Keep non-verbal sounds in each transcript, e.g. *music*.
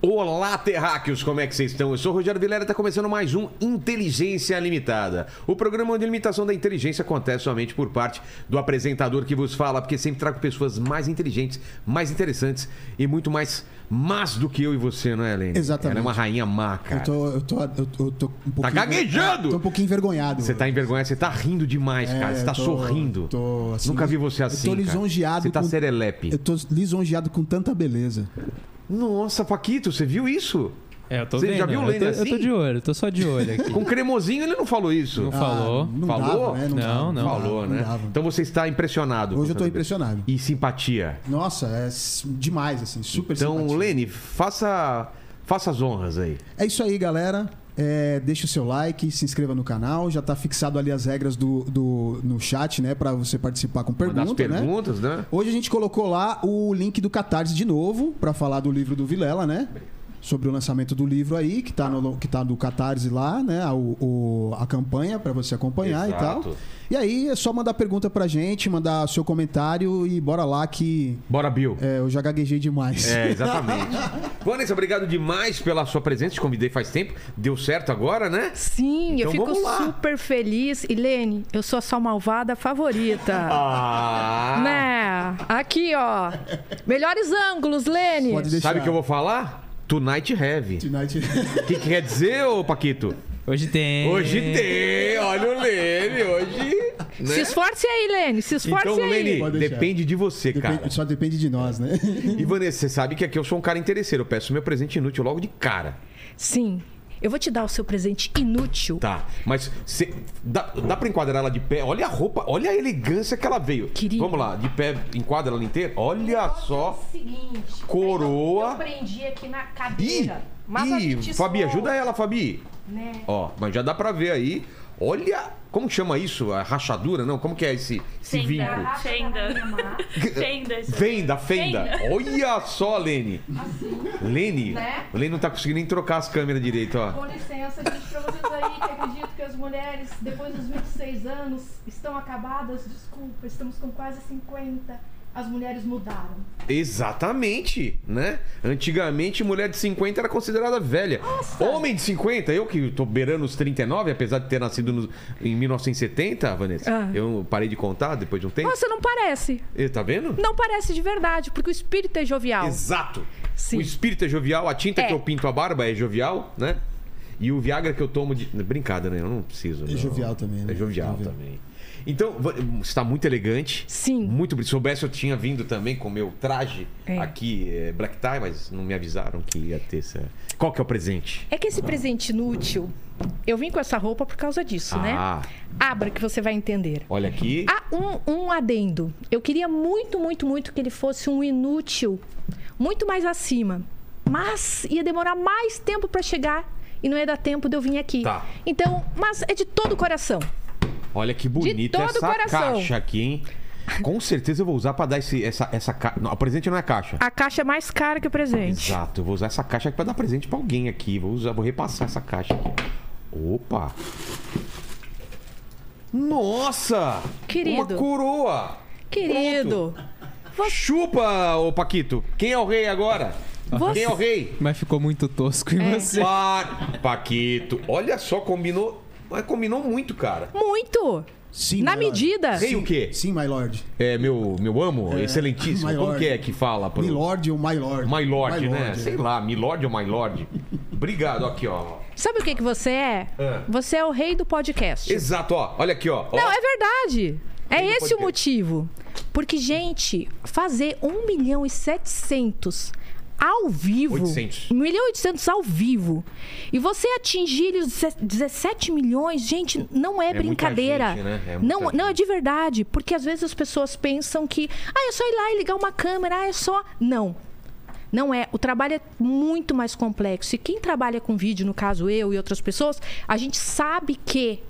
Olá, terráqueos, como é que vocês estão? Eu sou o Rogério Vilera e está começando mais um Inteligência Limitada. O programa onde a limitação da inteligência acontece somente por parte do apresentador que vos fala, porque sempre trago pessoas mais inteligentes, mais interessantes e muito mais más do que eu e você, não é, Helene? Exatamente. Ela é uma rainha má, cara. Tá Eu tô, eu tô, eu tô, eu tô um pouquinho. gaguejando! Tô um pouquinho envergonhado. Você tá envergonhado, você tá rindo demais, É, cara. Você tá eu tô- sorrindo. tô, assim, Nunca vi você eu tô assim. cara. lisonjeado Você tá com- serelepe. Eu tô lisonjeado com tanta beleza. Nossa, Paquito, você viu isso? É, eu tô Você vendo. já viu o eu, Lênin tô, eu assim? tô de olho, eu tô só de olho aqui. Com cremosinho ele não falou isso. Não Falou. Ah, não Falou? dava, né? Não, dava, não. dava, Falou, não né? dava. Então você está impressionado. com Hoje eu tô essa- impressionado. E simpatia. Nossa, é s- demais, assim, super então, simpatia. Lene, faça, faça as honras aí. É isso aí, galera. É, deixa o seu like, se inscreva no canal. Já tá fixado ali as regras do, do, no chat, né? Pra você participar com Mandar as pergunta, né? perguntas, né? Hoje a gente colocou lá o link do Catarse de novo, pra falar do livro do Vilela, né? Sobre o lançamento do livro aí, que tá no, que tá no Catarse lá, né? A, o- a campanha pra você acompanhar Exato. e tal. E aí é só mandar pergunta pra gente, mandar seu comentário e bora lá que Bora, Bill. é, eu já gaguejei demais. É, exatamente. Vanessa, obrigado demais pela sua presença. Te convidei faz tempo. Deu certo agora, né? Sim, Então eu fico vamos lá. super feliz. Ilene, eu sou a sua malvada favorita. *laughs* Ah! Né? Aqui, ó. Melhores ângulos, *laughs* Lene. Pode deixar. Sabe o que eu vou falar? Tonight Heavy. Tonight. O que, que quer dizer, ô Paquito? Hoje É. tem. Hoje tem. Olha o Lene, hoje. né? Se esforce aí, Lene. Se esforce Então, aí. Lene, Pode deixar. depende de você, *laughs* cara. Depende- só depende de nós, *laughs* né? E Vanessa, você sabe que aqui eu sou um cara interesseiro. Eu peço meu presente inútil logo de cara. Sim. Eu vou te dar o seu presente inútil. Tá. Mas você- dá, dá pra enquadrar ela de pé? Olha a roupa, olha a elegância que ela veio. Querido. Vamos lá, de pé, enquadra ela inteira. Olha só. Seguinte. Coroa. eu prendi aqui na Ih, ih, Fabi, ajuda ela, Fabi. Ó, mas já dá pra ver aí. Olha, como chama isso? A rachadura? Não, como que é esse, esse vinco? tá? Fenda. Fenda. isso. Venda, fenda. Olha só, Lene. Lene, Né? Lene não tá conseguindo nem trocar as câmeras direito, ó. Com licença, gente, pra vocês aí que acreditam que as mulheres, depois dos 26 anos, estão acabadas, desculpa, estamos com quase 50. As mulheres mudaram. Exatamente, né? Antigamente, mulher de 50 era considerada velha. Homem de 50, eu que tô beirando os 39, apesar de ter nascido no- em 1970, Vanessa, Ah. eu parei de contar depois de um tempo. Nossa, não parece. Ih, Tá vendo? Não parece de verdade, porque o espírito é jovial. Exato. Sim. O espírito é jovial, a tinta É. que eu pinto a barba é jovial, né? E o Viagra que eu tomo de. Brincada, né? Eu não preciso. não. jovial também, né? É jovial, Jovial. também. Então, va- você tá muito elegante. Sim. Muito bonito. Se soubesse, eu tinha vindo também com o meu traje É. aqui, é, black tie, mas não me avisaram que ia ter essa. Qual que é o presente? É que esse presente inútil, eu vim com essa roupa por causa disso, né? Ah. Abra que você vai entender. Olha aqui. Ah, um, um adendo. Eu queria muito, muito, muito que ele fosse um inútil, muito mais acima. Mas ia demorar mais tempo para chegar e não ia dar tempo de eu vir aqui. Tá. Então, mas é de todo o coração. Olha que bonita todo essa coração. caixa aqui, hein? Com certeza eu vou usar pra dar esse, essa, essa caixa. O presente não é caixa. A caixa é mais cara que o presente. Exato, eu vou usar essa caixa aqui pra dar presente pra alguém aqui. Vou usar, vou repassar essa caixa aqui. Opa! Nossa! Querido. Uma coroa! Querido, Chupa, ô Paquito! Quem é o rei agora? Você- Quem é o rei? Mas ficou muito tosco em É. você. Pa- Paquito, olha só, combinou. Mas combinou muito, cara. muito. Sim, Na my lord. medida. Rei o quê? Sim, my lord. É, meu, meu amo, excelentíssimo. my Como lord. que é que fala? Pro... Milord ou my lord? My Lord, né? lord, Sei é. lá, Milord ou My Lord. Obrigado, aqui, ó. Sabe o que, que você é? É. Você é o rei do podcast. Exato, ó. Olha aqui, ó. Ó. Não, é verdade. É Quem não esse pode o ter? motivo. Porque, gente, fazer 1 milhão e 700 ao vivo. 800. 1 milhão e 800 ao vivo. E você atingir os 17 milhões, gente, não é, muita brincadeira. gente, né? É muita não, não é gente. de verdade. Porque às vezes as pessoas pensam que, ah, é só ir lá e ligar uma câmera, ah, é só. Não. Não é. O trabalho é muito mais complexo. E quem trabalha com vídeo, no caso eu e outras pessoas, a gente sabe que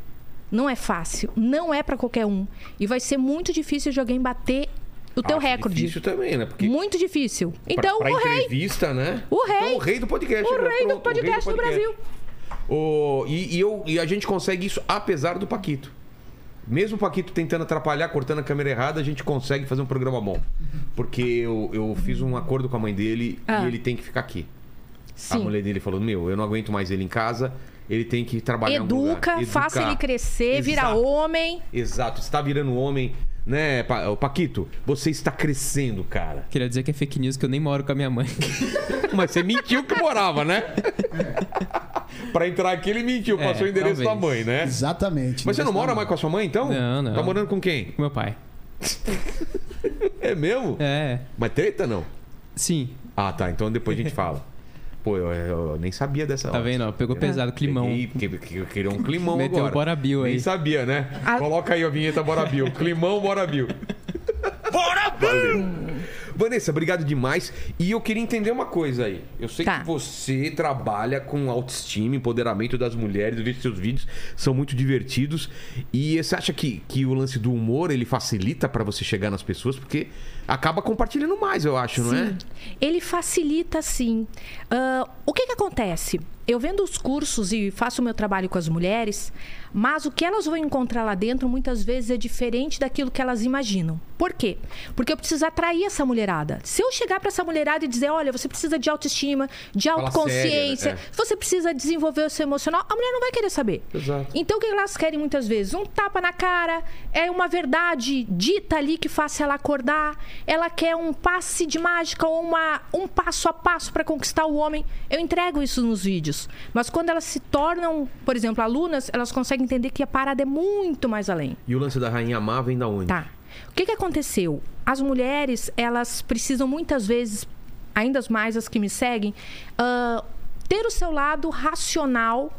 não é fácil, não é para qualquer um. E vai ser muito difícil de alguém bater o teu Acho recorde. Ah, Difícil também, né? Porque Muito difícil. pra- Então, pra o rei. entrevista, né? O rei. Então, o rei do podcast. O né? rei do Pronto, o podcast do Brasil. O- e, e eu, e a gente consegue isso apesar do Paquito. Mesmo o Paquito tentando atrapalhar, cortando a câmera errada, a gente consegue fazer um programa bom. Porque eu, eu fiz um acordo com a mãe dele Ah. e ele tem que ficar aqui. A Sim. mulher dele falou: Meu, eu não aguento mais ele em casa, ele tem que trabalhar em algum Educa, lugar. faça Educar. ele crescer, vira Exato. homem. Exato, está virando um homem, né, Pa- ô, Paquito? Você está crescendo, cara. Queria dizer que é fake news que eu nem moro com a minha mãe. *laughs* Mas você mentiu que morava, né? *laughs* pra entrar aqui, ele mentiu, É, passou o endereço da mãe, talvez. né? Exatamente. Mas você não mora mais com a sua mãe, então? Não, não. Tá morando com quem? Com meu pai. É mesmo? É. Mas treta não. Sim. Ah, tá. Então depois a gente fala. Pô, eu, eu- eu nem sabia dessa Tá hora. vendo? ó? Pegou pesado, climão. Né? Peguei, que- que- que- Criou um climão Meteu agora. o Bora Bill aí. Nem sabia, né? A- Coloca aí a vinheta Bora Bill. Climão Bora Bill. *laughs* Bora Bill! Vanessa, obrigado demais. E eu queria entender uma coisa aí. Eu sei Tá. que você trabalha com autoestima, empoderamento das mulheres. Eu vejo seus vídeos, são muito divertidos. E você acha que, que o lance do humor, ele facilita pra você chegar nas pessoas? Porque acaba compartilhando mais, eu acho, não é? Ele facilita sim. Ah, o que, que acontece? Eu vendo os cursos e faço o meu trabalho com as mulheres, mas o que elas vão encontrar lá dentro muitas vezes é diferente daquilo que elas imaginam. Por quê? Porque eu preciso atrair essa mulherada. Se eu chegar para essa mulherada e dizer, olha, você precisa de autoestima, de Fala né? autoconsciência, sério, né? você precisa desenvolver o seu emocional, a mulher não vai querer saber. Exato. Então o que elas querem muitas vezes? Um tapa na cara, é uma verdade dita ali que faça ela acordar. Ela quer um passe de mágica ou uma, um passo a passo para conquistar o homem. Eu entrego isso nos vídeos. Mas quando elas se tornam, por exemplo, alunas, elas conseguem entender que a parada é muito mais além. E o lance da rainha má vem da onde? Tá. O que, que aconteceu? As mulheres, elas precisam muitas vezes, ainda mais as que me seguem, ah, ter o seu lado racional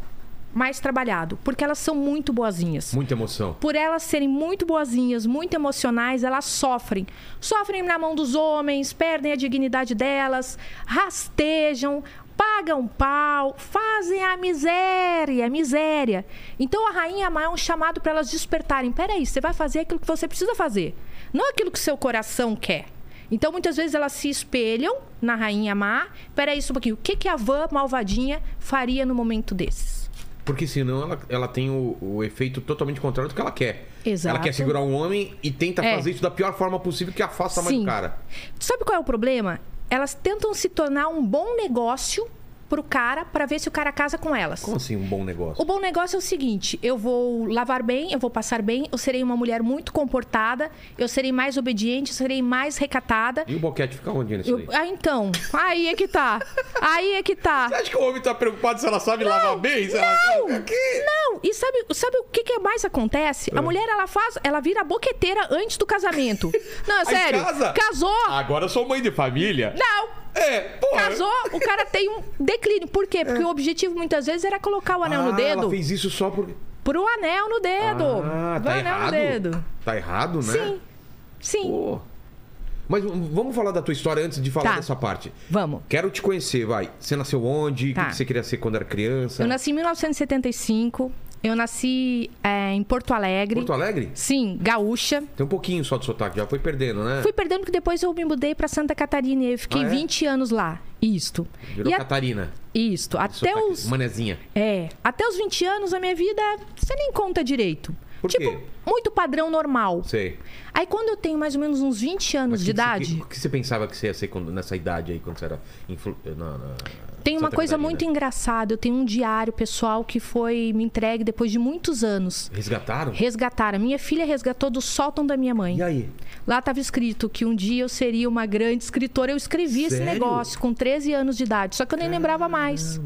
mais trabalhado, porque elas são muito boazinhas. Muita emoção. Por elas serem muito boazinhas, muito emocionais, elas sofrem. Sofrem na mão dos homens, perdem a dignidade delas, rastejam, pagam pau, fazem a miséria, a miséria. Então a rainha má é um chamado para elas despertarem. Peraí, você vai fazer aquilo que você precisa fazer, não aquilo que seu coração quer. Então, muitas vezes elas se espelham na rainha má. Peraí, isso aqui. O que, que a van malvadinha faria no momento desses? Porque senão ela, ela tem o, o efeito totalmente contrário do que ela quer. Exato. Ela quer segurar um homem e tenta É. fazer isso da pior forma possível que afasta mais o Sim. cara. Sabe qual é o problema? Elas tentam se tornar um bom negócio pro cara para ver se o cara casa com elas. Como assim um bom negócio? O bom negócio é o seguinte: eu vou lavar bem, eu vou passar bem, eu serei uma mulher muito comportada, eu serei mais obediente, eu serei mais recatada. E o boquete fica onde nisso Eu- aí? Ah, então. Aí é que tá. Aí é que tá. Você acha que o homem tá preocupado se ela sabe lavar bem? Se ela Não, sabe o quê? não. E sabe, sabe o que, que mais acontece? Ah. A mulher, ela faz, ela vira boqueteira antes do casamento. Não, é sério. casa? Ah. Casou. Agora eu sou mãe de família. Não. É, porra. Casou, o cara tem um declínio. Por quê? Porque o objetivo muitas vezes era colocar o anel É. ah, no dedo Ela fez isso só por. pro anel no dedo. Ah, Pro tá anel errado. no dedo. Tá errado, né? Sim. Sim. Pô. Mas v- vamos falar da tua história antes de falar Tá. dessa parte. Vamos. Quero te conhecer, vai. Você nasceu onde? O Tá. que que você queria ser quando era criança? Eu nasci em 1975. Eu nasci é, em Porto Alegre. Porto Alegre? Sim, gaúcha. Tem um pouquinho só de sotaque, já foi perdendo, né? Fui perdendo porque depois eu me mudei pra Santa Catarina e eu fiquei Ah, é? 20 anos lá. Isto. Virou tá e a- Catarina. Isto. Até Sotaque. os, Manezinha. é, até os 20 anos a minha vida, você nem conta direito. Por tipo, quê? muito padrão normal. Sei. Aí quando eu tenho mais ou menos uns 20 anos Mas de que- idade, que- O que, você pensava que você ia ser quando- nessa idade aí, quando você era. Influ... na- na- tem uma Santa coisa Catarina? muito engraçada. Eu tenho um diário pessoal que foi me entregue depois de muitos anos. Resgataram? Resgataram. Minha filha resgatou do sótão da minha mãe. E aí? Lá estava escrito que um dia eu seria uma grande escritora. Eu escrevi esse Sério? negócio com 13 anos de idade, só que eu nem lembrava mais.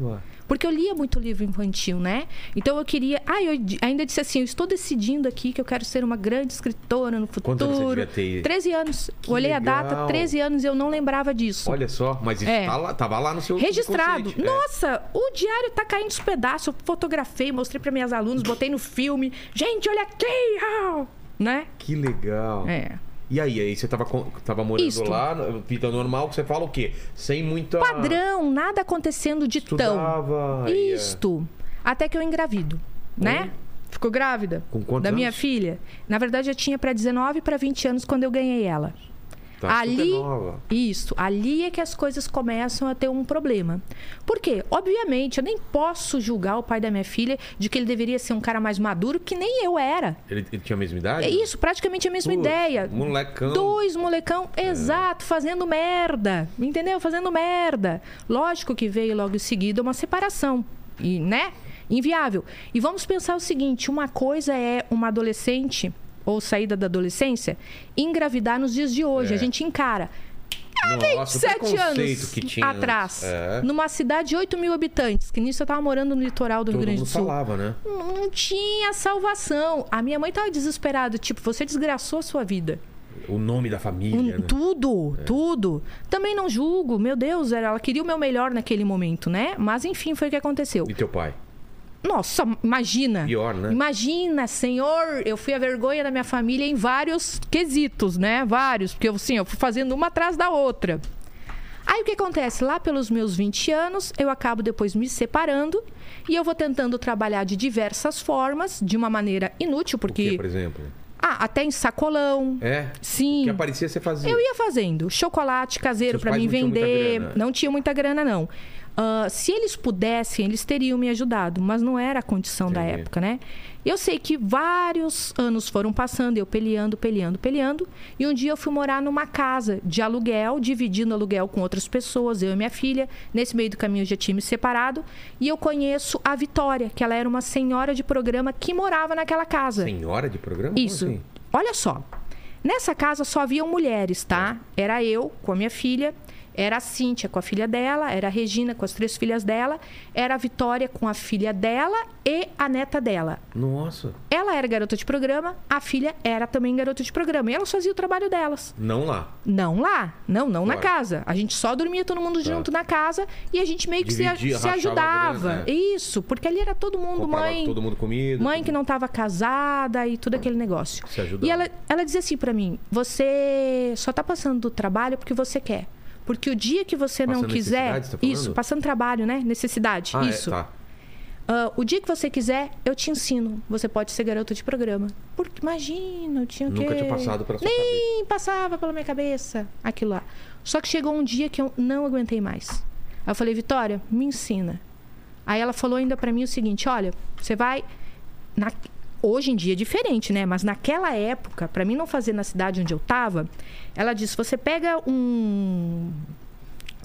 Porque eu lia muito livro infantil, né? Então eu queria. Ah, eu di- ainda disse assim: eu estou decidindo aqui que eu quero ser uma grande escritora no futuro. anos você devia ter? 13 anos. Olhei a legal. data, 13 anos e eu não lembrava disso. Olha só, mas isso É. tá lá- tava lá no seu. Registrado. subconsciente. É. Nossa, o diário tá caindo os pedaços. Eu fotografei, mostrei para minhas alunos, botei no filme. Gente, olha aqui! ah! Né? Que legal. É. E aí, aí você tava, com- tava morando Isto. lá, vida normal, que você fala o quê? Sem muita. Padrão, nada acontecendo de tão. Estudava. é, ia- Então, Isto. Até que eu engravido, né? Ficou grávida? Com quantos Da minha anos? filha. Na verdade, eu tinha para 19 para 20 anos quando eu ganhei ela. Tá ali, super nova. isso, ali é que as coisas começam a ter um problema. Por quê? Obviamente, eu nem posso julgar o pai da minha filha de que ele deveria ser um cara mais maduro, que nem eu era. Ele, ele tinha a mesma idade? É isso, praticamente a mesma Putz, ideia. um Molecão. É. Dois molecão, exato, fazendo merda. Entendeu? Fazendo merda. Lógico que veio logo em seguida uma separação. E, né? Inviável. E vamos pensar o seguinte: uma coisa é uma adolescente ou saída da adolescência engravidar nos dias de hoje. É. A gente encara. Nossa, o 27 preconceito anos que tinha antes. atrás, É. numa cidade de 8 mil habitantes, que nisso eu tava morando no litoral do Todo Rio Grande mundo do Sul falava, né? não não tinha salvação. A minha mãe tava desesperada, tipo, você desgraçou a sua vida. O nome da família, Um- né? Tudo, tudo. Também não julgo, meu Deus, era- ela queria o meu melhor naquele momento, né? Mas enfim, foi o que aconteceu. E teu pai? Nossa, imagina. Pior, né? Imagina, senhor, eu fui a vergonha da minha família em vários quesitos, né? Vários, porque eu, assim, eu fui fazendo uma atrás da outra. Aí o que acontece? Lá pelos meus 20 anos, eu acabo depois me separando e eu vou tentando trabalhar de diversas formas, de uma maneira inútil, O quê, porque. por exemplo? ah, até em sacolão. É? Sim. Que aparecia, você fazia. Eu ia fazendo chocolate caseiro Seus pra pais mim não tinham muita vender. grana. é. não tinha muita grana, não. Ah, se eles pudessem, eles teriam me ajudado, mas não era a condição da Entendi. época, né? Eu sei que vários anos foram passando, eu peleando, peleando, peleando, e um dia eu fui morar numa casa de aluguel, dividindo aluguel com outras pessoas, eu e minha filha. Nesse meio do caminho eu já tinha me separado, e eu conheço a Vitória, que ela era uma senhora de programa que morava naquela casa. Senhora de programa? Como Isso. assim? Olha só. Nessa casa só haviam mulheres, tá? Era eu com a minha filha, era a Cíntia com a filha dela, era a Regina com as três filhas dela, era a Vitória com a filha dela e a neta dela. Nossa. Ela era garota de programa, a filha era também garota de programa. E elas faziam o trabalho delas. Não lá. Não lá, não, não na Claro. casa. A gente só dormia todo mundo junto na casa e a gente meio que Tá. Dividia, se, se rachava a grana, ajudava. é. Isso, porque ali era todo mundo, Comprava mãe. todo mundo comida. Mãe que não estava casada e tudo aquele negócio. Se ajudava. e ela, ela dizia assim para mim: você só tá passando do trabalho porque você quer. Porque o dia que você não Passando quiser. necessidade, você tá falando? isso, passando trabalho, né? Necessidade. Ah, é, isso. tá. Ah, o dia que você quiser, eu te ensino. Você pode ser garota de programa. Porque, imagina, eu tinha o Nunca quê? tinha passado pela sua Nem passava pela minha cabeça aquilo lá. Só que chegou um dia que eu não aguentei mais. Aí eu falei, Vitória, me ensina. Aí ela falou ainda pra mim o seguinte: olha, você vai. na- Hoje em dia é diferente, né? Mas naquela época, pra mim não fazer na cidade onde eu tava, ela disse: você pega um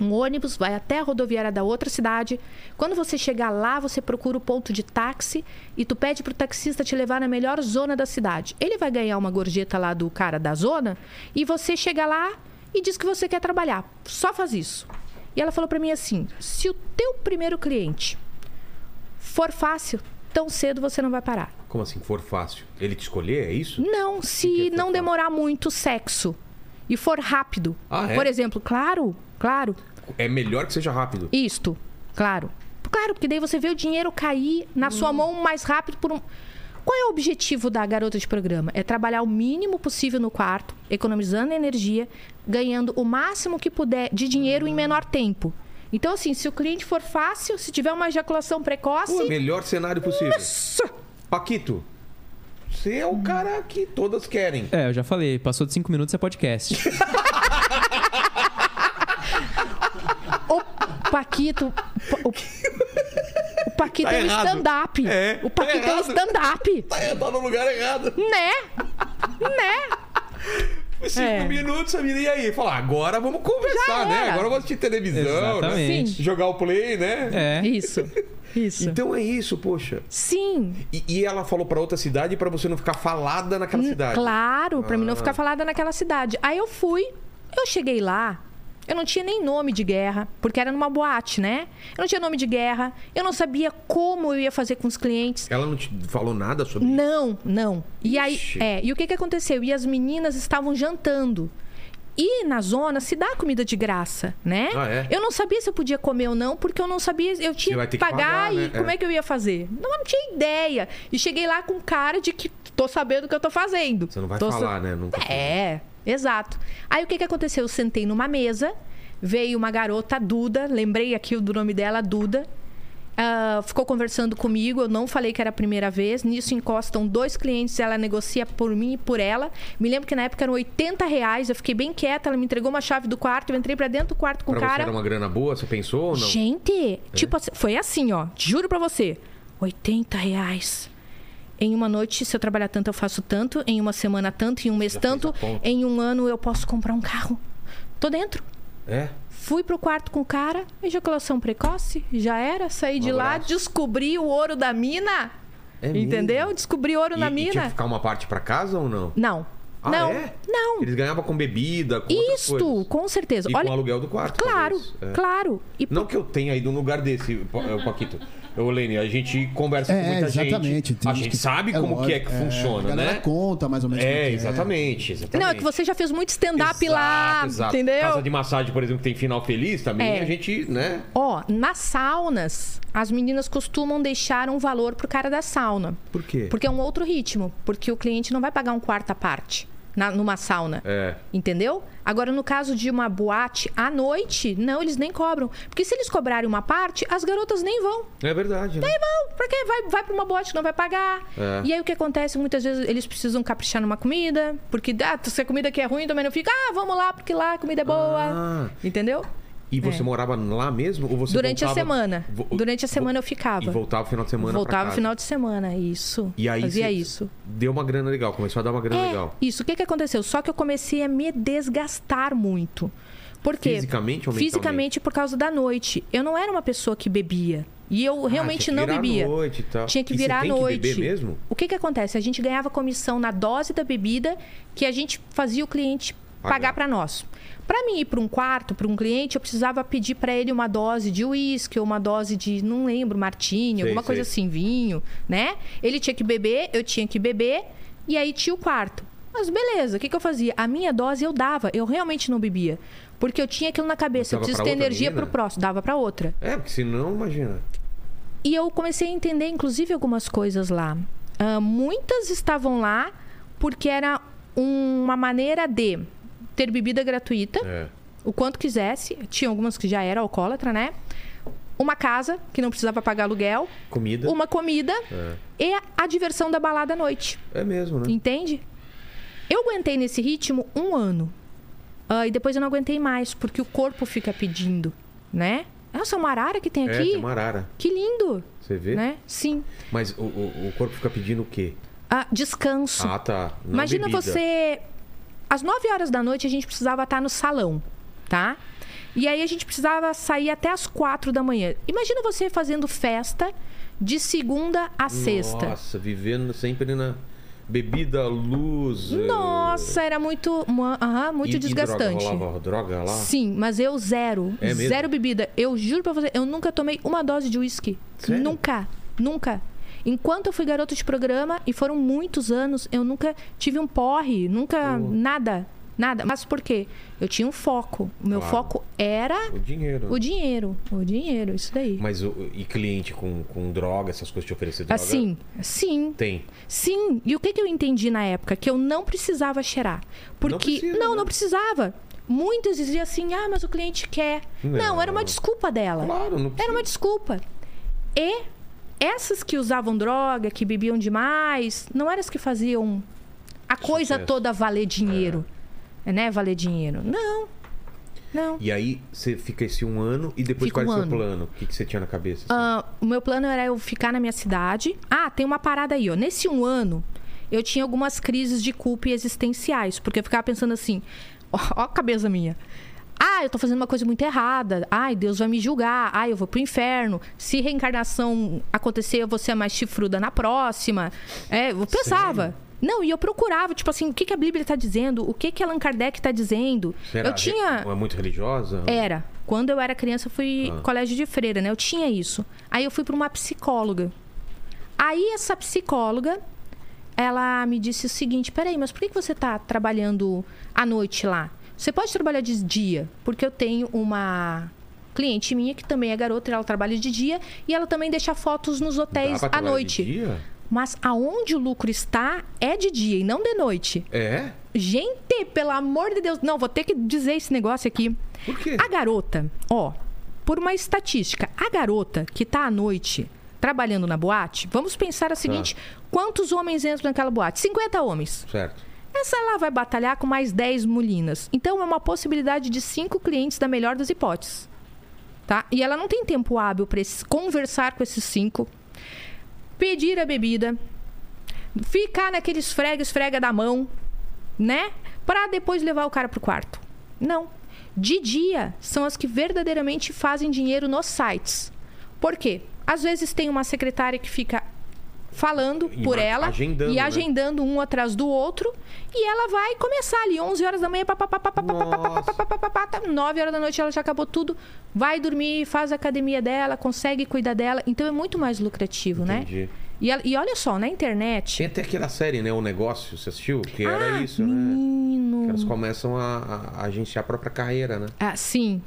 um ônibus, vai até a rodoviária da outra cidade. Quando você chegar lá, você procura o ponto de táxi e tu pede pro taxista te levar na melhor zona da cidade. Ele vai ganhar uma gorjeta lá do cara da zona e você chega lá e diz que você quer trabalhar. Só faz isso. E ela falou pra mim assim: "Se o teu primeiro cliente for fácil, tão cedo você não vai parar. Como assim? For fácil. Ele te escolher, é isso? Não, que é se que não for demorar muito o sexo e for rápido. Ah, é? Por exemplo, claro, claro. É melhor que seja rápido. Isto, claro. Claro, porque daí você vê o dinheiro cair na Hum. sua mão mais rápido por um. Qual é o objetivo da garota de programa? É trabalhar o mínimo possível no quarto, economizando energia, ganhando o máximo que puder de dinheiro em menor tempo. Então, assim, se o cliente for fácil, se tiver uma ejaculação precoce. é O melhor cenário possível. Nossa! Paquito, você é o cara que todas *laughs* querem. É, eu já falei, passou de cinco minutos é podcast. *laughs* *laughs* O Paquito. O, o Paquito Tá é um errado. stand-up. É, o tá Paquito é um errado. stand-up. Tá, tá no lugar errado. Né? Né? Cinco É. minutos, a menina, e aí? Fala, agora vamos conversar, Já né? era. Agora eu vou assistir televisão, né? Exatamente. Sim. Jogar o play, né? É. Isso. Isso. Então é isso, poxa. Sim, E, e ela falou pra outra cidade pra você não ficar falada naquela cidade. Hum, Ah. Claro, pra mim não ficar falada naquela cidade. Aí eu fui, eu cheguei lá, eu não tinha nem nome de guerra, porque era numa boate, né? Eu não tinha nome de guerra, eu não sabia como eu ia fazer com os clientes. Ela não te falou nada sobre isso? Não, não. E aí, Ixi. é, e o que que aconteceu? E as meninas estavam jantando. E na zona se dá comida de graça, né? Ah, é? Eu não sabia se eu podia comer ou não, porque eu não sabia, eu tinha vai que, ter que pagar, pagar, e né? como É. é que eu ia fazer? Não, eu não tinha ideia. E cheguei lá com cara de que tô sabendo o que eu tô fazendo. Você não vai Tô sa- falar, né? Nunca é, exato. Aí o que, que aconteceu? Eu sentei numa mesa, veio uma garota, a Duda, lembrei aqui do nome dela, Duda. ah, ficou conversando comigo, eu não falei que era a primeira vez. Nisso encostam dois clientes, ela negocia por mim e por ela. Me lembro que na época eram 80 reais, eu fiquei bem quieta, ela me entregou uma chave do quarto, eu entrei pra dentro do quarto com o Pra você cara. era uma grana boa, você pensou ou não? É. Gente, tipo assim, foi assim, ó. Te Juro pra você. 80 reais. Em uma noite, se eu trabalhar tanto, eu faço tanto. Em uma semana, tanto. Em um mês, Já fez tanto. a conta. Em um ano, eu posso comprar um carro. Tô dentro. É? Fui pro quarto com o cara, ejaculação precoce, já era. Saí de Um lá, abraço. descobri o ouro da mina. É entendeu? mesmo? Descobri ouro E, na e tinha mina. que ficar uma parte pra casa ou não? Não. Ah, não. é? Não. Eles ganhavam com bebida, com outras Isto, coisas. com certeza. E Olha, com o aluguel do quarto. claro, talvez. É. claro. E Não que eu tenha ido num lugar desse, Pa- eh, Paquito. Ô, Lene, a gente conversa É, com muita exatamente. gente. A gente sabe como que é que funciona, a galera né? conta mais ou menos como É, que exatamente, exatamente. Não, é que você já fez muito stand-up Exato, lá, exato. entendeu? Casa de massagem, por exemplo, que tem final feliz também, É. a gente, né? Ó, nas saunas, as meninas costumam deixar um valor pro cara da sauna. Por quê? Porque é um outro ritmo. Porque o cliente não vai pagar um quarta parte na- numa sauna. É. Entendeu? Agora, no caso de uma boate à noite, não, eles nem cobram. Porque se eles cobrarem uma parte, as garotas nem vão. É verdade, né? Não, porque vai, vai pra uma boate, não vai pagar. É. E aí o que acontece? Muitas vezes eles precisam caprichar numa comida, porque ah, se a comida aqui é ruim, também não fica, ah, vamos lá, porque lá a comida é boa. Ah. Entendeu? E você É. morava lá mesmo? Ou você Durante a voltava- semana. Vo- Durante a semana eu E ficava. voltava no final de semana pra Voltava no casa. final de semana, isso. E aí Fazia você isso. Deu uma grana legal, começou a dar uma grana É, legal. isso. O que, que aconteceu? Só que eu comecei a me desgastar muito. Por quê? Fisicamente ou mentalmente? Fisicamente por causa da noite. Eu não era uma pessoa que bebia. E eu realmente Ah, tinha que não virar à bebia. noite e tal. Tinha que E você virar tem à que noite. beber mesmo? O que que acontece? A gente ganhava comissão na dose da bebida que a gente fazia o cliente Pagar. pagar para nós. Para mim ir para um quarto, para um cliente, eu precisava pedir para ele uma dose de uísque ou uma dose de, não lembro, martini, Sei, alguma coisa sei. assim, vinho, né? Ele tinha que beber, eu tinha que beber, e aí tinha o quarto. Mas beleza, o que, que eu fazia? A minha dose eu dava, eu realmente não bebia. Porque eu tinha aquilo na cabeça, eu Dava pra preciso ter outra energia menina? pro próximo, dava para outra. É, porque senão, imagina. E eu comecei a entender, inclusive, algumas coisas lá. Ah, muitas estavam lá porque era um- uma maneira de ter bebida gratuita, É. o quanto quisesse. Tinha algumas que já era alcoólatra, né? Uma casa que não precisava pagar aluguel, Comida. uma comida É. e a diversão da balada à noite. É mesmo, né? Entende? Eu aguentei nesse ritmo um ano. Ah, e depois eu não aguentei mais, porque o corpo fica pedindo, né? Nossa, é uma arara que tem É, aqui. tem uma É. arara. Que lindo! Você vê? Né? Sim. Mas o, o- o corpo fica pedindo o quê? Ah, descanso. Ah, tá. Não Imagina bebida. você. Às 9 horas da noite a gente precisava estar no salão, tá? E aí a gente precisava sair até as 4 da manhã. Imagina você fazendo festa de segunda a sexta. Nossa, vivendo sempre na bebida, luz. eh, Nossa, era muito, uma- aham, muito e- e desgastante. Droga, rolava droga lá? Sim, mas eu zero. É mesmo? Zero bebida. Eu juro pra você, eu nunca tomei uma dose de uísque. Sério? Nunca. Nunca. Enquanto eu fui garoto de programa, e foram muitos anos, eu nunca tive um porre, nunca nada. Nada. Mas por quê? Eu tinha um foco. O meu Claro. foco era O dinheiro. o dinheiro. O dinheiro, isso daí. Mas o- e cliente com, com droga, essas coisas te oferecer droga? assim, sim. Tem. Sim, e o que, que eu entendi na época? Que eu não precisava cheirar. Porque. Não, precisa, não, né? precisava. Muitas diziam assim, ah, mas o cliente quer. Não, Não. era uma desculpa dela. Claro, não Era uma precisa. desculpa. E essas que usavam droga, que bebiam demais, não eram as que faziam a coisa Sucesso. É. toda valer dinheiro. Né? Valer dinheiro. Não. Não. E aí você fica esse um ano e depois qual Fica é um o seu ano. plano? O que, que você tinha na cabeça? assim? Ah, o meu plano era eu ficar na minha cidade. Ah, tem uma parada aí, ó. Nesse um ano, eu tinha algumas crises de culpa e existenciais, porque eu ficava pensando assim, ó, ó a cabeça minha. Ah, eu tô fazendo uma coisa muito errada. Ai, Deus vai me julgar. Ai, eu vou pro inferno. Se reencarnação acontecer, eu vou ser mais chifruda na próxima. É, eu pensava. Não, e eu procurava, tipo assim, o que, que a Bíblia tá dizendo? O que que Allan Kardec tá dizendo? Você era eu tinha... É, re- muito religiosa? Era. Quando eu era criança, eu fui Tá. colégio de freira, né? Eu tinha isso. Aí eu fui para uma psicóloga. Aí essa psicóloga, ela me disse o seguinte: peraí, mas por que que você tá trabalhando à noite lá? Você pode trabalhar de dia, porque eu tenho uma cliente minha que também é garota, ela trabalha de dia e ela também deixa fotos nos Dá pra hotéis à trabalhar de noite. dia? Mas aonde o lucro está é de dia e não de noite. É? Gente, pelo amor de Deus, não, vou ter que dizer esse negócio aqui. Por quê? A garota, ó, por uma estatística. A garota que está à noite trabalhando na boate, vamos pensar a seguinte: quantos homens entram naquela boate? 50 homens. Certo. Essa lá vai batalhar com mais 10 molinas. Então é uma possibilidade de 5 clientes da melhor das hipóteses. Tá? E ela não tem tempo hábil para conversar com esses cinco, pedir a bebida, ficar naquele esfrega, esfrega da mão, né? Para depois levar o cara pro quarto. Não. De dia são as que verdadeiramente fazem dinheiro nos sites. Por quê? Às vezes tem uma secretária que fica falando E por ma- ela agendando, e né? agendando um atrás do outro e ela vai começar ali 11 horas da manhã, pá, pá, pá, pá, pá, pá, pá, pá, pá, pá, pá, pá, pá, pá, tá, 9 horas da noite ela já acabou tudo, vai dormir, faz a academia dela, consegue cuidar dela, então é muito mais lucrativo, né? Entendi. E, ela- e olha só, na internet, Tinha até aquela série, né? O negócio, você assistiu? Que era isso, né? Ah, menino, Que elas começam a, a- a agenciar a própria carreira, né? Ah, sim.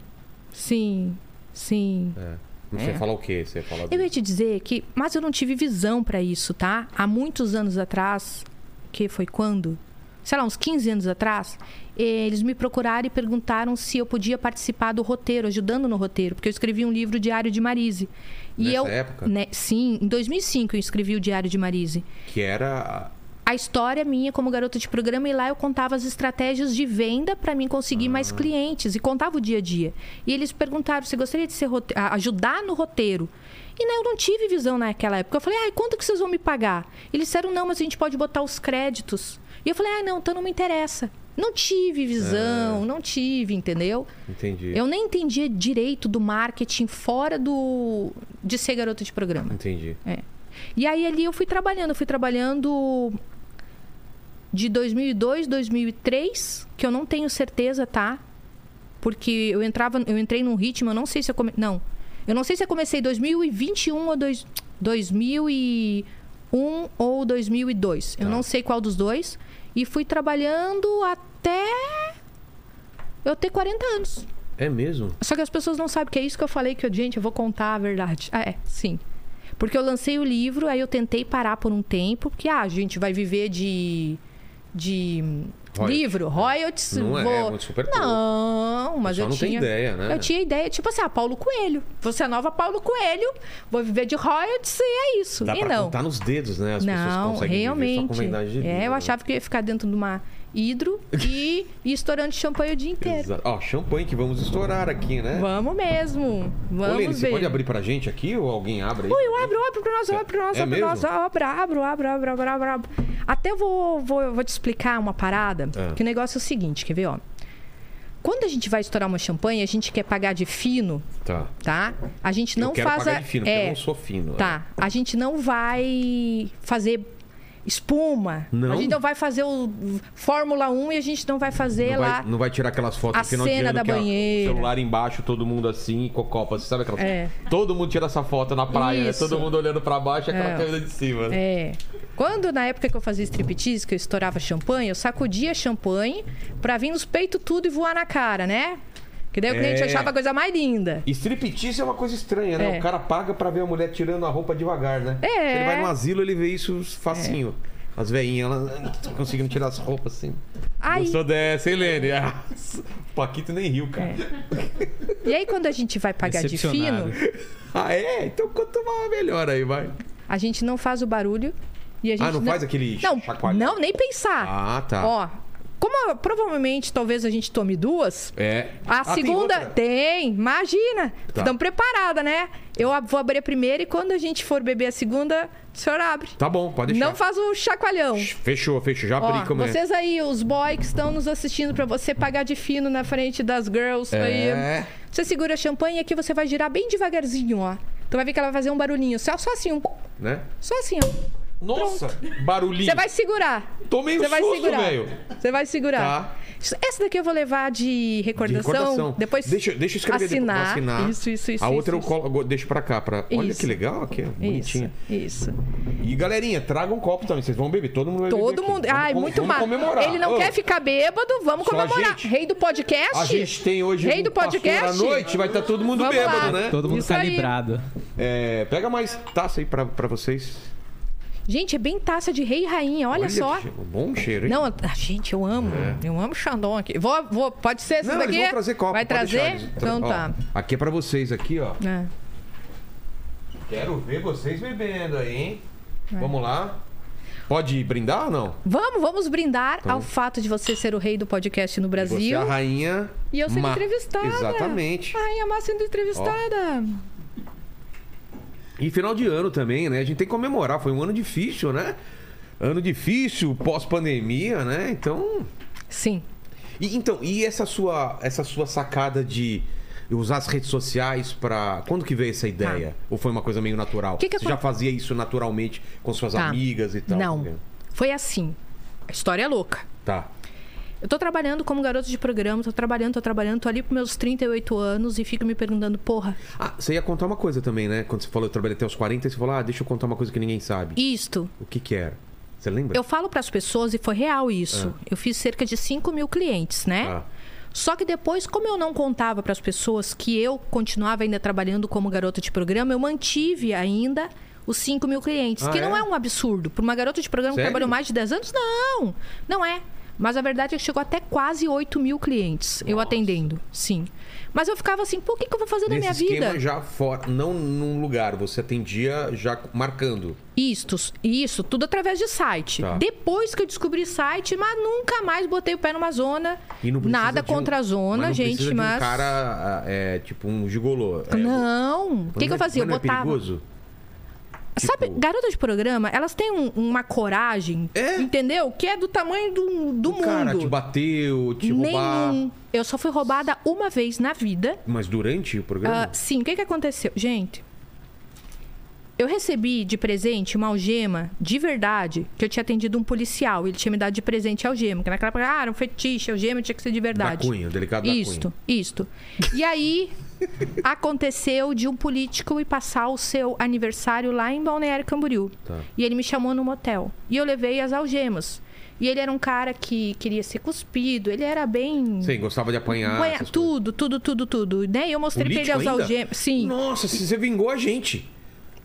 Sim. Sim. É. Não sei falar o quê, você fala Eu ia te dizer que, mas eu não tive visão pra isso, tá? Há muitos anos atrás, que foi quando? Sei lá, uns 15 anos atrás, eh, eles me procuraram e perguntaram se eu podia participar do roteiro, ajudando no roteiro, porque eu escrevi um livro Diário de Marise. E Nessa eu, época? né, sim, em 2005 eu escrevi o Diário de Marise que era a história minha como garota de programa e lá eu contava as estratégias de venda para mim conseguir mais clientes e contava o dia a dia. E eles perguntaram se gostaria de ser rote- a- ajudar no roteiro. E né, eu não tive visão naquela época. Eu falei, ai, quanto que vocês vão me pagar? Eles disseram, não, mas a gente pode botar os créditos. E eu falei, ai, não, então não me interessa. Não tive visão, não tive, entendeu? Entendi. Eu nem entendia direito do marketing fora do de ser garota de programa. Entendi. É. E aí ali eu fui trabalhando, eu fui trabalhando de 2002, 2003, que eu não tenho certeza, tá? Porque eu entrava, eu entrei num ritmo, eu não sei se eu come... não. Eu não sei se eu comecei em 2021 ou dois... 2001 ou 2002. Eu não sei qual dos dois e fui trabalhando até eu ter 40 anos. É mesmo? Só que as pessoas não sabem que é isso que eu falei que eu, gente, eu vou contar a verdade. Ah, é, sim. Porque eu lancei o livro, aí eu tentei parar por um tempo, porque ah, a gente vai viver de de Royalties. livro, royalties, Não é, vou- é muito super Não, mas pessoal eu não tem tinha ideia, né? Eu tinha ideia, tipo assim, ah, Paulo Coelho. Você é a nova Paulo Coelho, vou viver de royalties e é isso. Dá e pra não. contar nos dedos, né? As pessoas Não, conseguem viver só com realmente. vendagem de é, livro, eu né? achava que eu ia ficar dentro de uma *laughs* hidro e, e estourando champanhe o dia inteiro. Exato. Ó, champanhe que vamos estourar aqui, né? Vamos mesmo. Vamos Ô, Lene, você ver. pode abrir pra gente aqui ou alguém abre aí? Ui, eu abro, abro pra nós, É- abro pra nós, é abro pra nós, mesmo? abro, abro, abro, abro, abro, abro, abro. Até eu vou, vou, eu vou te explicar uma parada, É. que o negócio é o seguinte, quer ver, ó. Quando a gente vai estourar uma champanhe, a gente quer pagar de fino, Tá. tá? A gente não eu quero faz pagar a... de fino, porque eu é, não sou né? fino. tá. A gente não vai fazer espuma. Não? A gente não vai fazer o Fórmula 1 e a gente não vai fazer Não lá... vai, não vai tirar aquelas fotos a no final de cena ano da que, ó, banheira. celular embaixo, todo mundo assim, com a copa. Você sabe aquelas É. Todo mundo tira essa foto na praia, né? Isso. Todo mundo olhando pra baixo e aquela É. câmera de cima. né? É. Quando, na época que eu fazia striptease, que eu estourava champanhe, eu sacudia champanhe pra vir nos peitos tudo e voar na cara, né? Que daí o cliente É. achava a coisa mais linda. E striptease é uma coisa estranha, né? É. O cara paga pra ver a mulher tirando a roupa devagar, né? É. Se ele vai no asilo, ele vê isso facinho. As veinhas, elas conseguindo tirar as roupas assim. Aí, Gostou dessa, hein, Lene? *laughs* Ah, o Paquito nem riu, É. cara. e aí, quando a gente vai pagar de Decepcionado. fino, Ah, é? Então quanto mais melhor aí, vai. a gente não faz o barulho e a gente Ah, não faz aquele não, chacoalhão? Não, nem pensar. Ah, tá. Ó, como provavelmente talvez a gente tome duas, É. A Ah, tem segunda outra? tem, imagina. Tá. Estão preparada, né? Eu ab- vou abrir a primeira e quando a gente for beber a segunda, o senhor abre. Tá bom, pode deixar. Não faz o chacoalhão. Fechou, fechou. Já abri Ó, como é. vocês aí, os boys que estão nos assistindo, pra você pagar de fino na frente das girls É. aí. Você segura a champanhe e aqui você vai girar bem devagarzinho, ó. Tu vai ver que ela vai fazer um barulhinho. Só, só assim, um... Né? Só assim, ó. Nossa, barulhinho. Você vai segurar. Tomei um Você vai susto, segurar. velho. Você vai segurar. Tá. Isso- Essa daqui eu vou levar de De recordação. recordação. Depois deixa, deixa eu escrever depois. assinar. Vou assinar. Isso, isso, isso. A isso, outra isso. eu colo, eu deixo pra cá. Pra... Olha Isso. que legal aqui, ó, bonitinho. Isso, isso. E galerinha, traga um copo também. Vocês vão beber. Todo mundo vai beber. Todo aqui. mundo. Vamos Ai, com- muito vamos mal. comemorar. Ele não Ô, quer ficar bêbado, vamos Só a comemorar. gente. Rei do podcast. A gente tem hoje Rei do um pastor podcast? à noite, vai estar todo mundo Vamos bêbado, lá. tá né? Todo mundo Isso aí. calibrado. É, pega mais taça aí pra, pra vocês. Gente, é bem taça de rei e rainha, olha, só. que che- Bom cheiro, hein? Não, ah, gente, eu amo. Eu amo Xandão aqui. Vou, vou, pode ser essa Não, daqui? é- eles vão trazer copo. Vai pode deixar, trazer? eles- Então ó, tá. Aqui é pra vocês, aqui, ó. É. Quero ver vocês bebendo aí, hein? Vamos lá. Pode brindar ou não? Vamos, vamos brindar Então. ao fato de você ser o rei do podcast Você no é Brasil. a rainha. E eu sendo ma- entrevistada. Exatamente. A rainha má sendo entrevistada. E final de ano também, né? A gente tem que comemorar. Foi um ano difícil, né? Ano difícil, pós-pandemia, né? Então. Sim. E, então, e essa sua, essa sua sacada de usar as redes sociais pra. Quando que veio essa ideia? Ou foi uma coisa meio natural? Tá. Que que Você acon- já fazia isso naturalmente com suas Tá. amigas e tal? Não. Foi assim. A história é louca. Tá. Eu tô trabalhando como garoto de programa, tô trabalhando, tô trabalhando, tô ali pros meus 38 anos e fico me perguntando, porra, Ah, você ia contar uma coisa também, né? Quando você falou eu trabalhei até os 40, você falou, ah, deixa eu contar uma coisa que ninguém sabe. isto. O que que era? Você lembra? É. Eu falo pras pessoas, e foi real isso. Eu fiz cerca de 5 mil clientes, né? Ah. Só que depois, como eu não contava para as pessoas que eu continuava ainda trabalhando como garota de programa, eu mantive ainda os 5 mil clientes. Ah, que não é? é um absurdo. Para uma garota de programa Sério? que trabalhou mais de 10 anos, não. Não é. Mas a verdade é que chegou até quase 8 mil clientes, eu atendendo. Sim. Mas eu ficava assim, pô, o que, que eu vou fazer Nesse na minha esquema vida? já fora, não num lugar, você atendia já marcando. Isto, isso, tudo através de site. Tá. Depois que eu descobri site, mas nunca mais botei o pé numa zona. E não precisa Nada de um- contra a zona, mas não gente, precisa de um mas. cara, ah, é, tipo um gigolô. É, Não. O que, mas que eu não é- fazia? Eu mas não É botava. perigoso? Sabe, Tipo- garotas de programa, elas têm um- uma coragem, É? entendeu? Que é do tamanho do, do O mundo. cara te bateu, te roubar. Nenhum. Eu só fui roubada uma vez na vida. Mas durante o Ah, programa? sim, o que, que aconteceu? Gente, eu recebi de presente uma algema de verdade que eu tinha atendido um policial. Ele tinha me dado de presente a algema. Que naquela época, ah, era um fetiche, algema tinha que ser de da verdade. cunha, delicado da Isto, cunha. isto. E aí *laughs* aconteceu de um político ir passar o seu aniversário lá em Balneário Camboriú. Tá. E ele me chamou no motel. E eu levei as algemas. E ele era um cara que queria ser cuspido, ele era bem. Sim, gostava de apanhar. Apanha- essas coisas. tudo, tudo, tudo, tudo. Né? E eu mostrei Político pra ele as ainda? algemas. Sim. Nossa, você vingou a gente.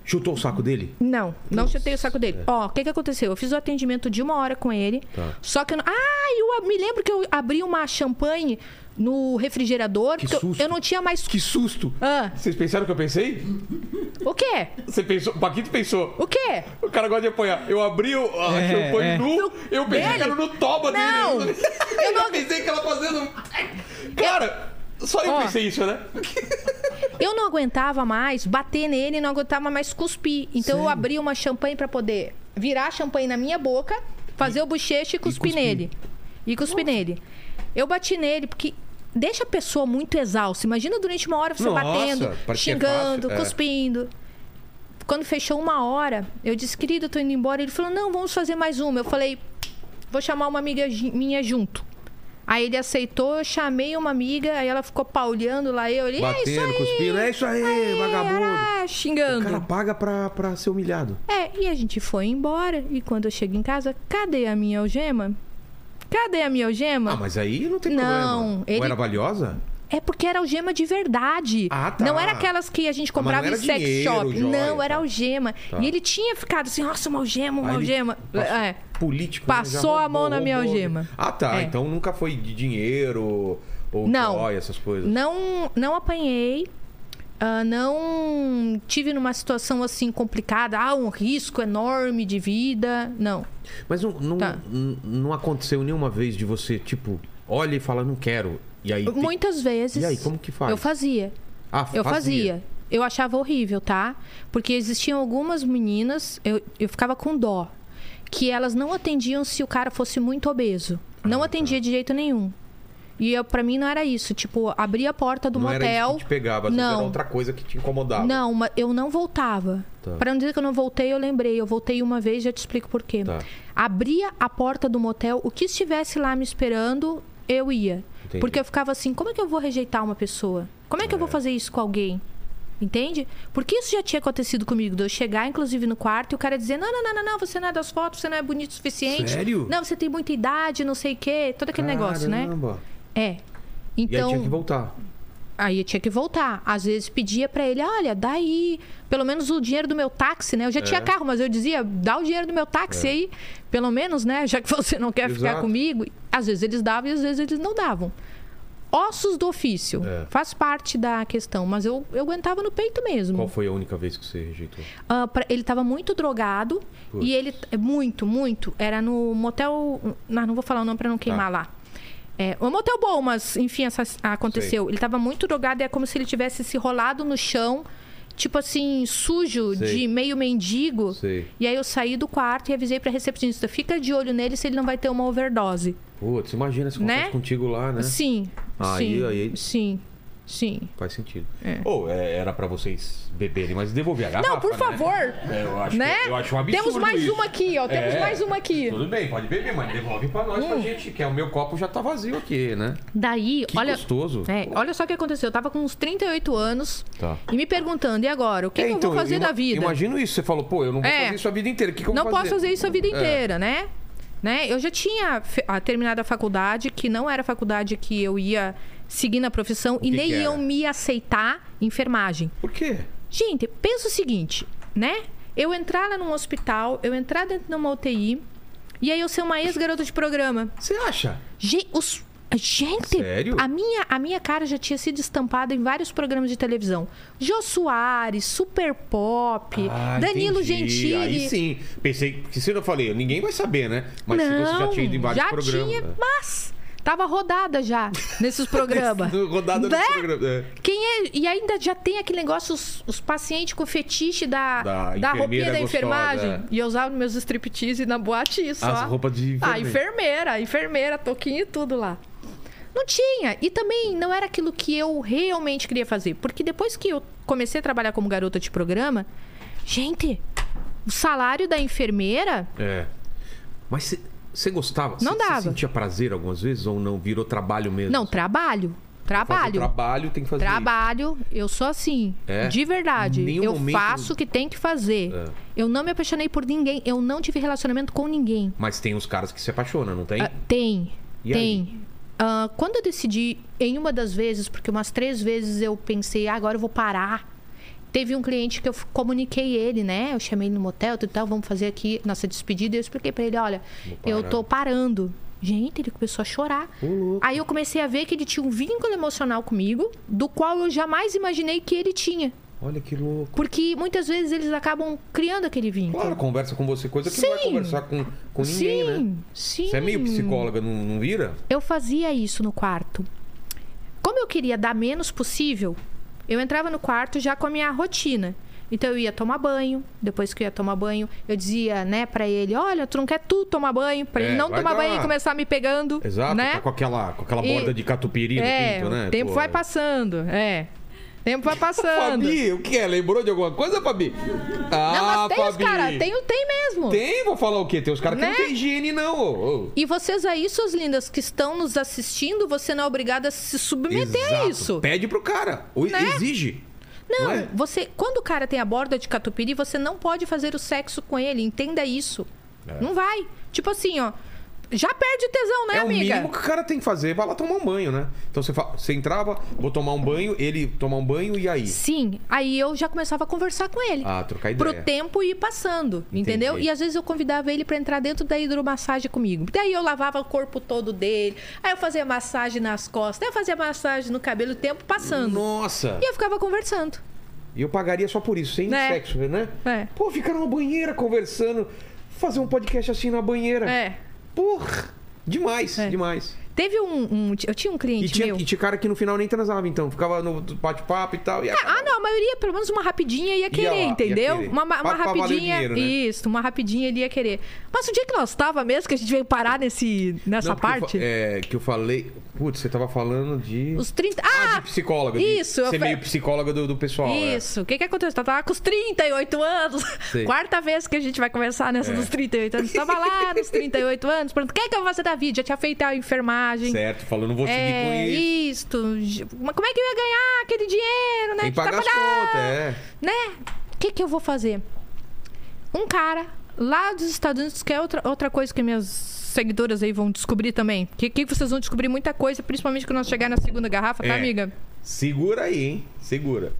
Chutou o saco dele? Não, não chutei o saco dele. Ó, o que que aconteceu? Eu fiz o atendimento de uma hora com ele. É. Tá. Só que eu não... Ah, eu a- me lembro que eu abri uma champanhe no refrigerador. Que porque eu- susto. eu não tinha mais... Que susto! Ah, Vocês pensaram o que eu pensei? o quê? Você pensou, o Paquito pensou. O quê? O cara gosta de apanhar. Eu abri o a É, champanhe é. nu, eu pensei Dele? que era no toba Não! dele. *laughs* Eu não pensei que ela fazendo. Cara, só eu Ó. pensei isso, né? Eu não aguentava mais bater nele, não aguentava mais cuspir. Então eu abri uma champanhe pra poder virar a champanhe na minha boca, fazer o bochecho e cuspir nele. E cuspi nele. Eu bati nele porque deixa a pessoa muito exausta. Imagina durante uma hora você Nossa, parece que é batendo, xingando, fácil, é. cuspindo. Quando fechou uma hora, eu disse, querido, eu tô indo embora. Ele falou, não, vamos fazer mais uma. Eu falei, vou chamar uma amiga gi- minha junto. Aí ele aceitou, eu chamei uma amiga, aí ela ficou paulhando lá, eu, ele, é isso Batendo, aí, cuspindo. É isso aí, vagabundo. era O cara xingando. paga pra, pra ser humilhado. É, e a gente foi embora. E quando eu chego em casa, cadê a minha algema? Cadê a minha algema? Ah, mas aí não tem Não, problema. ele- Ou era valiosa? É porque era algema de verdade. Ah, tá. Não era aquelas que a gente mas não comprava em era sex dinheiro, shop. joia, não, era tá. algema. Tá. E ele tinha ficado assim, nossa, uma algema, uma Aí ele algema. passou- É. Político. Passou né? Já a mão na minha algema. Ah, tá. É. Então nunca foi de dinheiro ou Não. joia, essas coisas. Não, não apanhei. ah, não tive numa situação assim complicada, ah, um risco enorme de vida. Não. Mas não, não, Tá. n- não aconteceu nenhuma vez de você, tipo, olha e fala, não quero. E aí. tem- Muitas vezes. E aí, como que faz? Eu fazia. Ah, Eu fazia. Eu achava horrível, tá? Porque existiam algumas meninas, eu, eu ficava com dó, que elas não atendiam se o cara fosse muito obeso. Ah, Não tá. atendia de jeito nenhum. E eu, pra mim não era isso. Tipo, abria a porta do não motel. Era isso tipo, que te pegava, às vezes era não, outra coisa que te incomodava. não, mas eu não voltava. Tá. Pra não dizer que eu não voltei, eu lembrei. Eu voltei uma vez, já te explico por quê. Tá. Abria a porta do motel, o que estivesse lá me esperando, eu ia. Entendi. Porque eu ficava assim, como é que eu vou rejeitar uma pessoa? Como é que eu vou fazer isso com alguém? Entende? Porque isso já tinha acontecido comigo, de eu chegar, inclusive, no quarto e o cara dizer: não, não, não, não, não, você não é das fotos, você não é bonito o suficiente. Sério? Não, você tem muita idade, não sei o quê, todo aquele negócio, né? Caramba. É. E aí Então. tinha que voltar. Aí eu tinha que voltar. Às vezes pedia para ele, olha, dá aí pelo menos o dinheiro do meu táxi, né? Eu já É. tinha carro, mas eu dizia, dá o dinheiro do meu táxi aí, pelo menos, né? Já que você não quer ficar Exato. comigo. Às vezes eles davam e às vezes eles não davam. Ossos do ofício. É. Faz parte da questão, mas eu, eu aguentava no peito mesmo. Qual foi a única vez que você rejeitou? Ah, pra- ele estava muito drogado Putz. e ele muito, muito. Era no motel, um, ah, não, não vou falar o nome para Tá. não queimar lá. É, um motel bom, mas enfim, essa, aconteceu. Ele estava muito drogado e é como se ele tivesse se rolado no chão, tipo assim sujo Sei. de meio mendigo. Sei. E aí eu saí do quarto e avisei para recepcionista: fica de olho nele se ele não vai ter uma overdose. Putz, imagina se Né? acontece contigo lá, né? Sim, Aí- sim, aí- sim, sim. Faz sentido. Ou é, era pra vocês beberem, mas devolver a garrafa, Não, por né? favor. É, Eu acho, Né? eu acho um absurdo Temos mais isso. uma aqui, ó. Temos É. mais uma aqui. Hum. Tudo bem, pode beber, mas devolve pra nós, pra gente, que é o meu copo já tá vazio aqui, né? Daí, Que olha. gostoso. É, olha só o que aconteceu. Eu tava com uns 38 anos Tá. e me perguntando, e agora? O que, É, que eu vou fazer ima- da vida? Imagino isso, você falou, pô, eu não vou É. fazer isso a vida inteira, o que, que eu não vou posso fazer? fazer isso a vida É. inteira, né? né? Eu já tinha fe- ah, terminado a faculdade, que não era a faculdade que eu ia seguir na profissão e que nem que era? iam me aceitar enfermagem. Por quê? Gente, pensa o seguinte, né? Eu entrar lá num hospital, eu entrar dentro de uma UTI e aí eu ser uma ex-garota de programa. Você acha? Gente, os- gente, Sério? A, minha, a minha cara já tinha sido estampada em vários programas de televisão. Jô Soares, Super Pop, Ah, Danilo entendi. Gentili. Aí sim. Pensei que se eu não falei, ninguém vai saber, né? Mas se você já tinha ido em vários já programas. tinha, né? mas tava rodada já *laughs* nesses programas. Rodada Né? nesse programa. É. Quem é, e ainda já tem aquele negócio, os, os pacientes com fetiche da, Da da, enfermeira roupinha da gostosa, enfermagem. é. E eu usava meus striptease na boate só. As roupas de Ah, enfermeira, a enfermeira, toquinho e tudo lá. Não tinha. E também não era aquilo que eu realmente queria fazer. Porque depois que eu comecei a trabalhar como garota de programa, gente, o salário da enfermeira. É. Mas você gostava? Não Cê- dava. Você sentia prazer algumas vezes ou não? Virou trabalho mesmo? Não, trabalho. Fazer Trabalho. Trabalho tem que fazer. Trabalho, eu sou assim, É? de verdade. Nenhum eu momento- faço o que tem que fazer. É. Eu não me apaixonei por ninguém, eu não tive relacionamento com ninguém. Mas tem uns caras que se apaixonam, não tem? Ah, tem. E tem. aí? Ah, quando eu decidi, em uma das vezes, porque umas três vezes eu pensei, ah, agora eu vou parar. Teve um cliente que eu f- comuniquei ele, né? Eu chamei ele no motel, tudo e tal, vamos fazer aqui nossa despedida. E eu expliquei pra ele, olha, Vou eu parar. tô parando. Gente, ele começou a chorar. Ô, louco. Aí eu comecei a ver que ele tinha um vínculo emocional comigo, do qual eu jamais imaginei que ele tinha. Olha que louco. Porque muitas vezes eles acabam criando aquele vínculo. Claro, conversa com você, coisa que não vai Sim. conversar com, com ninguém, sim, né? sim. Você é meio psicóloga, não, não vira? Eu fazia isso no quarto. Como eu queria dar menos possível, eu entrava no quarto já com a minha rotina. Então eu ia tomar banho, depois que eu ia tomar banho, eu dizia, né, pra ele, olha, tu não quer tu tomar banho, pra É, ele não vai tomar dar banho uma- e começar me pegando, Exato, né? tá com aquela, com aquela E- borda de catupiry é, no pinto, né? o tempo Pô, vai é. passando, é. O tempo *laughs* vai passando. Fabi, o que é? Lembrou de alguma coisa, Fabi? não, Ah, mas tem os Fabi. caras, tem, tem mesmo. Tem, vou falar o quê? Tem os caras Né? que não tem higiene, não. ô, ô. E vocês aí, suas lindas, que estão nos assistindo, você não é obrigada a se submeter a Exato. isso. Né? Pede pro cara. Ou Exige. Não, é? você. Quando o cara tem a borda de catupiry, você não pode fazer o sexo com ele. Entenda isso. Não vai. Tipo assim, ó. Já perde o tesão, né, É. É o amiga? mínimo que o cara tem que fazer. Vai lá tomar um banho, né? Então você, fa- você entrava, vou tomar um banho, ele tomar um banho e aí? Sim, aí eu já começava a conversar com ele. Ah, trocar pro ideia. tempo ir passando, entendeu? E às vezes eu convidava ele pra entrar dentro da hidromassagem comigo. Daí eu lavava o corpo todo dele, aí eu fazia massagem nas costas, aí eu fazia massagem no cabelo, o tempo passando. Nossa! E eu ficava conversando. E eu pagaria só por isso, sem Né? sexo, né? É. Pô, ficar numa banheira conversando, fazer um podcast assim na banheira. É. Porra! Demais, É. demais. Teve um, um- Eu tinha um cliente E tinha, meu. e tinha cara que no final nem transava, então. Ficava no bate-papo e tal. E Ah, não, a maioria, pelo menos uma rapidinha ia querer, lá, ia entendeu? querer. Uma, uma Pra- pra valer o rapidinha. dinheiro, né? Isso, uma rapidinha ele ia querer. Mas o dia que nós tava mesmo, que a gente veio parar nesse, nessa Não, porque eu fa- parte. é, que eu falei. Putz, você tava falando de. Os 30. Ah, Ah! de psicóloga. de Isso, eu Ser fa- meio psicóloga do, do pessoal. é. Isso, o que que aconteceu? Eu tava com os 38 anos. Sei. É. Quarta vez que a gente vai começar nessa dos 38 anos. Tava lá nos 38 anos, perguntando: o que é que eu vou fazer da vida? Já tinha feito a enfermagem. Certo, falou, não vou seguir com É, isso. isto. Mas como é que eu ia ganhar aquele dinheiro, né? Tem que pagar as trabalhar, contas, é. né? O que, que eu vou fazer? Um cara lá dos Estados Unidos, que é outra, outra coisa que minhas seguidoras aí vão descobrir também. Que, que vocês vão descobrir muita coisa, principalmente quando nós chegar na segunda garrafa, É. tá, amiga? Segura aí, hein? Segura.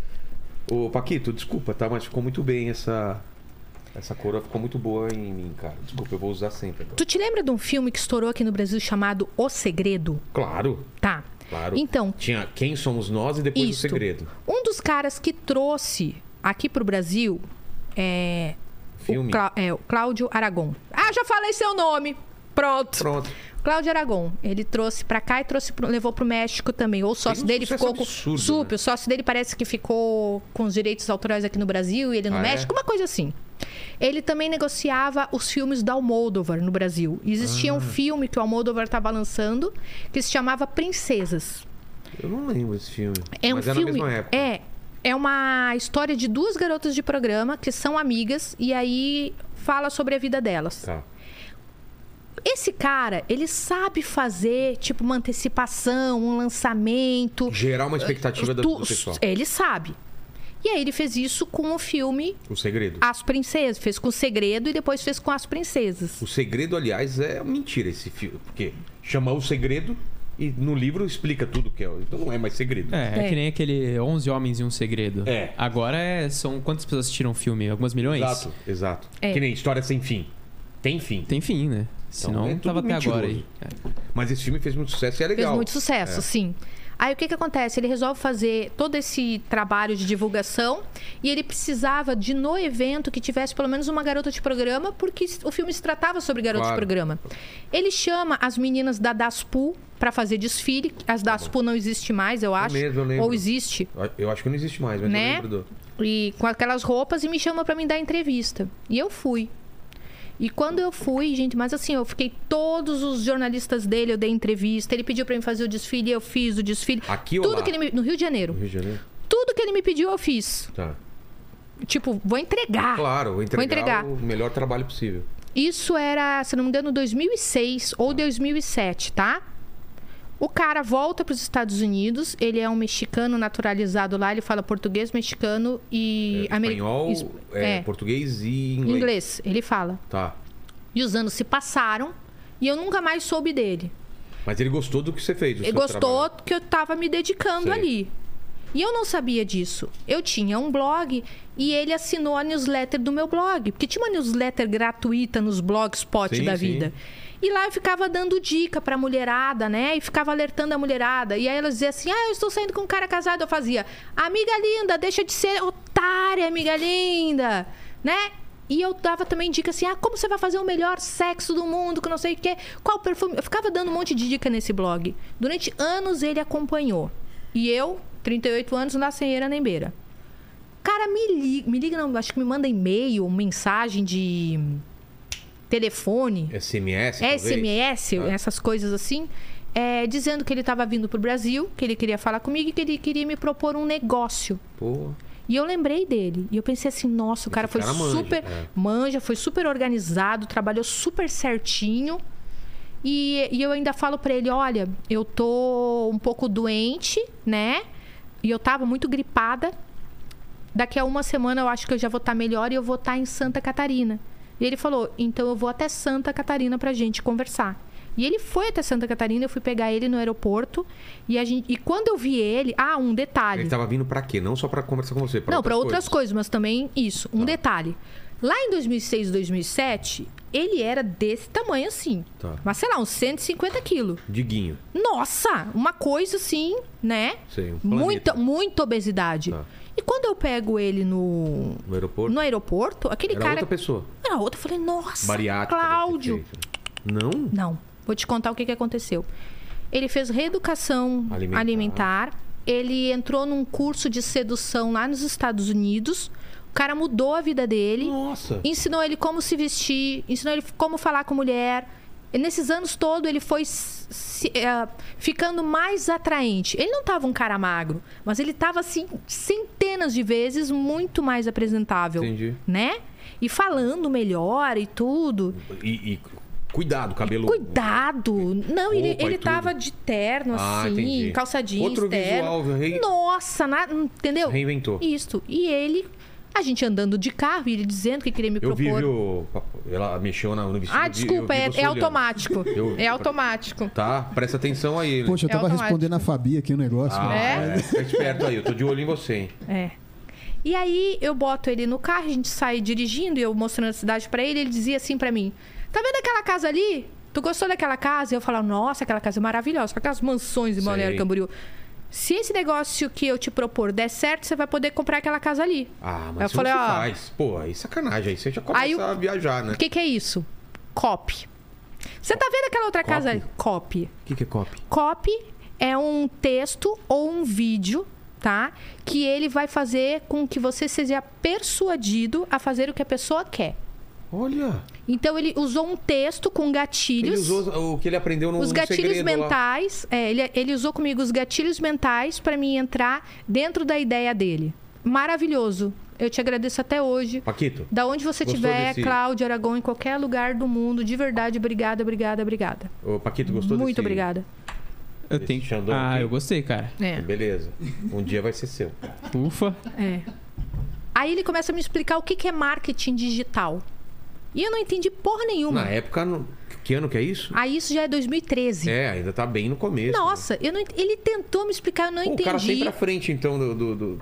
Ô, Paquito, desculpa, tá? Mas ficou muito bem essa. Essa coroa ficou muito boa em mim, cara. Desculpa, eu vou usar sempre agora. Tu te lembra de um filme que estourou aqui no Brasil chamado O Segredo? Claro, Tá. claro. Então, Tinha quem somos nós e depois Isto. o segredo. Um dos caras que trouxe aqui pro Brasil é Filme. o, Clá- é, o Cláudio Aragon. Ah, já falei seu nome. Pronto. Pronto. Cláudio Aragon, ele trouxe pra cá e trouxe pro- levou pro México também. Ou o sócio um dele sucesso ficou com absurdo, super, né? o sócio dele parece que ficou com os direitos autorais aqui no Brasil e ele no Ah, é? México, uma coisa assim. Ele também negociava os filmes da Almodóvar no Brasil. E existia Ah. um filme que o Almodóvar estava lançando que se chamava Princesas. Eu não lembro esse filme. É um mas filme. Era na mesma época. É. É uma história de duas garotas de programa que são amigas e aí fala sobre a vida delas. Tá. Esse cara, ele sabe fazer, tipo, uma antecipação, um lançamento. Gerar uma expectativa da- Tu- é. do pessoal. Ele sabe. E aí ele fez isso com o filme O segredo. As Princesas. Fez com o Segredo e depois fez com As Princesas. O segredo, aliás, é mentira esse filme. Porque chama o segredo e no livro explica tudo o que é. Então não é mais segredo. É, é É. que nem aquele 11 Homens e um Segredo. É. Agora é- são quantas pessoas assistiram o filme? Algumas milhões? Exato, exato. É. Que nem história sem fim. Tem fim. Tem fim, né? Senão é tudo tava até agora aí. mentiroso. Mas esse filme fez muito sucesso e é legal. Fez muito sucesso, sim. Aí o que, que acontece? Ele resolve fazer todo esse trabalho de divulgação e ele precisava de, no evento, que tivesse pelo menos uma garota de programa, porque s- o filme se tratava sobre garota de Claro. programa. Ele chama as meninas da DASPU para fazer desfile. As DASPU não existe mais, eu acho. Tá É mesmo, eu lembro. Ou existe. Eu acho que não existe mais, mas Né? eu lembro do... E com aquelas roupas e me chama para me dar entrevista. E eu fui. E quando eu fui, gente, mas assim, eu fiquei todos os jornalistas dele, eu dei entrevista, ele pediu para mim fazer o desfile, eu fiz o desfile. Aqui ou tudo lá? que ele me, no Rio de Janeiro. do Rio de Janeiro. Tudo que ele me pediu eu fiz. Tá. Tipo, vou entregar. Claro, vou entregar, entregar. o melhor trabalho possível. Isso era, se não me engano, 2006 ou 2007, tá? O cara volta para os Estados Unidos, ele é um mexicano naturalizado lá, ele fala português, mexicano e ameri- É, Espanhol, es- é, é, português e inglês. inglês, ele fala. Tá. E os anos se passaram e eu nunca mais soube dele. Mas ele gostou do que você fez. do Ele seu gostou trabalho. que eu tava me dedicando Sei. ali. E eu não sabia disso. Eu tinha um blog e ele assinou a newsletter do meu blog. Porque tinha uma newsletter gratuita nos blogspot Sim, da sim. vida. E lá eu ficava dando dica pra mulherada, né? E ficava alertando a mulherada. E aí elas diziam assim: ah, eu estou saindo com um cara casado. Eu fazia, amiga linda, deixa de ser otária, amiga linda, né? E eu dava também dica assim: ah, como você vai fazer o melhor sexo do mundo, que não sei o quê, qual perfume. Eu ficava dando um monte de dica nesse blog. Durante anos ele acompanhou. E eu, 38 anos, não dá sem eira nem beira. Cara, me liga, me liga, não, acho que me manda e-mail, mensagem de telefone. É, SMS, talvez? SMS, Ah. essas coisas assim, é, dizendo que ele estava vindo para o Brasil, que ele queria falar comigo e que ele queria me propor um negócio. Pô, E eu lembrei dele. E eu pensei assim, nossa, o cara foi cara manja, super é. manja, foi super organizado, trabalhou super certinho. E, e eu ainda falo pra ele, olha, eu tô um pouco doente, né? E eu tava muito gripada. Daqui a uma semana eu acho que eu já vou estar melhor e eu vou estar em Santa Catarina. E ele falou, então eu vou até Santa Catarina pra gente conversar. E ele foi até Santa Catarina, eu fui pegar ele no aeroporto. E, a gente, e quando eu vi ele... Ah, um detalhe. ele tá tava vindo pra quê? Não só pra conversar com você, pra Tá. Não, para outras coisas. mas também isso. Um detalhe. Lá em 2006, 2007, ele era desse tamanho assim. Tá. Mas sei lá, uns 150 quilos. Diguinho. Nossa, uma coisa assim, né? Sei, um planeta. muita, muita obesidade. Tá. E quando eu pego ele no, No aeroporto. no aeroporto, é aquele Era cara. outra pessoa. Era outra. Eu falei, nossa, Bariátrica. né, deve ter Cláudio. feito. né? Não? Não. Vou te contar o que, que aconteceu. Ele fez reeducação Alimentar. alimentar. Ele entrou num curso de sedução lá nos Estados Unidos. O cara mudou a vida dele. Nossa. Ensinou ele como se vestir, ensinou ele como falar com mulher. E nesses anos todo ele foi se- eh, ficando mais atraente. Ele não estava um cara magro, mas ele estava assim centenas de vezes muito mais apresentável, Entendi. né? E falando melhor e tudo. E, e cuidado, cabelo... Cuidado! Não, ele, Roupa e ele tudo. tava de terno, Ah, assim, entendi. calçadinho, Outro terno. visual, rei- Nossa, na- entendeu? Reinventou. Isso. E ele. A gente andando de carro e ele dizendo que queria me Eu vi, propor. viu? Ela mexeu na- no vestido. Ah, eu vi- desculpa, eu vi é, você é olhando. automático. Eu- É automático. Tá? Presta atenção aí. Poxa, eu É tava automático. respondendo a Fabi aqui o negócio. Ah, né? É? é. Fica esperto aí, eu tô de olho em você, hein? É. E aí eu boto ele no carro, a gente sai dirigindo e eu mostrando a cidade pra ele, ele dizia assim pra mim: "Tá vendo aquela casa ali? Tu gostou daquela casa?" Eu falava: "Nossa, aquela casa é maravilhosa, com aquelas mansões de Balneário Sei. Camboriú. Se esse negócio que eu te propor der certo, você vai poder comprar aquela casa ali." Ah, Eu mas isso falei, não se ó. faz. Pô, aí sacanagem. Aí você já começa Aí o- a viajar, né? O que que é isso? Copy. Você tá vendo aquela outra Copy? casa ali? Copy. O que, que é copy? Copy é um texto ou um vídeo, tá? Que ele vai fazer com que você seja persuadido a fazer o que a pessoa quer. Olha, Então ele usou um texto com ele gatilhos. usou o que ele aprendeu no os no gatilhos segredo lá. mentais, é, ele, ele usou comigo os gatilhos mentais para mim entrar dentro da ideia dele. Maravilhoso. Eu te agradeço até hoje. Paquito, Da onde você Gostou estiver, desse- Cláudio Aragão, em qualquer lugar do mundo, de verdade, obrigada, obrigada, obrigada. ô, Paquito, gostou Muito desse... obrigada. Eu Esse tenho... Xandão Ah, aqui. eu gostei, cara. É. Beleza. Um dia vai ser seu. Ufa. É. Aí ele começa a me explicar o que, que é marketing digital. E eu não entendi porra nenhuma. Na época, no- que ano que é isso? Aí isso já é 2013. É, ainda tá bem no começo. Nossa, eu não ent- ele tentou me explicar, eu não né? Pô, o entendi. cara sempre à frente, então, do, do, do, do-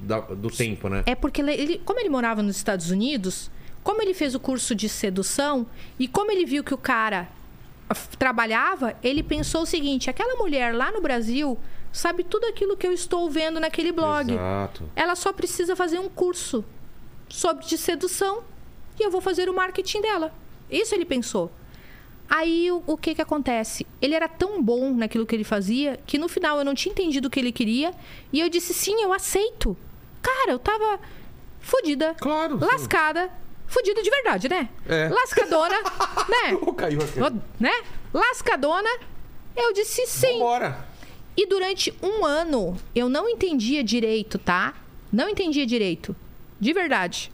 da- do tempo, né? É porque ele- ele, como ele morava nos Estados Unidos, como ele fez o curso de sedução e como ele viu que o cara f- trabalhava, ele pensou o seguinte: aquela mulher lá no Brasil sabe tudo aquilo que eu estou vendo naquele blog. Exato. Ela só precisa fazer um curso sobre de sedução e eu vou fazer o marketing dela. Isso ele pensou. Aí o, o que que acontece? Ele era tão bom naquilo que ele fazia que no final eu não tinha entendido o que ele queria e eu disse sim, eu aceito. Cara, eu tava fodida, Claro. sim. *laughs* lascada, fodida de verdade, né? É. Lascadona, né? *laughs* Pô, caiu aqui. Ó, Né? Lascadona. Eu disse sim. Vambora. E durante um ano eu não entendia direito, tá? Não entendia direito. De verdade.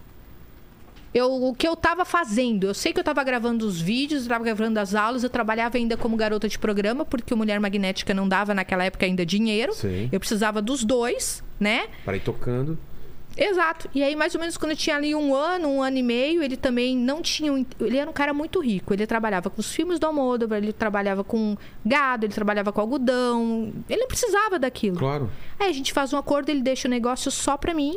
Eu, o que eu tava fazendo? Eu sei que eu tava gravando os vídeos, eu tava gravando as aulas, eu trabalhava ainda como garota de programa, porque o Mulher Magnética não dava naquela época ainda dinheiro. Sim. Eu precisava dos dois, né? Para ir tocando. Exato. E aí, mais ou menos, quando eu tinha ali um ano, um ano e meio, ele também não tinha. um- Ele era um cara muito rico. Ele trabalhava com os filmes do Almodóvar, ele trabalhava com gado, ele trabalhava com algodão. Ele não precisava daquilo. Claro. Aí a gente faz um acordo, ele deixa o negócio só pra mim.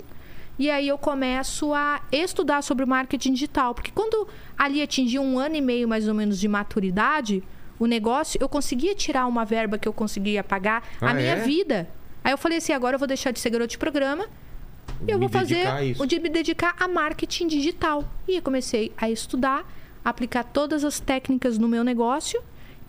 E aí eu começo a estudar sobre marketing digital. Porque quando ali atingi um ano e meio, mais ou menos, de maturidade, o negócio, eu conseguia tirar uma verba que eu conseguia pagar Ah, a minha é? vida. Aí eu falei assim, agora eu vou deixar de ser garoto de programa. E eu Me vou fazer dedicar a isso. o de me dedicar a marketing digital. E eu comecei a estudar, aplicar todas as técnicas no meu negócio.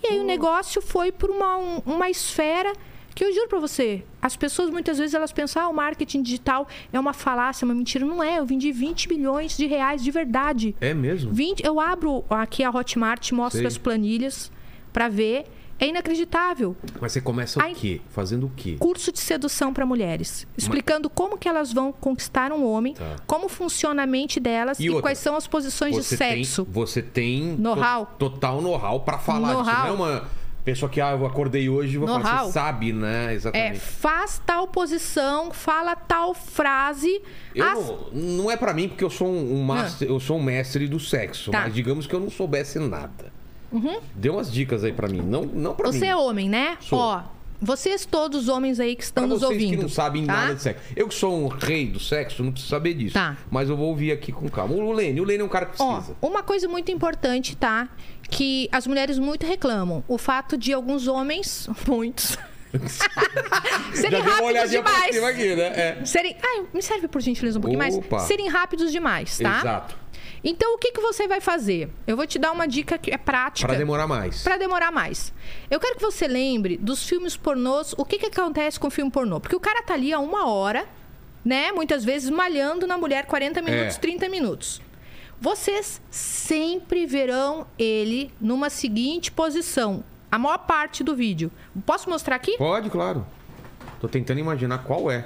E Oh. aí o negócio foi por uma, um- uma esfera que eu juro pra você, as pessoas muitas vezes elas pensam, ah, o marketing digital é uma falácia, uma mentira. Não é, eu vendi 20 milhões de reais de verdade. É mesmo? 20, eu abro aqui a Hotmart, mostro Sei. as planilhas pra ver. É inacreditável Mas você começa Ai. o quê? Fazendo o quê? curso de sedução para mulheres, explicando como que elas vão conquistar um homem, Tá. como funciona a mente delas E e, outra, quais são as posições de sexo. Tem, você tem Know-how. to- total know-how pra falar disso. Know-how. Não é uma pessoa que, ah, eu acordei hoje e vou falar. Know-how. Você sabe, né? É, Exatamente. faz tal posição, fala tal frase. Eu as- Ah. não, não é pra mim porque eu sou um, um master- eu sou um mestre do sexo, Tá. Uhum. mas digamos que eu não soubesse nada. Dê umas dicas aí pra mim, não não para mim. Você é homem, né? Sou. Ó, vocês todos homens aí que estão Pra nos vocês ouvindo. que não sabem tá? nada de sexo. Eu que sou um rei do sexo, não preciso saber disso. Tá. Mas eu vou ouvir aqui com calma. O Lene, o Lene é um cara que Ó, precisa. uma coisa muito importante, tá? Que as mulheres muito reclamam. O fato de alguns homens, *laughs* *laughs* muitos, serem deu uma rápidos olhadinha pra é demais. cima aqui, né? É. Serem. Ah, me serve por gentileza um pouquinho Opa. mais. Serem rápidos demais, tá? Exato. Então o que, que você vai fazer? Eu vou te dar uma dica que é prática. Pra demorar mais. Pra demorar mais. Eu quero que você lembre dos filmes pornôs, o que, que acontece com o filme pornô. Porque o cara tá ali há uma hora, né? Muitas vezes malhando na mulher 40 minutos, É. 30 minutos. Vocês sempre verão ele numa seguinte posição. A maior parte do vídeo. Posso mostrar aqui? Pode, claro. Tô tentando imaginar qual é.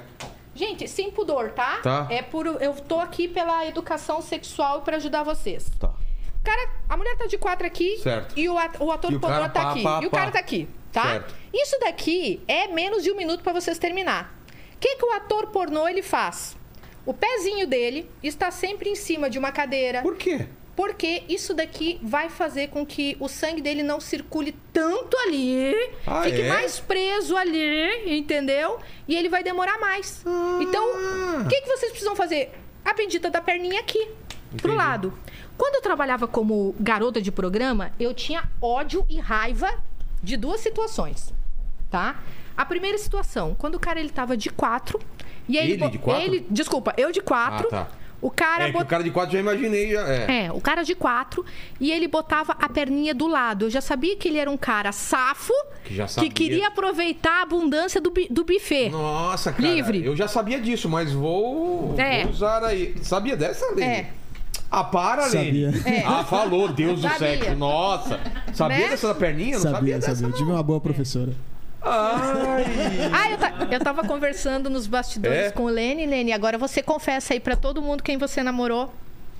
Gente, sem pudor, tá? Tá. É por eu tô aqui pela educação sexual para ajudar vocês. Tá. Cara, a mulher tá de quatro aqui Certo. e o, at- o ator E o pornô cara, tá pá, aqui. pá, e o pá. cara tá aqui, tá? Certo. Isso daqui é menos de um minuto pra vocês terminar. O que, que o ator pornô ele faz? O pezinho dele está sempre em cima de uma cadeira, Por quê? porque isso daqui vai fazer com que o sangue dele não circule tanto ali, Ah, fique é? mais preso ali, entendeu? E ele vai demorar mais. Ah. Então, o que, que vocês precisam fazer? A bendita da perninha aqui, pro Entendi. lado. Quando eu trabalhava como garota de programa, eu tinha ódio e raiva de duas situações, tá? A primeira situação, quando o cara ele tava de quatro, e aí Ele bo- de quatro? ele- desculpa, eu de quatro. Ah, tá. O cara é, que bot- o cara de quatro já imaginei. Já, é. é, o cara de quatro e ele botava a perninha do lado. Eu já sabia que ele era um cara safo Que já sabia. queria aproveitar a abundância do, bi- do buffet. Nossa, cara. É. Livre. Eu já sabia disso, mas vou, É. vou usar aí. Sabia dessa, Lene? É. Ah, para, Lene. Sabia. Ah, falou, Deus do Sabia. sexo. Nossa. Sabia Né? dessa da perninha? Não sabia, Sabia, dessa. sabia. Eu tive uma boa professora. Ai. Ah, eu, ta- eu tava conversando nos bastidores É? com o Lene, Lene. Agora você confessa aí pra todo mundo quem você namorou.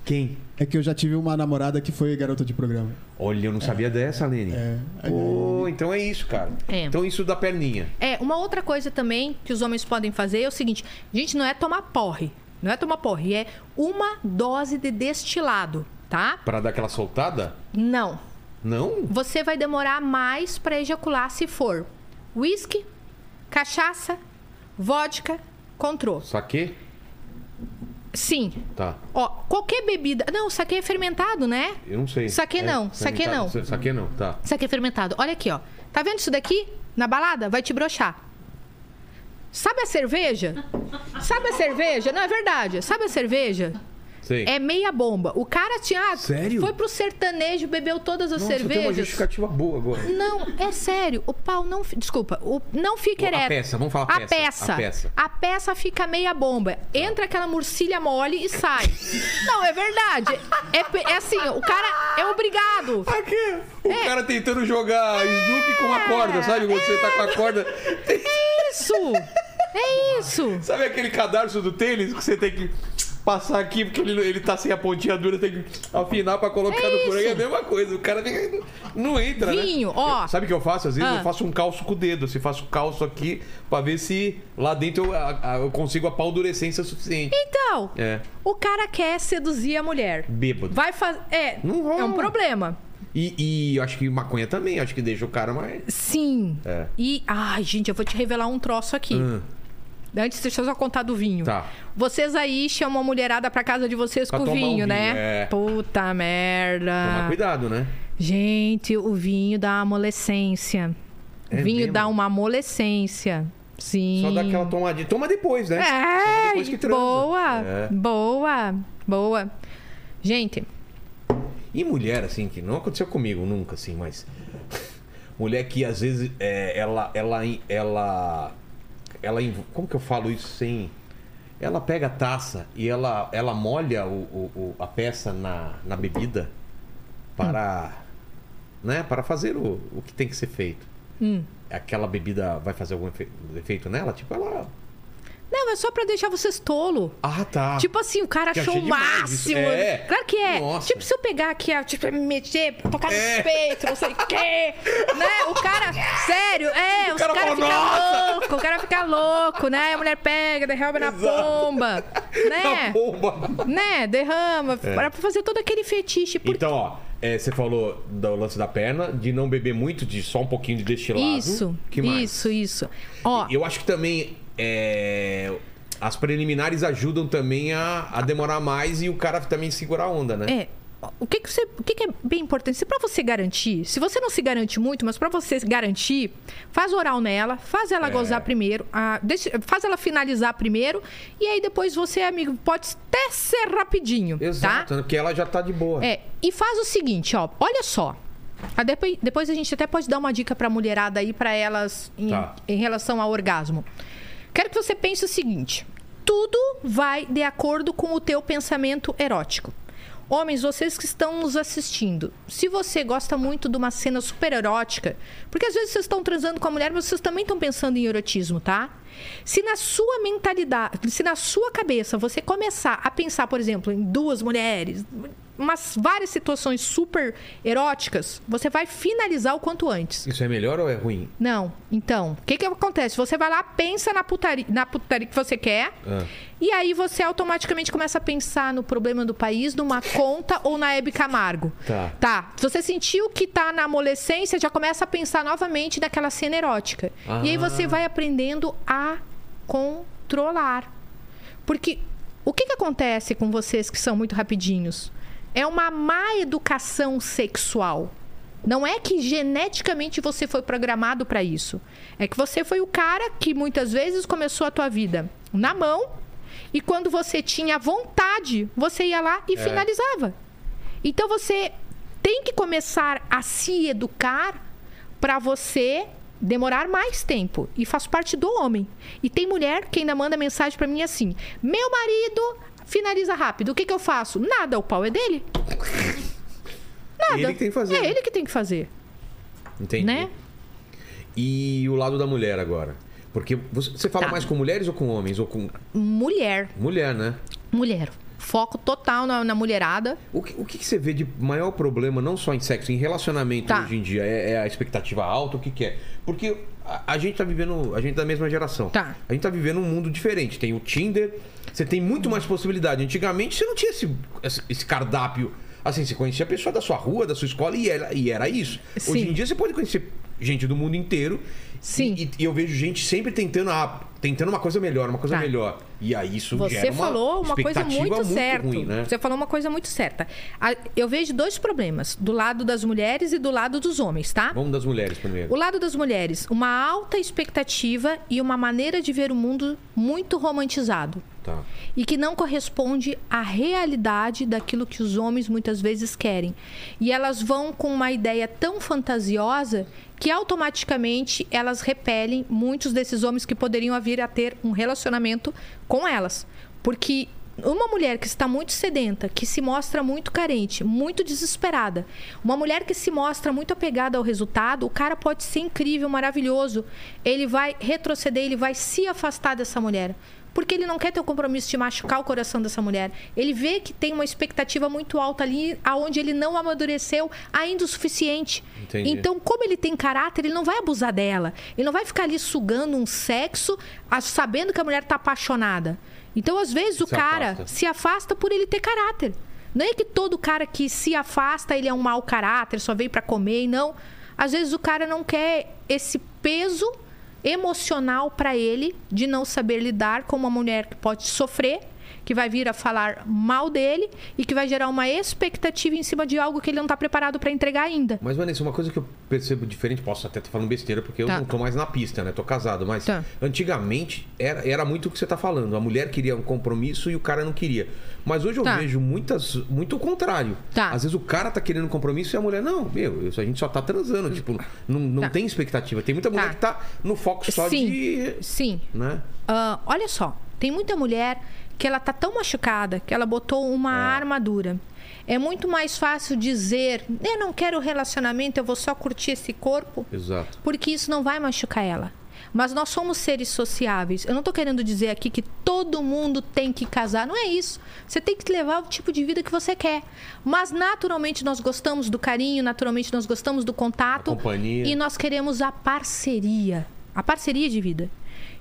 Quem? É que eu já tive uma namorada que foi garota de programa. Olha, eu não sabia dessa, Lene. É. Pô, então é isso, cara. É. Então isso da perninha. É, uma outra coisa também que os homens podem fazer é o seguinte: gente, não é tomar porre. Não é tomar porre, é uma dose de destilado, tá? Pra dar aquela soltada? Não. Não? Você vai demorar mais para ejacular se for whisky, cachaça, vodka, control. Saquei? Sim. Tá. Ó, qualquer bebida. Não, saquê é fermentado, né? Eu não sei. Saquê não, saquê tá, não. Saquei não, tá. Saquê fermentado. Olha aqui, ó. Tá vendo isso daqui? Na balada? Vai te broxar. Sabe a cerveja? Sabe a cerveja? Não, é verdade. Sabe a cerveja? Sei. É meia bomba. O cara tinha. ah, Sério? Foi pro sertanejo, bebeu todas as Nossa, tem uma cervejas. justificativa boa agora. Não, é sério. O pau não. fi- Desculpa, o, não fica A ereto. peça, vamos falar a a peça, peça. a peça. A peça fica meia bomba. Entra aquela murcilha mole e sai. não, é verdade. É, pe- é assim, o cara é obrigado. tá Aqui, o É. cara tentando jogar Snoopy com a corda, sabe? Quando você tá com É. a corda. Isso! É isso! Sabe aquele cadarço do tênis que você tem que passar aqui porque ele, ele tá sem a pontinha dura, tem que afinar pra colocar É no furo. É a isso. mesma coisa, o cara fica- não entra, né? Vinho, ó. Eu- sabe o que eu faço? Às vezes Ah. eu faço um calço com o dedo, assim, faço calço aqui pra ver se lá dentro eu, a- a- eu consigo a paldurecência suficiente. Então, É. o cara quer seduzir a mulher. Bêbado. Vai fazer. É, Não rola. é um problema. E, e eu acho que maconha também, acho que deixa o cara mais. Sim. É. E. Ai, gente, eu vou te revelar um troço aqui. Hum, Antes, deixa eu só contar do vinho. Tá. Vocês aí chamam a mulherada pra casa de vocês Pra com tomar um vinho, vinho, né? é. Puta tomar merda. cuidado, né? Gente, o vinho dá amolescência. O É vinho mesmo? dá uma amolescência. Sim. Só dá aquela tomadinha. Toma depois, né? Só É, depois que transa. boa, É. boa, boa. Gente, E mulher, assim, que não aconteceu comigo nunca, assim, mas. *laughs* Mulher que às vezes é, ela, ela. Ela. Ela. env- Como que eu falo isso sem. Ela pega a taça e ela, ela molha o, o- o- a peça na, na bebida para. Né, para fazer o, o que tem que ser feito. Aquela bebida vai fazer algum efe- efeito nela? Tipo, ela. não, é só pra deixar vocês tolo. Ah, tá. Tipo assim, o cara Que achou achei o demais isso. máximo. É. Claro que é. Nossa. Tipo, se eu pegar aqui, ó, tipo, me meter, tocar É. no peito, não sei o quê. Né? O cara, sério, é, o cara fala, cara, fica "Nossa!" louco, o cara fica louco, né? A mulher pega, derrama na pomba, *laughs* Na né? bomba. Né? Derrama, para fazer todo aquele fetiche. Por... Então, ó, é, você falou do lance da perna, de não beber muito, de só um pouquinho de destilado. isso, que mais? isso, isso. Ó, Eu acho que também é, as preliminares ajudam também a, a demorar mais e o cara também segurar a onda, né? É. O que, que, você, o que, que é bem importante? Se para você garantir, se você não se garante muito, mas para você se garantir, faz oral nela, faz É. ela gozar primeiro, ah, deixa- faz ela finalizar primeiro, e aí depois você, amigo, pode até ser rapidinho. Exato, Tá? né? porque ela já tá de boa. É, e faz o seguinte, ó, olha só. Ah, depois, depois a gente até pode dar uma dica pra mulherada aí, pra elas, em, Tá. em relação ao orgasmo. Quero que você pense o seguinte: tudo vai de acordo com o teu pensamento erótico. Homens, vocês que estão nos assistindo, se você gosta muito de uma cena super erótica, porque às vezes vocês estão transando com a mulher, mas vocês também estão pensando em erotismo, tá? Se na sua mentalidade, se na sua cabeça você começar a pensar, por exemplo, em duas mulheres, umas várias situações super eróticas, você vai finalizar o quanto antes. Isso é melhor ou é ruim? Não. Então, o que, que acontece? Você vai lá, pensa na putaria, na putaria que você quer. Ah. E aí você automaticamente começa a pensar no problema do país, numa conta ou na Hebe Camargo. Tá. Se você sentiu que tá na adolescência, já começa a pensar novamente naquela cena erótica. E aí você vai aprendendo a controlar. Porque o que, que acontece com vocês que são muito rapidinhos? É uma má educação sexual. Não é que geneticamente você foi programado para isso. É que você foi o cara que muitas vezes começou a tua vida na mão e quando você tinha vontade, você ia lá e finalizava. Então você tem que começar a se educar para você demorar mais tempo e faz parte do homem. E tem mulher que ainda manda mensagem para mim assim: "Meu marido finaliza rápido. O que que eu faço? Nada, o pau é dele". Nada. Ele que tem que fazer. né? É ele que tem que fazer. Entendi. Né? E o lado da mulher agora? Porque você, você fala Tá. mais com mulheres ou com homens? Ou com Mulher, mulher, né? mulher. Foco total na, na mulherada. O que, o que que você vê de maior problema, não só em sexo, em relacionamento Tá. hoje em dia? É, é a expectativa alta? O que, que é? Porque a, a gente tá vivendo. A gente é da mesma geração. Tá. A gente tá vivendo um mundo diferente. Tem o Tinder, você tem muito mais possibilidade. Antigamente você não tinha esse, esse- esse cardápio. Assim, você conhecia a pessoa da sua rua, da sua escola e era, e era isso. Hoje Sim. em dia você pode conhecer gente do mundo inteiro. Sim. E, e eu vejo gente sempre tentando, ah, tentando uma coisa melhor, uma coisa Tá. melhor. E aí isso Você gera uma falou uma coisa expectativa muito, certa. ruim, né? Você falou uma coisa muito certa. A- Eu vejo dois problemas, do lado das mulheres e do lado dos homens, tá? Vamos das mulheres primeiro. O lado das mulheres, uma alta expectativa e uma maneira de ver o mundo muito romantizado. Tá. e que não corresponde à realidade daquilo que os homens muitas vezes querem. E elas vão com uma ideia tão fantasiosa que automaticamente elas repelem muitos desses homens que poderiam vir a ter um relacionamento com elas. Porque uma mulher que está muito sedenta, que se mostra muito carente, muito desesperada, uma mulher que se mostra muito apegada ao resultado, o cara pode ser incrível, maravilhoso, ele vai retroceder, ele vai se afastar dessa mulher. Porque ele não quer ter o compromisso de machucar o coração dessa mulher. Ele vê que tem uma expectativa muito alta ali, aonde ele não amadureceu ainda o suficiente. Entendi. Então, como ele tem caráter, ele não vai abusar dela. Ele não vai ficar ali sugando um sexo, a- sabendo que a mulher tá apaixonada. Então, às vezes, o Se cara afasta. se afasta por ele ter caráter. Não é que todo cara que se afasta, ele é um mau caráter, só veio pra comer e não. Às vezes o cara não quer esse peso emocional pra ele de não saber lidar com uma mulher que pode sofrer, que vai vir a falar mal dele e que vai gerar uma expectativa em cima de algo que ele não tá preparado pra entregar ainda. Mas, Vanessa, uma coisa que eu percebo diferente, posso até estar falando besteira, porque eu Tá. não tô mais na pista, né? Tô casado, mas Tá. antigamente era, era muito o que você tá falando. A mulher queria um compromisso e o cara não queria. Mas hoje eu Tá. vejo muitas. Muito o contrário. Tá. Às vezes o cara tá querendo compromisso e a mulher, não, meu, isso a gente só tá transando. Tipo, não, não Tá. tem expectativa. Tem muita mulher Tá. que tá no foco só Sim. de. Sim. Né? Ah, olha só, tem muita mulher que ela tá tão machucada que ela botou uma armadura. É muito mais fácil dizer, eu não quero relacionamento, eu vou só curtir esse corpo, Exato. porque isso não vai machucar ela. Mas nós somos seres sociáveis. Eu não tô querendo dizer aqui que todo mundo tem que casar, não é isso. Você tem que levar o tipo de vida que você quer. Mas naturalmente nós gostamos do carinho, naturalmente nós gostamos do contato A companhia. e nós queremos a parceria, a parceria de vida.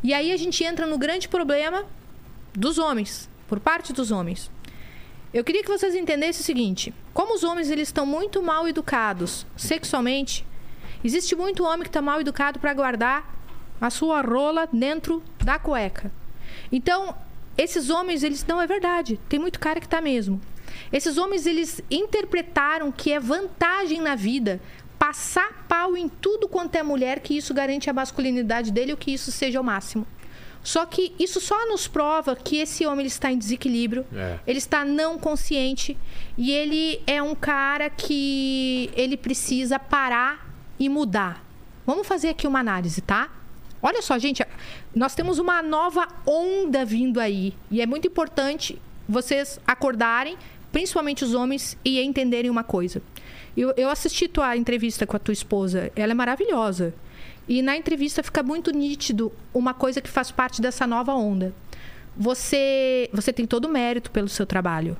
E aí a gente entra no grande problema dos homens, por parte dos homens. Eu queria que vocês entendessem o seguinte: como os homens eles estão muito mal educados sexualmente, existe muito homem que está mal educado para guardar a sua rola dentro da cueca. Então, esses homens eles não é verdade. Tem muito cara que tá mesmo. Esses homens eles interpretaram que é vantagem na vida passar pau em tudo quanto é mulher, que isso garante a masculinidade dele, ou que isso seja o máximo. Só que isso só nos prova que esse homem ele está em desequilíbrio, É. ele está não consciente e ele é um cara que ele precisa parar e mudar. Vamos fazer aqui uma análise, tá? Olha só, gente, nós temos uma nova onda vindo aí e é muito importante vocês acordarem, principalmente os homens, e entenderem uma coisa. Eu, eu assisti tua entrevista com a tua esposa, ela é maravilhosa. E na entrevista fica muito nítido uma coisa que faz parte dessa nova onda. Você, você tem todo o mérito pelo seu trabalho,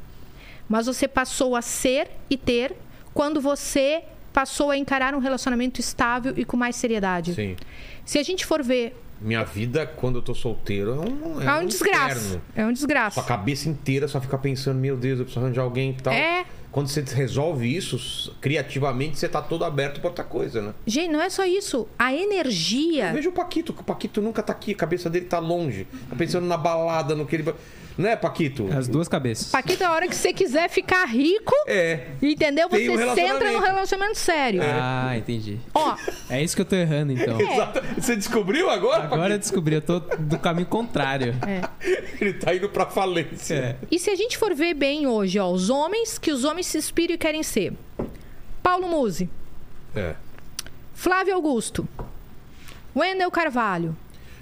mas você passou a ser e ter quando você passou a encarar um relacionamento estável e com mais seriedade. Sim. Se a gente for ver, Minha vida, quando eu tô solteiro, é um. é, um desgraça. inferno. É um desgraça. Sua cabeça inteira só fica pensando, meu Deus, eu preciso arranjar alguém e tal. É. Quando você resolve isso, criativamente, você tá todo aberto pra outra coisa, né? Gente, não é só isso. A energia. Eu vejo o Paquito, que o Paquito nunca tá aqui, a cabeça dele tá longe. Tá pensando na balada, no que ele. vai- Né, Paquito? As duas cabeças. Paquito, a hora que você quiser ficar rico, É. entendeu? Tem Você um centra no relacionamento. É. relacionamento sério. Ah, entendi. Ó, É isso que eu tô *laughs* errando, então. Exato. Você descobriu agora, Agora eu descobri, eu tô do caminho contrário. Paquito? Ele tá indo pra falência. É. e se a gente for ver bem hoje, ó, os homens que os homens se inspiram e querem ser. Paulo Musi, É. Flávio Augusto, Wendel Carvalho.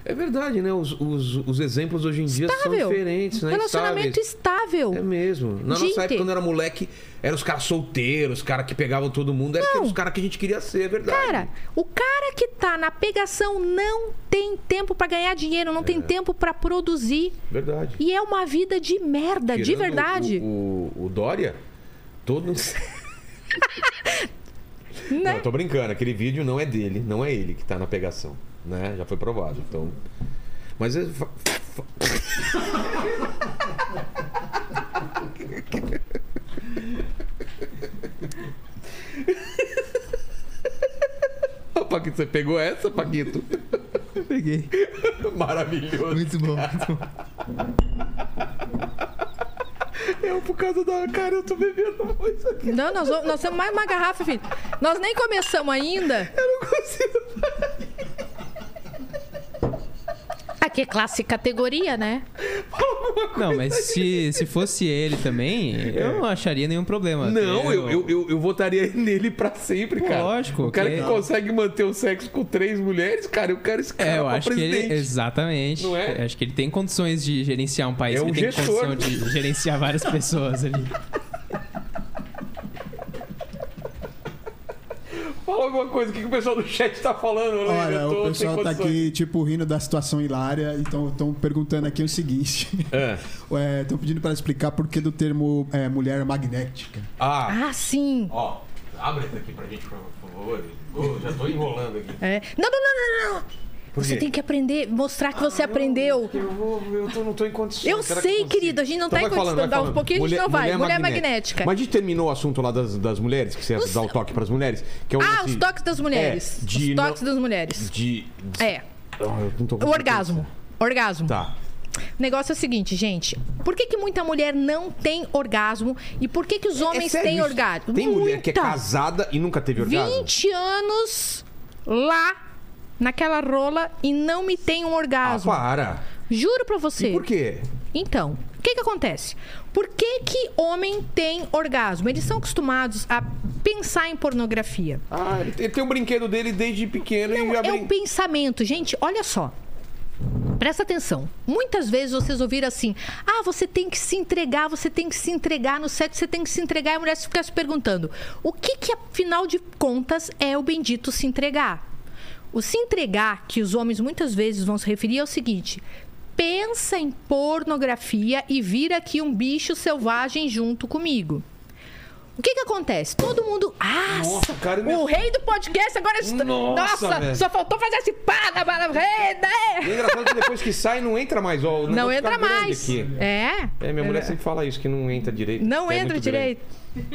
É verdade, né? Os, os, os exemplos hoje em dia são Estável. diferentes, né? Relacionamento Estáveis. estável. É mesmo. Na Tipo, Gente. nossa época, quando eu era moleque, eram os caras solteiros, os caras que pegavam todo mundo, eram os caras que a gente queria ser, é verdade. Cara, o cara que tá na pegação não tem tempo pra ganhar dinheiro, não É. tem tempo pra produzir. Verdade. E é uma vida de merda, É de Tirando verdade. O, o, o Dória, todos. *laughs* Né? Não, eu tô brincando, aquele vídeo não é dele, não é ele que tá na pegação, né? Já foi provado, então. Mas é. fa- fa- *laughs* Ô, Paquito, você pegou essa, Paquito? *laughs* Peguei. Maravilhoso. Muito *laughs* bom, muito bom. Eu, por causa da cara, eu tô bebendo muito isso aqui. Não, nós, vamos- nós temos mais uma garrafa, filho. Nós nem começamos ainda. Eu não consigo. Aqui é classe categoria, né? Não, mas se, se fosse ele também, eu não acharia nenhum problema. Não, eu, eu, eu, eu votaria *laughs* nele pra sempre, cara. Lógico, O cara que- que consegue manter o sexo com três mulheres, cara, eu quero esse cara É, eu pra acho que presidente. ele. Exatamente. Não é? Eu Acho que ele tem condições de gerenciar um país, É um ele tem gestor. condição de gerenciar várias pessoas ali. Fala alguma coisa, o que, que o pessoal do chat tá falando? Luiz? Olha, Eu tô o sem pessoal tá condições. aqui, tipo, rindo da situação hilária. Então, estão perguntando aqui *laughs* o seguinte. É. Estão pedindo para explicar por que do termo é, mulher magnética. Ah, Ah, sim. ó, abre isso aqui pra gente, por favor. Ô, já tô enrolando aqui. É. Não, não, não, não, não. Por Você quê? tem que aprender, mostrar que você aprendeu. Eu, vou, eu tô- não tô em condições. Eu Será que sei, consigo? Então querido, a gente não tá vai em condições. falando, vai Dá um falando. pouquinho, a gente não vai. Mulher magnética. Mas a gente terminou o assunto lá das, das mulheres, que você Os- dá o toque pras mulheres. Que é o Ah, lance os toques das mulheres. É, de os não- toques das mulheres. De. de- É. Ah, eu não tô O conseguindo orgasmo. Orgasmo. Tá. O negócio é o seguinte, gente. Por que, que muita mulher não tem orgasmo? E por que, que os homens É, sério têm isso? orgasmo? Tem mulher que é Muita. casada e nunca teve orgasmo? 20 anos lá naquela rola e não me tem um Ah, orgasmo. para. Juro pra você. Por quê? Então, o que que acontece? Por que que homem tem orgasmo? Eles são acostumados a pensar em pornografia. Ah, ele ele tem um brinquedo dele desde pequeno e já É brin... um pensamento, gente. Olha só. Presta atenção. Muitas vezes vocês ouviram assim: ah, você tem que se entregar, você tem que se entregar no sexo, você tem que se entregar. E a mulher fica se perguntando: o que, que afinal de contas é o bendito se entregar? O se entregar, que os homens muitas vezes vão se referir, é o seguinte: pensa em pornografia e vira aqui um bicho selvagem junto comigo. O que que acontece? Todo mundo. Ah, Nossa, cara, o meu- rei do podcast agora está. Nossa, velho. só faltou fazer esse pá na bala. Rei, E é né? engraçado que depois que sai não entra mais, ó. o Não negócio fica entra grande mais. aqui. É. É, minha mulher sempre fala isso, que não entra direito. Não que é entra muito grande.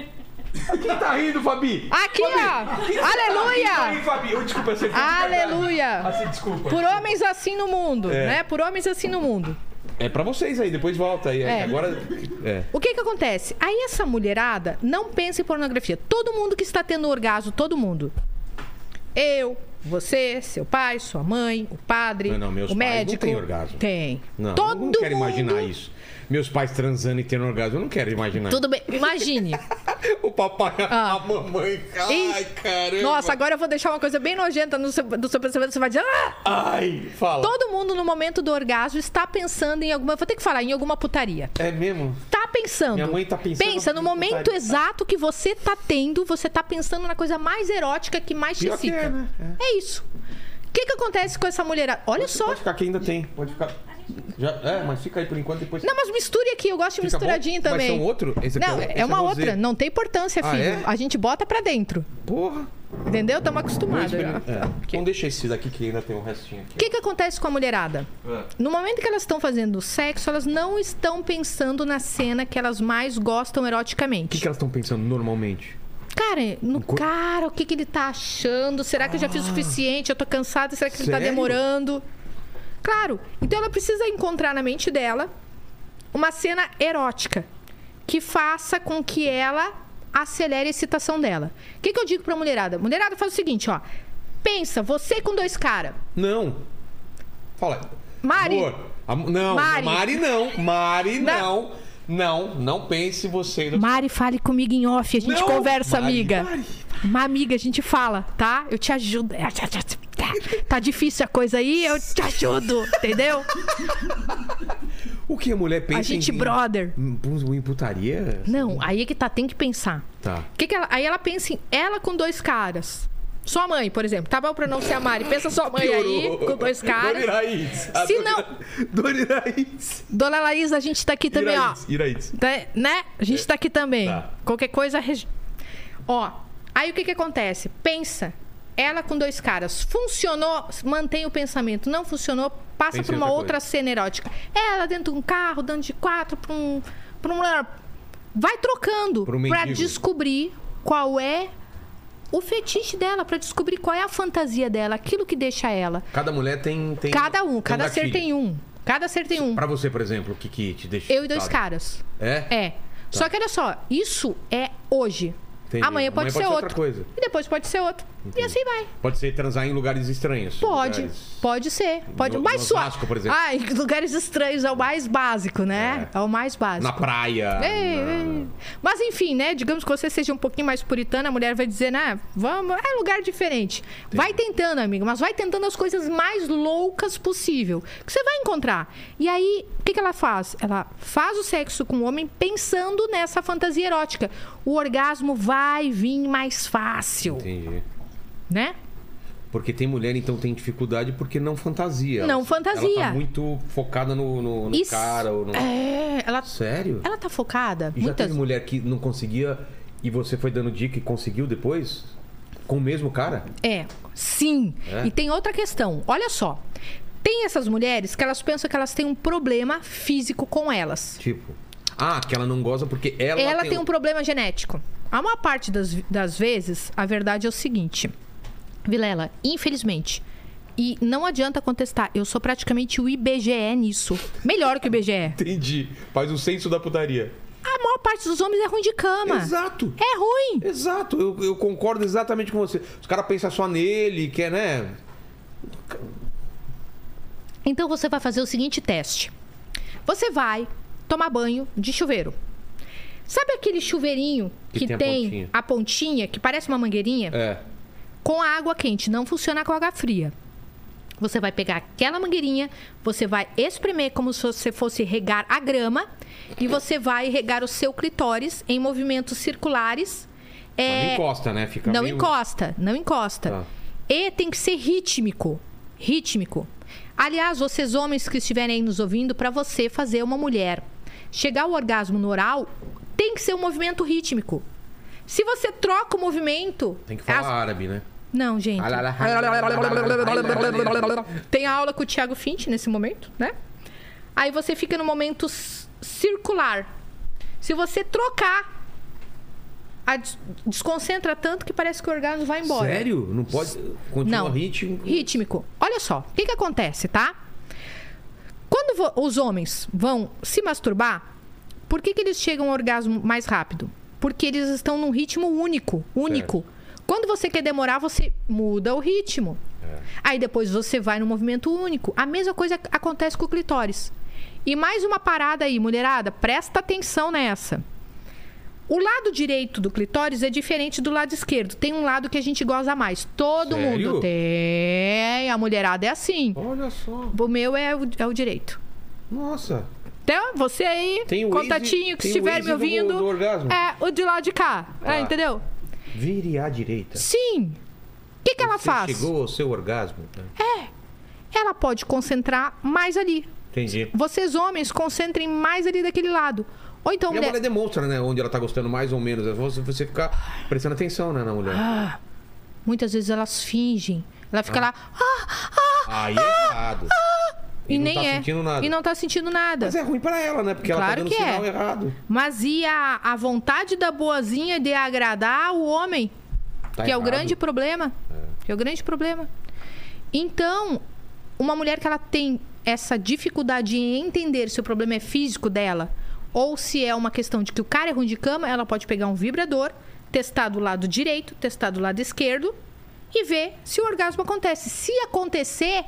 direito. Quem tá rindo, Fabi? Aqui, ó. Quem tá Aleluia! rindo, Fabi? Eu, desculpa, eu acertei. de verdade. Ah, Aleluia! sim, desculpa. Por homens assim no mundo, É. né? Por homens assim no mundo. É pra vocês aí, depois volta aí. É. Agora. É. O que que acontece? Aí essa mulherada não pensa em pornografia. Todo mundo que está tendo orgasmo, todo mundo. Eu, você, seu pai, sua mãe, o padre, Não, não, meus o pais não médico. têm orgasmo. Tem. Não, Todo eu não quero mundo... imaginar isso. Meus pais transando e tendo orgasmo, eu não quero imaginar. Tudo bem, imagine. *laughs* O papai, Ah. a mamãe. Ai, Ih, caramba. Nossa, agora eu vou deixar uma coisa bem nojenta no seu, do seu pensamento. Você vai dizer. "Ah!" Ai, fala. Todo mundo no momento do orgasmo está pensando em alguma. Vou ter que falar, em alguma putaria. É mesmo? Tá pensando. Minha mãe tá pensando. Pensa, no momento exato que você tá tendo, você tá pensando na coisa mais erótica que mais te Pior que excita. é, né? É. É isso. O que, que acontece com essa mulherada? Olha só. Pode ficar que ainda tem. Pode ficar. Já, é, mas fica aí por enquanto, depois. Não, mas misture aqui, eu gosto de Fica misturadinho bom? Mas também. são outro? Esse aqui não, é o- é, esse é uma rosé. outra, não tem importância, Ah, filho. é? A gente bota pra dentro. Porra. Entendeu? Estamos acostumados. Vou já. experimentar. É. Tá, Ok. Então deixa esse daqui que ainda tem um restinho aqui. O que, que acontece com a mulherada? É. No momento que elas estão fazendo sexo, elas não estão pensando na cena que elas mais gostam O que, eroticamente. que elas estão pensando normalmente? Cara, no Co- Ah. cara, o que, que ele tá achando? Será que eu já fiz o suficiente? Eu tô cansada, será que ele tá Sério? demorando? Claro. Então ela precisa encontrar na mente dela uma cena erótica que faça com que ela acelere a excitação dela. O que, que eu digo pra mulherada? Mulherada, faz o seguinte, ó. Pensa, você com dois caras. Não. Fala. Mari. Amor, am- não, Mari. Mari não. Mari Não. não. Não, não pense você. Mari, fale comigo em off, a gente Não, conversa, Mari, amiga. Mari. Uma amiga, a gente fala, tá? Eu te ajudo. Tá difícil a coisa aí, eu te ajudo, entendeu? O que a mulher pensa A gente em... brother. Em, um em putaria? Não, aí é que tá, tem que pensar. Tá. Que que ela- aí ela pensa em ela com dois caras. Sua mãe, por exemplo. Tá bom pra não ser a Mari. Pensa sua mãe aí, Piorou. com dois Dona caras. Iraís. A Se Dona- não- Dona Iraís. Dona Laís, a gente tá aqui também, ó. Iraís, Iraís. Tá- né? A gente tá aqui também. Tá. Qualquer coisa. regi- Ó, aí o que que acontece? Pensa. Ela com dois caras. Funcionou, mantém o pensamento. Não funcionou, passa Pensa por em uma outra outra cena erótica. Ela dentro de um carro, dando de quatro pra um. Pra um vai trocando Pra um pra mendigo. descobrir qual é o fetiche dela, pra descobrir qual é a fantasia dela, aquilo que deixa ela. Cada mulher tem... tem Cada um, cada ser gatilho. tem um. Cada ser tem um. Pra você, por exemplo, o que, que te deixa... Eu e dois excitado? caras. É? É. Só que olha só, isso é hoje. Entendi. Amanhã pode ser outro. outra coisa. E depois pode ser outro. E assim vai. Pode ser transar em lugares estranhos. Pode. lugares- Pode ser. Pode. No- mais no sua. Osasco, por exemplo. Ah, em *laughs* lugares estranhos é o mais básico, né? É, o mais Na básico. praia. Ei, na- ei. Mas enfim, né? Digamos que você seja um pouquinho mais puritana, a mulher vai dizer, né? Vamos, é lugar diferente. Vai tentando, amigo, mas vai tentando as coisas mais loucas possível que você vai encontrar. E aí, o que, que ela faz? Ela faz o sexo com o homem pensando nessa fantasia erótica. O orgasmo vai vir mais fácil, Entendi. né? Porque tem mulher, então tem dificuldade porque não fantasia. Não Ela- fantasia. Ela tá muito focada no, no- no Isso. cara ou no. É, ela, Sério? ela tá focada. E já muitas teve mulher que não conseguia e você foi dando dica e conseguiu depois? Com o mesmo cara? É, sim. É? E tem outra questão. Olha só. Tem essas mulheres que elas pensam que elas têm um problema físico com elas. Tipo. Ah, que ela não goza porque ela. Ela, tem, um problema genético. A maior parte das, das vezes, a verdade é o seguinte. Vilela, infelizmente. E não adianta contestar. Eu sou praticamente o IBGE nisso. Melhor que o IBGE. Entendi. Faz o senso da putaria. A maior parte dos homens é ruim de cama. Exato. É ruim. Exato. Eu, eu concordo exatamente com você. Os caras pensam só nele, quer, né? Então você vai fazer o seguinte teste. Você vai tomar banho de chuveiro. Sabe aquele chuveirinho Que que, tem tem, a pontinha. a pontinha, que parece uma mangueirinha, É. com a água quente, não funciona com água fria. Você vai pegar aquela mangueirinha, você vai espremer como se você fosse regar a grama e você vai regar o seu clitóris em movimentos circulares. Mas não É, encosta, né? Fica não meio- encosta, não encosta. Tá. E tem que ser rítmico. Rítmico. Aliás, vocês homens que estiverem aí nos ouvindo, para você fazer uma mulher chegar ao orgasmo no oral, tem que ser um movimento rítmico. Se você troca o movimento. Tem que falar as- árabe, né? Não, gente. Tem aula com o Thiago Finch nesse momento, né? Aí você fica no momento s- circular. Se você trocar, a des- desconcentra tanto que parece que o orgasmo vai embora. Sério? Não pode. Continua Não. ritmo. Rítmico. Olha só, o que, que acontece, tá? Quando vo- os homens vão se masturbar, por que, que eles chegam ao orgasmo mais rápido? Porque eles estão num ritmo único, único. Quando você quer demorar, você muda o ritmo. Aí depois você vai no movimento único. A mesma coisa acontece com o clitóris. E mais uma parada aí, mulherada, presta atenção nessa. O lado direito do clitóris é diferente do lado esquerdo. Tem um lado que a gente goza mais. Todo Sério? mundo tem. A mulherada é assim. Olha só. O meu é o, é o direito. Nossa. Então, você aí, Tem o Waze- contatinho que tem o estiver Waze me do- ouvindo. do orgasmo. É, o de lá de cá. Tá. É, entendeu? Vire à direita. Sim. O que, que ela Você faz? Chegou ao seu orgasmo. Ela pode concentrar mais ali. Entendi. Vocês, homens, concentrem mais ali daquele lado. Ou então, E a mulher mulher. demonstra, né? Onde ela tá gostando mais ou menos. É só Você, você ficar prestando atenção, né, na mulher. Ah. Muitas vezes elas fingem. Ela fica lá. "Ah, ah", Aí é errado. e, não nem tá é. sentindo nada. E não tá sentindo nada. Mas é ruim pra ela, né? Porque ela tá Claro dando que sinal é. errado. Mas e a, a vontade da boazinha de agradar o homem? Tá que é o errado. grande problema. Que é o grande problema. Então, uma mulher que ela tem essa dificuldade em entender se o problema é físico dela ou se é uma questão de que o cara é ruim de cama, ela pode pegar um vibrador, testar do lado direito, testar do lado esquerdo e ver se o orgasmo acontece. Se acontecer,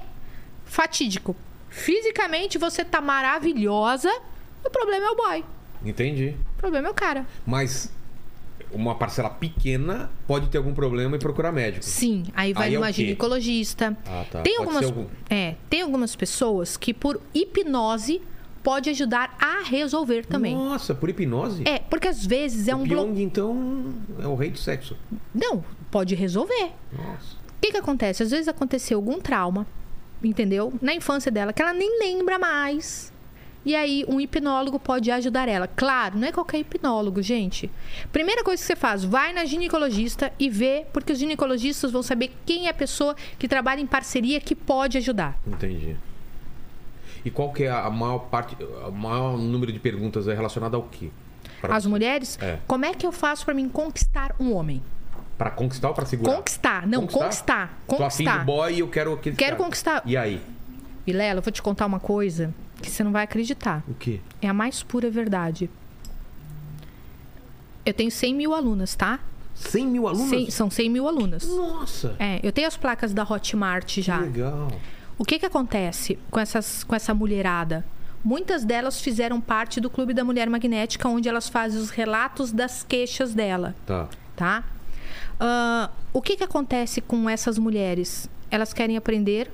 fatídico. Fisicamente você tá maravilhosa, o problema é o boy. Entendi. O problema é o cara. Mas uma parcela pequena pode ter algum problema e procurar médico. Sim, aí vai Aí é o numa quê? ginecologista. Ah, tá. Tem Pode algumas, ser algum- é, tem algumas pessoas que por hipnose pode ajudar a resolver também. Nossa, por hipnose? É, porque às vezes é o um Pyong, bloco. então, é o rei do sexo. Não, pode resolver. Nossa. O que, que acontece? Às vezes aconteceu algum trauma, entendeu? Na infância dela, que ela nem lembra mais. E aí, um hipnólogo pode ajudar ela. Claro, não é qualquer hipnólogo, gente. Primeira coisa que você faz, vai na ginecologista e vê, porque os ginecologistas vão saber quem é a pessoa que trabalha em parceria que pode ajudar. Entendi. E qual que é a maior parte, o maior número de perguntas é relacionado ao quê? Pra- As mulheres, É. como é que eu faço pra mim conquistar um homem? Pra conquistar ou pra segurar? Conquistar, não, conquistar, Tô afim conquistar. do boy e eu quero aquele Quero cara. conquistar. E aí? Vilela, eu vou te contar uma coisa que você não vai acreditar. O quê? É a mais pura verdade. Eu tenho 100 mil alunas, tá? 100 mil alunos? Cem- são 100 mil alunas. Nossa, É, eu tenho as placas da Hotmart que já. legal. O que que acontece com, essas, com essa mulherada? Muitas delas fizeram parte do Clube da Mulher Magnética, onde elas fazem os relatos das queixas dela. Tá. tá? Ah, o que, que acontece com essas mulheres? Elas querem aprender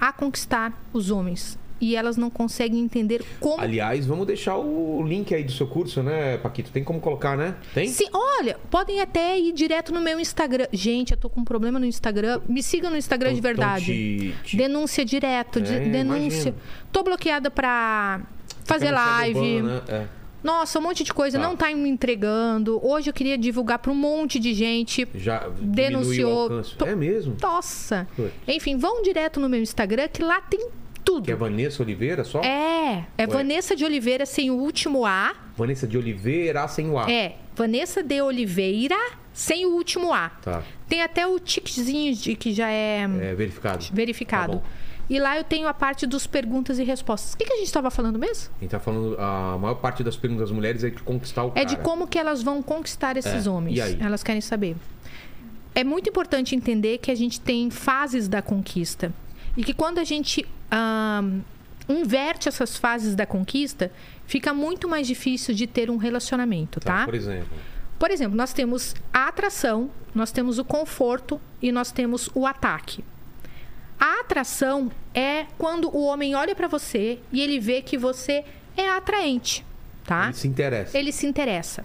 a conquistar os homens e elas não conseguem entender como. Aliás, vamos deixar o link aí do seu curso, né, Paquito? Tem como colocar, né? Tem? Sim, olha, podem até ir direto no meu Instagram. Gente, eu tô com um problema no Instagram. Me sigam no Instagram de Então, verdade. te- te- Denúncia direto, de- É, denúncia. imagino. Tô bloqueada pra fazer Fica no live. Shadowban, né? Nossa, um monte de coisa. Tá. Não tá me entregando. Hoje eu queria divulgar pra um monte de gente. É. Já Denunciou. denunciou. Tô- É mesmo? Nossa! Putz. Enfim, vão direto no meu Instagram que lá tem tudo. Que é Vanessa Oliveira só? É, é Vanessa de Oliveira sem o último A. Vanessa de Oliveira sem o A. É, Vanessa de Oliveira sem o último A. Tá. Tem até o tickzinho de que já é, É verificado. verificado. Tá bom. e lá eu tenho a parte dos perguntas e respostas. O que, que a gente estava falando mesmo? A gente tá falando, a maior parte das perguntas das mulheres é de conquistar o É cara. de como que elas vão conquistar esses É, homens. e aí? Elas querem saber. É muito importante entender que a gente tem fases da conquista. E que quando a gente ahn, inverte essas fases da conquista, fica muito mais difícil de ter um relacionamento, Tá, tá? Por exemplo. Por exemplo, nós temos a atração, nós temos o conforto e nós temos o ataque. A atração é quando o homem olha pra você e ele vê que você é atraente, tá? Ele se interessa. ele se interessa.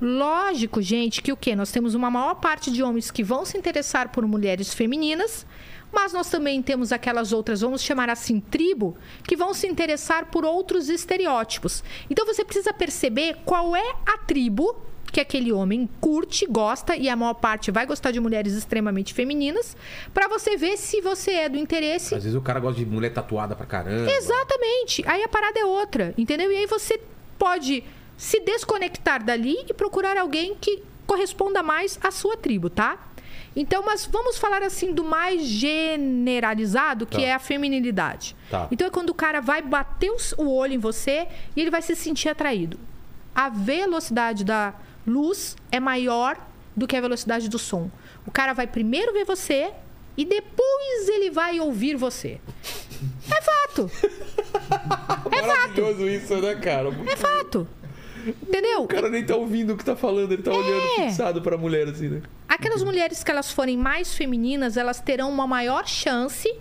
Lógico, gente, que o quê? Nós temos uma maior parte de homens que vão se interessar por mulheres femininas, mas nós também temos aquelas outras, vamos chamar assim, tribo, que vão se interessar por outros estereótipos. Então você precisa perceber qual é a tribo que aquele homem curte, gosta e a maior parte vai gostar de mulheres extremamente femininas, para você ver se você é do interesse Às vezes o cara gosta de mulher tatuada pra caramba. Exatamente. Aí a parada é outra, entendeu? E aí você pode se desconectar dali e procurar alguém que corresponda mais à sua tribo, tá? Então, mas vamos falar assim do mais generalizado, que Tá. é a feminilidade. Tá. Então é quando o cara vai bater os- o olho em você e ele vai se sentir atraído. A velocidade da luz é maior do que a velocidade do som. O cara vai primeiro ver você e depois ele vai ouvir você. É fato. É Maravilhoso isso, né, cara? É fato. Entendeu? O cara nem tá ouvindo o que tá falando, ele tá olhando É. fixado pra mulher assim, né? Aquelas mulheres que elas forem mais femininas, elas terão uma maior chance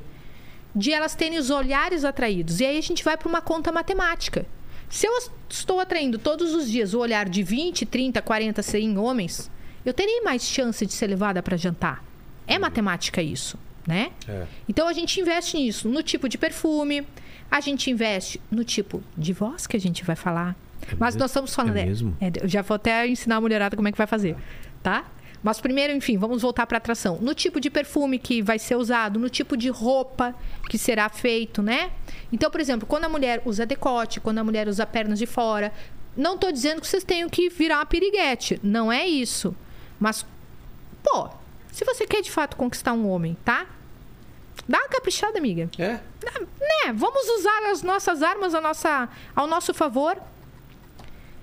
de elas terem os olhares atraídos. E aí a gente vai para uma conta matemática. Se eu as- estou atraindo todos os dias o olhar de 20, 30, 40, 100 homens, eu terei mais chance de ser levada para jantar. É matemática isso, né? É. Então a gente investe nisso, no tipo de perfume, a gente investe no tipo de voz que a gente vai falar. Mas nós estamos falando. É mesmo? é, eu já vou até ensinar a mulherada como é que vai fazer, tá? Mas primeiro, enfim, vamos voltar para atração. No tipo de perfume que vai ser usado, no tipo de roupa que será feito, né? Então, por exemplo, quando a mulher usa decote, quando a mulher usa pernas de fora, não tô dizendo que vocês tenham que virar a piriguete, não é isso. Mas pô, se você quer de fato conquistar um homem, tá? Dá uma caprichada, amiga. É? Né? Vamos usar as nossas armas a nossa, ao nosso favor.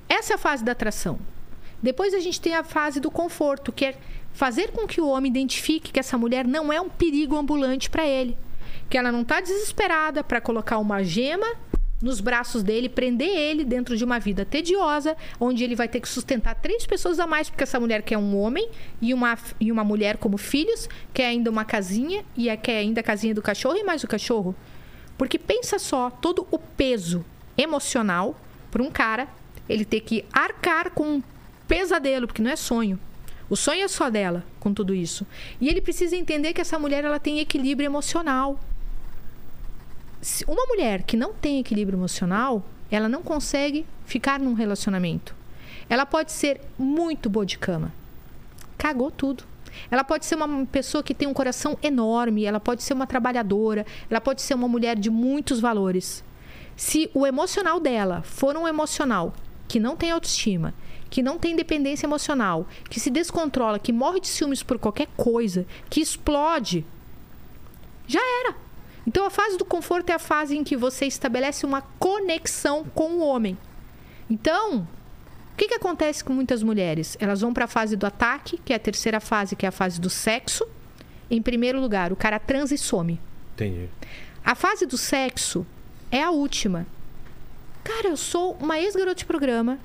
Essa é a fase da atração. Depois a gente tem a fase do conforto, que é fazer com que o homem identifique que essa mulher não é um perigo ambulante para ele. Que ela não está desesperada para colocar uma gema nos braços dele, prender ele dentro de uma vida tediosa, onde ele vai ter que sustentar três pessoas a mais, porque essa mulher quer um homem e uma, e uma mulher como filhos, quer ainda uma casinha e é- quer ainda a casinha do cachorro e mais o cachorro. Porque pensa só, todo o peso emocional para um cara, ele ter que arcar com um pesadelo, porque não é sonho. O sonho é só dela com tudo isso. E ele precisa entender que essa mulher ela tem equilíbrio emocional. Se uma mulher que não tem equilíbrio emocional, ela não consegue ficar num relacionamento. Ela pode ser muito boa de cama. Cagou tudo. Ela pode ser uma pessoa que tem um coração enorme, ela pode ser uma trabalhadora, ela pode ser uma mulher de muitos valores. Se o emocional dela for um emocional que não tem autoestima, que não tem dependência emocional, que se descontrola, que morre de ciúmes por qualquer coisa, que explode, já era. Então a fase do conforto é a fase em que você estabelece uma conexão com o homem. Então, o que, que acontece com muitas mulheres? Elas vão para a fase do ataque, que é a terceira fase, que é a fase do sexo. Em primeiro lugar, o cara transa e some. Entendi. A fase do sexo é a última. Cara, eu sou uma ex-garota de programa.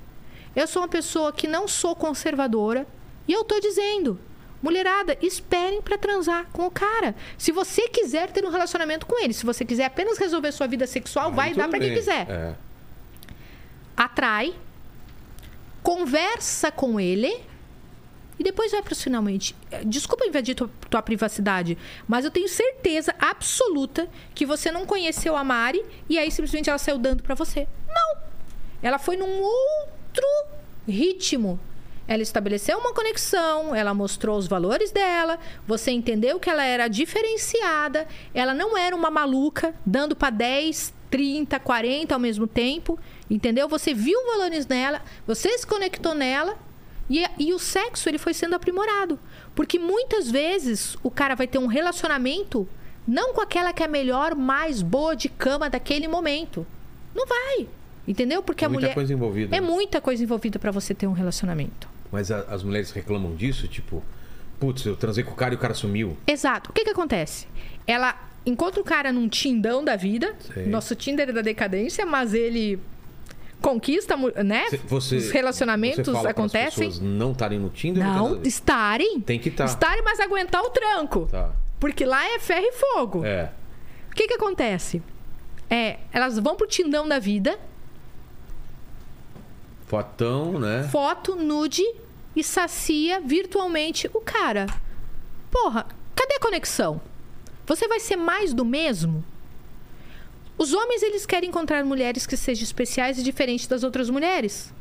Eu sou uma pessoa que não sou conservadora. E eu tô dizendo, mulherada, esperem pra transar com o cara. Se você quiser ter um relacionamento com ele, se você quiser apenas resolver sua vida sexual, Então vai Aí dar Ah, tudo pra quem bem. quiser É. atrai, conversa com ele e depois vai para os finalmente. Eh, Desculpa invadir tua, tua privacidade, mas eu tenho certeza absoluta que você não conheceu a Mari e aí simplesmente ela saiu dando para você. Não! Ela foi num outro ritmo. Ela estabeleceu uma conexão, ela mostrou os valores dela, você entendeu que ela era diferenciada, ela não era uma maluca dando para 10, 30, 40 ao mesmo tempo, entendeu? Você viu valores nela, você se conectou nela e, e o sexo ele foi sendo aprimorado. Porque muitas vezes o cara vai ter um relacionamento não com aquela que é a melhor, mais boa de cama daquele momento. Não vai. Entendeu? Porque a Muita mulher. coisa envolvida. né? É muita coisa envolvida pra você ter um relacionamento. Mas a- as mulheres reclamam disso, tipo, putz, eu transei com o cara e o cara sumiu. Exato. O que que acontece? Ela encontra o cara num tindão da vida. Sei. Nosso Tinder é da decadência, mas ele conquista, mu- né? Cê- Você, Os relacionamentos você fala pras acontecem. pessoas né? não estarem no Tinder? Não, porque- estarem. Tem que tá. Estarem, mas aguentar o tranco. Tá. Porque lá é ferro e fogo. É. O que que acontece? É, elas vão pro tindão da vida, Fotão, né? foto nude e sacia virtualmente o cara. Porra, cadê a conexão? Você vai ser mais do mesmo? Os homens eles querem encontrar mulheres que sejam especiais e diferentes das outras mulheres.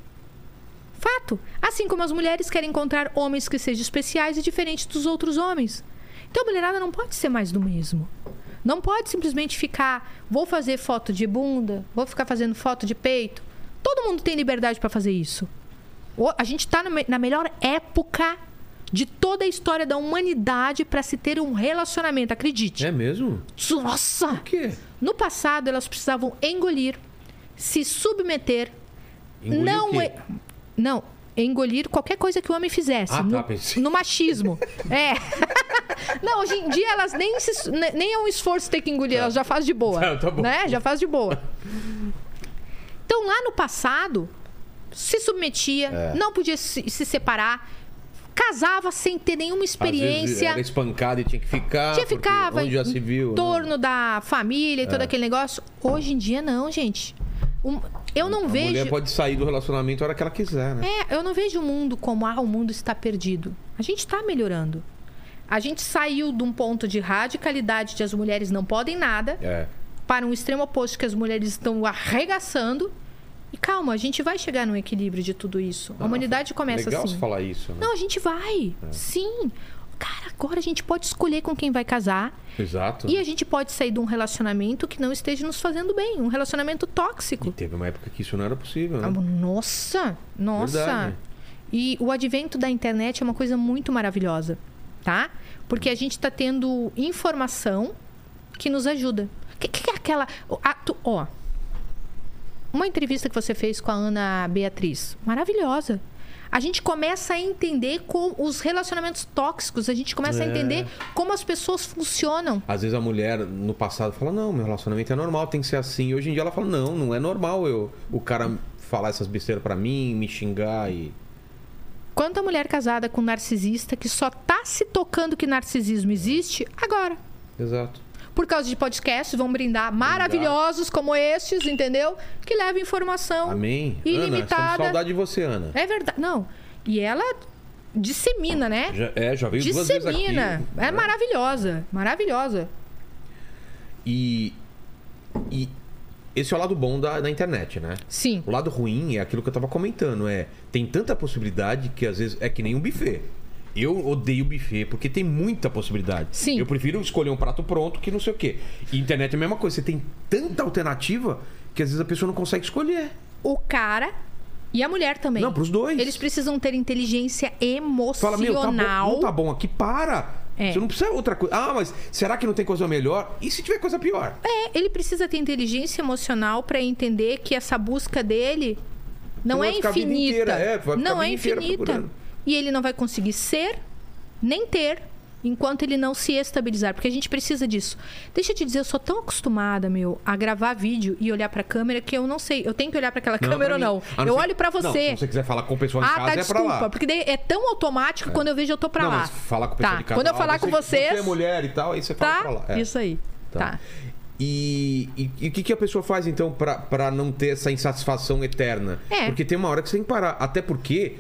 Fato. Assim como as mulheres querem encontrar homens que sejam especiais e diferentes dos outros homens. Então a mulherada não pode ser mais do mesmo. Não pode simplesmente ficar, vou fazer foto de bunda, vou ficar fazendo foto de peito. Todo mundo tem liberdade para fazer isso. O- A gente está na melhor época de toda a história da humanidade para se ter um relacionamento, acredite. É mesmo? Nossa! O quê? No passado, elas precisavam engolir, se submeter, Engolir o não. é quê? e- Não, engolir qualquer coisa que o homem fizesse. Ah, tá, no, pensei. *laughs* no machismo. é. *laughs* não, hoje em dia elas nem, se- ne- nem é um esforço ter que engolir, elas já fazem de boa. Tá, tá bom. Né? Já faz *laughs* de boa. Então, lá no passado, se submetia, É. não podia se, se separar, casava sem ter nenhuma Às vezes experiência. Era espancada e tinha que ficar. Tinha porque ficava Onde já se viu. em né? É. torno da família e todo aquele negócio. Hoje em dia não, gente. Um- eu não a vejo. mulher pode sair do relacionamento a hora que ela quiser, né? É, eu não vejo o mundo como ah, o mundo está perdido. A gente está melhorando. A gente saiu de um ponto de radicalidade de as mulheres não podem nada É. para um extremo oposto que as mulheres estão arregaçando. E calma, a gente vai chegar num equilíbrio de tudo isso. A Ah, humanidade começa Legal assim. você falar É. isso, né? Não, a gente vai. Sim. Cara, agora a gente pode escolher com quem vai casar Exato. e a gente pode sair de um relacionamento que não esteja nos fazendo bem, um relacionamento tóxico. E teve uma época que isso não era possível, né? Ah, Nossa, nossa. Verdade. E o advento da internet é uma coisa muito maravilhosa, tá? Porque a gente está tendo informação que nos ajuda. O que, que é aquela. o- a- tu- ó. Uma entrevista que você fez com a Ana Beatriz, maravilhosa. A gente começa a entender com os relacionamentos tóxicos, a gente começa a É. entender como as pessoas funcionam. Às vezes a mulher no passado fala, não, meu relacionamento é normal, tem que ser assim. Hoje em dia ela fala, não, não é normal eu o cara falar essas besteiras pra mim, me xingar e. Quanta mulher casada com narcisista que só tá se tocando que narcisismo existe agora. Exato. Por causa de podcasts, vão brindar maravilhosos como estes, entendeu? Que levam informação. Amém. Ana, estamos Então, Ilimitada. saudade de você, Ana. É verdade. Não. E ela dissemina, né? Já, é, já veio duas vezes aqui. Dissemina. É né? maravilhosa. Maravilhosa. E, e esse é o lado bom da, da internet, né? Sim. O lado ruim é aquilo que eu tava comentando, é tem tanta possibilidade que às vezes é que nem um buffet. Eu odeio buffet porque tem muita possibilidade. Sim. Eu prefiro escolher um prato pronto que não sei o quê. E internet é a mesma coisa, você tem tanta alternativa que às vezes a pessoa não consegue escolher. O cara e a mulher também. Não, pros dois. Eles precisam ter inteligência Fala, emocional. meu, tá bom, não tá bom aqui, para. É. Você não precisa outra coisa. Ah, mas será que não tem coisa melhor? E se tiver coisa pior? É, ele precisa ter inteligência emocional pra entender que essa busca dele não Então Vai é ficar a vida infinita. inteira, é, vai ficar não a é vida inteira infinita. procurando. E ele não vai conseguir ser nem ter enquanto ele não se estabilizar, porque a gente precisa disso. Deixa eu te dizer, eu sou tão acostumada, meu, a gravar vídeo e olhar pra câmera que eu não sei, eu tenho que olhar pra aquela É, pra câmera ou mim. não. A eu ser- olho pra Não, você. se você quiser falar com o pessoal em ah, casa, tá, é pra desculpa, lá. porque daí é tão automático quando eu vejo eu tô pra não, lá. mas fala com o pessoal tá. de casa. Quando eu ó, falar com você. vocês, Você é mulher e tal, aí você fala tá? pra lá. É. Isso aí. tá. E, e- e o que, que a pessoa faz então pra- pra não ter essa insatisfação eterna? É. Porque tem uma hora que você tem que parar. Até porque.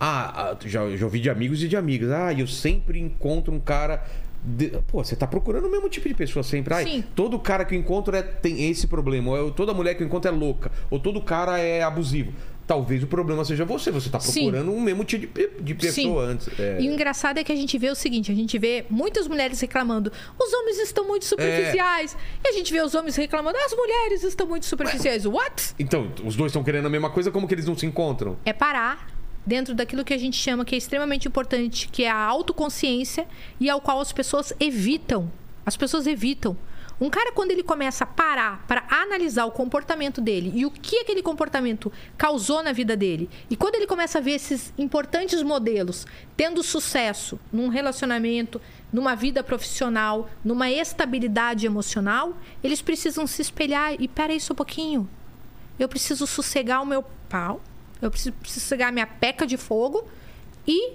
Ah, ah, já, já ouvi de amigos e de amigas. Ah, eu sempre encontro um cara. de- Pô, você tá procurando o mesmo tipo de pessoa sempre. Ai, Sim. Todo cara que eu encontro é- tem esse problema. Ou eu- toda mulher que eu encontro é louca. Ou todo cara é abusivo. Talvez o problema seja você. Você tá Sim. procurando o mesmo tipo de, pe- de pessoa Sim. antes. É. E o engraçado é que a gente vê o seguinte: a gente vê muitas mulheres reclamando, os homens estão muito superficiais. E a gente vê os homens reclamando, as mulheres estão muito superficiais. What? Então, os dois estão querendo a mesma coisa, como que eles não se encontram? É parar dentro daquilo que a gente chama que é extremamente importante, que é a autoconsciência e ao qual as pessoas evitam. As pessoas evitam. Um cara, quando ele começa a parar para analisar o comportamento dele e o que aquele comportamento causou na vida dele, e quando ele começa a ver esses importantes modelos tendo sucesso num relacionamento, numa vida profissional, numa estabilidade emocional, eles precisam se espelhar e peraí só um pouquinho. Eu preciso sossegar o meu pau, eu preciso, preciso sossegar a minha peca de fogo e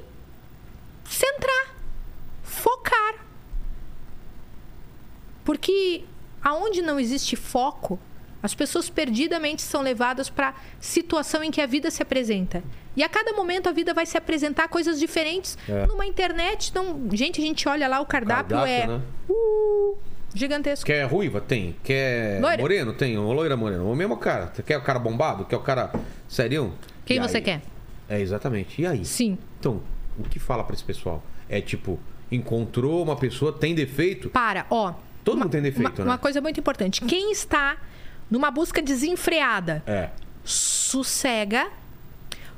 centrar, focar. Porque aonde não existe foco, as pessoas perdidamente são levadas para situação em que a vida se apresenta. E a cada momento a vida vai se apresentar coisas diferentes. É. Numa internet, não, gente, a gente olha lá o cardápio, Cardápio, é né? uh, gigantesco. Quer ruiva? Tem. Quer Loira? moreno? Tem. Ou loira moreno. O mesmo cara. Você Quer o cara bombado? Quer o cara serião? Quem E você aí? quer? É, exatamente. E aí? Sim. Então, o que fala pra esse pessoal? É tipo, encontrou uma pessoa, tem defeito? Para, ó. Todo mundo tem Uma, defeito, né? uma coisa muito importante. Quem está numa busca desenfreada, É. sossega,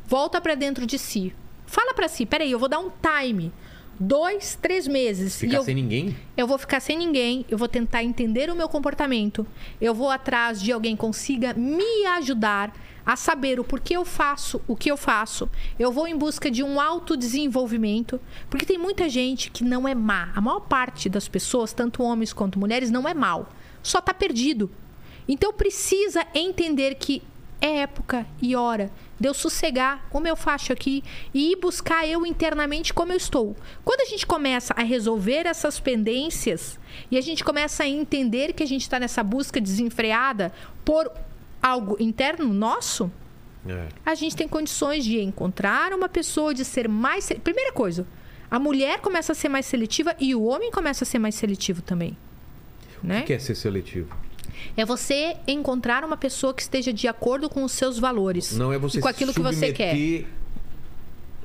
volta pra dentro de si. Fala pra si, peraí, eu vou dar um time. Dois, três meses. e Ficar eu, sem ninguém? eu vou ficar sem ninguém, eu vou tentar entender o meu comportamento. Eu vou atrás de alguém que consiga me ajudar a saber o porquê eu faço o que eu faço. Eu vou em busca de um autodesenvolvimento, porque tem muita gente que não é má. A maior parte das pessoas, tanto homens quanto mulheres, não é mal. Só tá perdido. Então precisa entender que é época e hora de eu sossegar como eu faço aqui e ir buscar eu internamente como eu estou. Quando a gente começa a resolver essas tá pendências e a gente começa a entender que a gente está nessa busca desenfreada por algo interno nosso, É. a gente tem condições de encontrar uma pessoa, de ser mais. se- Primeira coisa, a mulher começa a ser mais seletiva e o homem começa a ser mais seletivo também. Né? O que é ser seletivo? É você encontrar uma pessoa que esteja de acordo com os seus valores. Não é você e com aquilo que você quer. submeter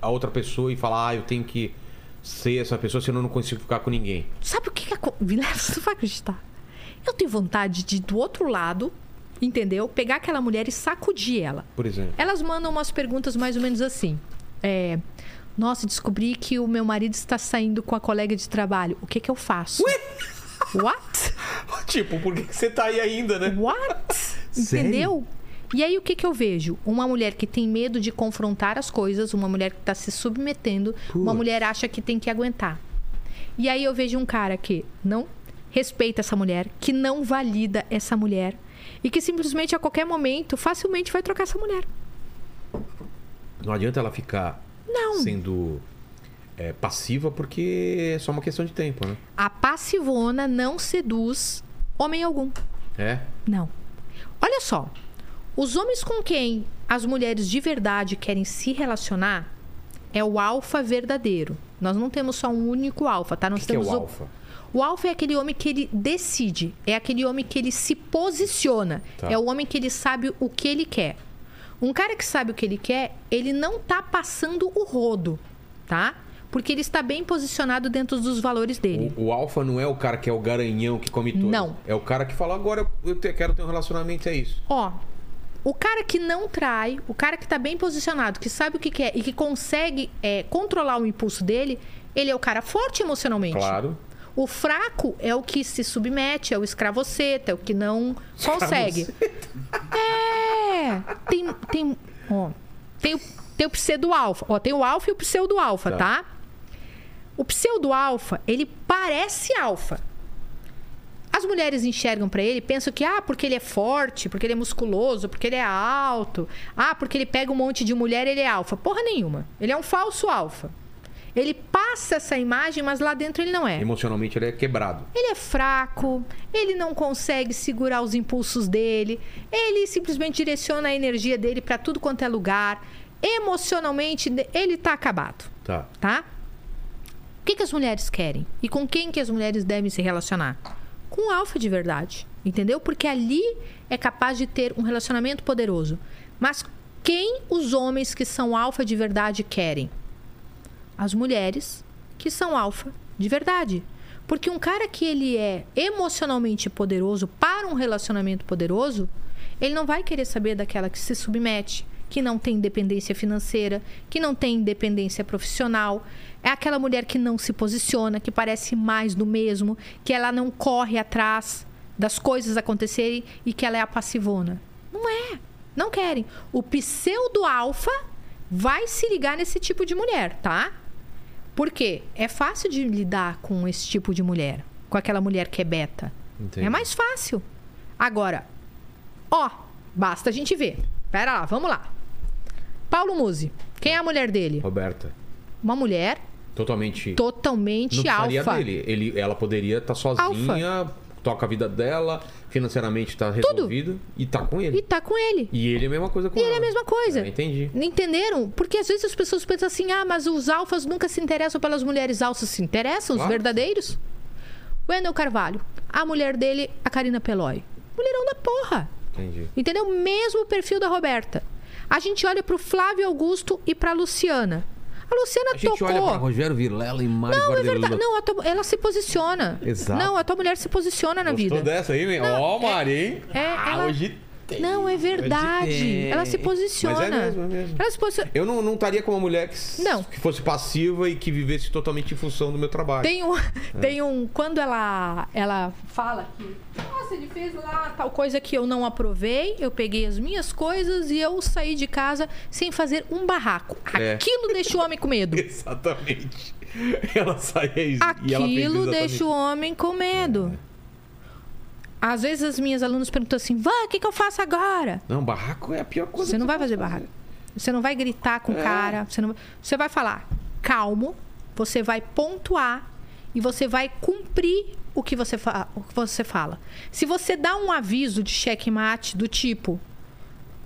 a outra pessoa e falar, ah, eu tenho que ser essa pessoa, senão eu não consigo ficar com ninguém. Sabe o que que *laughs* acontece? Você não vai acreditar. Eu tenho vontade de, do outro lado, entendeu? Pegar aquela mulher e sacudir ela. Por exemplo. Elas mandam umas perguntas mais ou menos assim. É, Nossa, descobri que o meu marido está saindo com a colega de trabalho. O que que eu faço? What? *laughs* Tipo, por que que você tá aí ainda, né? What? *laughs* Sério? Entendeu? E aí o que, que eu vejo? Uma mulher que tem medo de confrontar as coisas, uma mulher que está se submetendo, uma Putz. mulher acha que tem que aguentar. E aí eu vejo um cara que não respeita essa mulher, que não valida essa mulher e que simplesmente a qualquer momento facilmente vai trocar essa mulher. Não adianta ela ficar sendo é, passiva, porque é só uma questão de tempo, né? A passivona não seduz homem algum. É. Não. Olha só. Os homens com quem as mulheres de verdade querem se relacionar é o alfa verdadeiro. Nós não temos só um único alfa, tá? Nós O que, que é temos o alfa? O alfa é aquele homem que ele decide, é aquele homem que ele se posiciona, Tá. é o homem que ele sabe o que ele quer. Um cara que sabe o que ele quer, ele não tá passando o rodo, tá? Porque ele está bem posicionado dentro dos valores dele. O, o alfa não é o cara que é o garanhão que come tudo. Não. É o cara que fala, agora eu- eu te- quero ter um relacionamento, é isso. Ó, o cara que não trai, o cara que tá bem posicionado, que sabe o que quer e que consegue é, controlar o impulso dele, ele é o cara forte emocionalmente. Claro. O fraco é o que se submete, é o escravoceta, é o que não *laughs* consegue. É! Tem. Tem, ó, tem, o- tem o pseudo-alfa. Ó, tem o alfa e o pseudo-alfa, Tá. tá? O pseudo-alfa, ele parece alfa. As mulheres enxergam pra ele, pensam que, ah, porque ele é forte, porque ele é musculoso, porque ele é alto, ah, porque ele pega um monte de mulher, ele é alfa. Porra nenhuma. Ele é um falso alfa. Ele passa essa imagem, mas lá dentro ele não é. Emocionalmente ele é quebrado. Ele é fraco, ele não consegue segurar os impulsos dele, ele simplesmente direciona a energia dele pra tudo quanto é lugar. Emocionalmente, ele tá acabado, Tá. tá? O que, que as mulheres querem? E com quem que as mulheres devem se relacionar? Com o alfa de verdade, entendeu? Porque ali é capaz de ter um relacionamento poderoso. Mas quem os homens que são alfa de verdade querem? as mulheres que são alfa de verdade. Porque um cara que ele é emocionalmente poderoso para um relacionamento poderoso, ele não vai querer saber daquela que se submete, que não tem independência financeira, que não tem independência profissional. É aquela mulher que não se posiciona, que parece mais do mesmo, que ela não corre atrás das coisas acontecerem e que ela é a passivona. Não é. Não querem. O pseudo-alfa vai se ligar nesse tipo de mulher, tá? Porque é fácil de lidar com esse tipo de mulher, com aquela mulher que é beta. Entendi. É mais fácil. Agora, ó, basta a gente ver. Pera lá, vamos lá. Paulo Musi, quem é a mulher dele? Roberta. Uma mulher Totalmente. não totalmente precisaria alfa. dele. Ele, ela poderia estar sozinha, toca a vida dela, financeiramente tá resolvido e tá com ele. E tá com ele. E ele é a mesma coisa com E ela. ele é a mesma coisa. É, entendi. Entenderam? Porque às vezes as pessoas pensam assim: ah, mas os alfas nunca se interessam pelas mulheres alças. Se interessam, os Claro. verdadeiros? Wendel Carvalho, a mulher dele, a Karina Peloy. Mulherão da porra. Entendi. Entendeu? Mesmo perfil da Roberta. A gente olha pro Flávio Augusto e pra Luciana. A Luciana A gente tocou. olha pra Rogério Vilela e Mário Não, é Guardelula. verdade. Não, a tua- ela se posiciona. Exato. Não, a tua mulher se posiciona na Gostou vida. dessa aí, né? Ó, Mari, hein? Ah, É, ela- Hoje tem. Não, é verdade. tem. Ela se posiciona. Mas é mesmo, é mesmo. Ela se posiciona. Eu não, não estaria com uma mulher que, s- Não. que fosse passiva e que vivesse totalmente em função do meu trabalho. Tem um, tem um quando ela ela fala que nossa, ele fez lá tal coisa que eu não aprovei, eu peguei as minhas coisas e eu saí de casa sem fazer um barraco. É. Aquilo deixa o homem com medo. *laughs* Exatamente. Ela saía e e ela fez Aquilo exatamente. deixa o homem com medo. Às vezes as minhas alunas perguntam assim: "Vã, o que, que eu faço agora?" Não, barraco é a pior coisa. Você que não vai pode fazer barraco. Você não vai gritar É. com o cara. Você, não... você vai falar calmo, você vai pontuar e você vai cumprir o que você, fa... o que você fala. Se você dá um aviso de checkmate do tipo: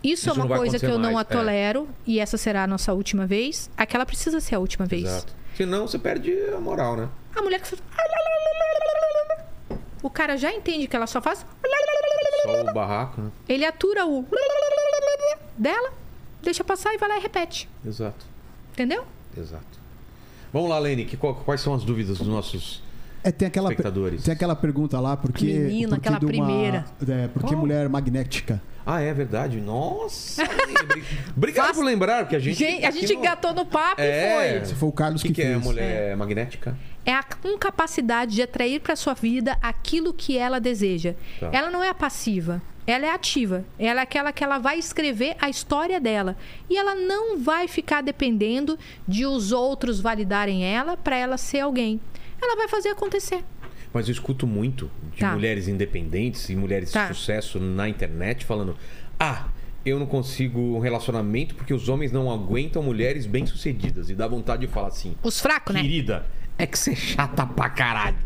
Isso, Isso é uma não vai coisa que eu acontecer não a mais, é. tolero e essa será a nossa última vez. Aquela precisa ser a última vez. Exato. Senão você perde a moral, né? A mulher que faz. O cara já entende que ela só faz. Só o barraco, né? Ele atura o dela, deixa passar e vai lá e repete. Exato. Entendeu? Exato. Vamos lá, Lene, que, qual- quais são as dúvidas dos nossos. É, tem aquela, per- Espectadores. tem aquela pergunta lá, porque. Menina, porque aquela de uma- primeira. É, por que mulher magnética? Ah, é verdade. Nossa! *laughs* Lene, bri- Obrigado Faz- por lembrar, porque a gente. Gente, a aqui gente no- engatou no papo e É. foi. Se foi o O Carlos que, que, que fez. é mulher magnética? É a incapacidade de atrair para sua vida aquilo que ela deseja. Tá. Ela não é a passiva, ela é ativa. Ela é aquela que ela vai escrever a história dela e ela não vai ficar dependendo de os outros validarem ela para ela ser alguém. Ela vai fazer acontecer. Mas eu escuto muito de Tá. mulheres independentes e mulheres Tá. de sucesso na internet falando: ah, eu não consigo um relacionamento porque os homens não aguentam mulheres bem-sucedidas. E dá vontade de falar assim: Os fracos, né? querida, é que você é chata pra caralho.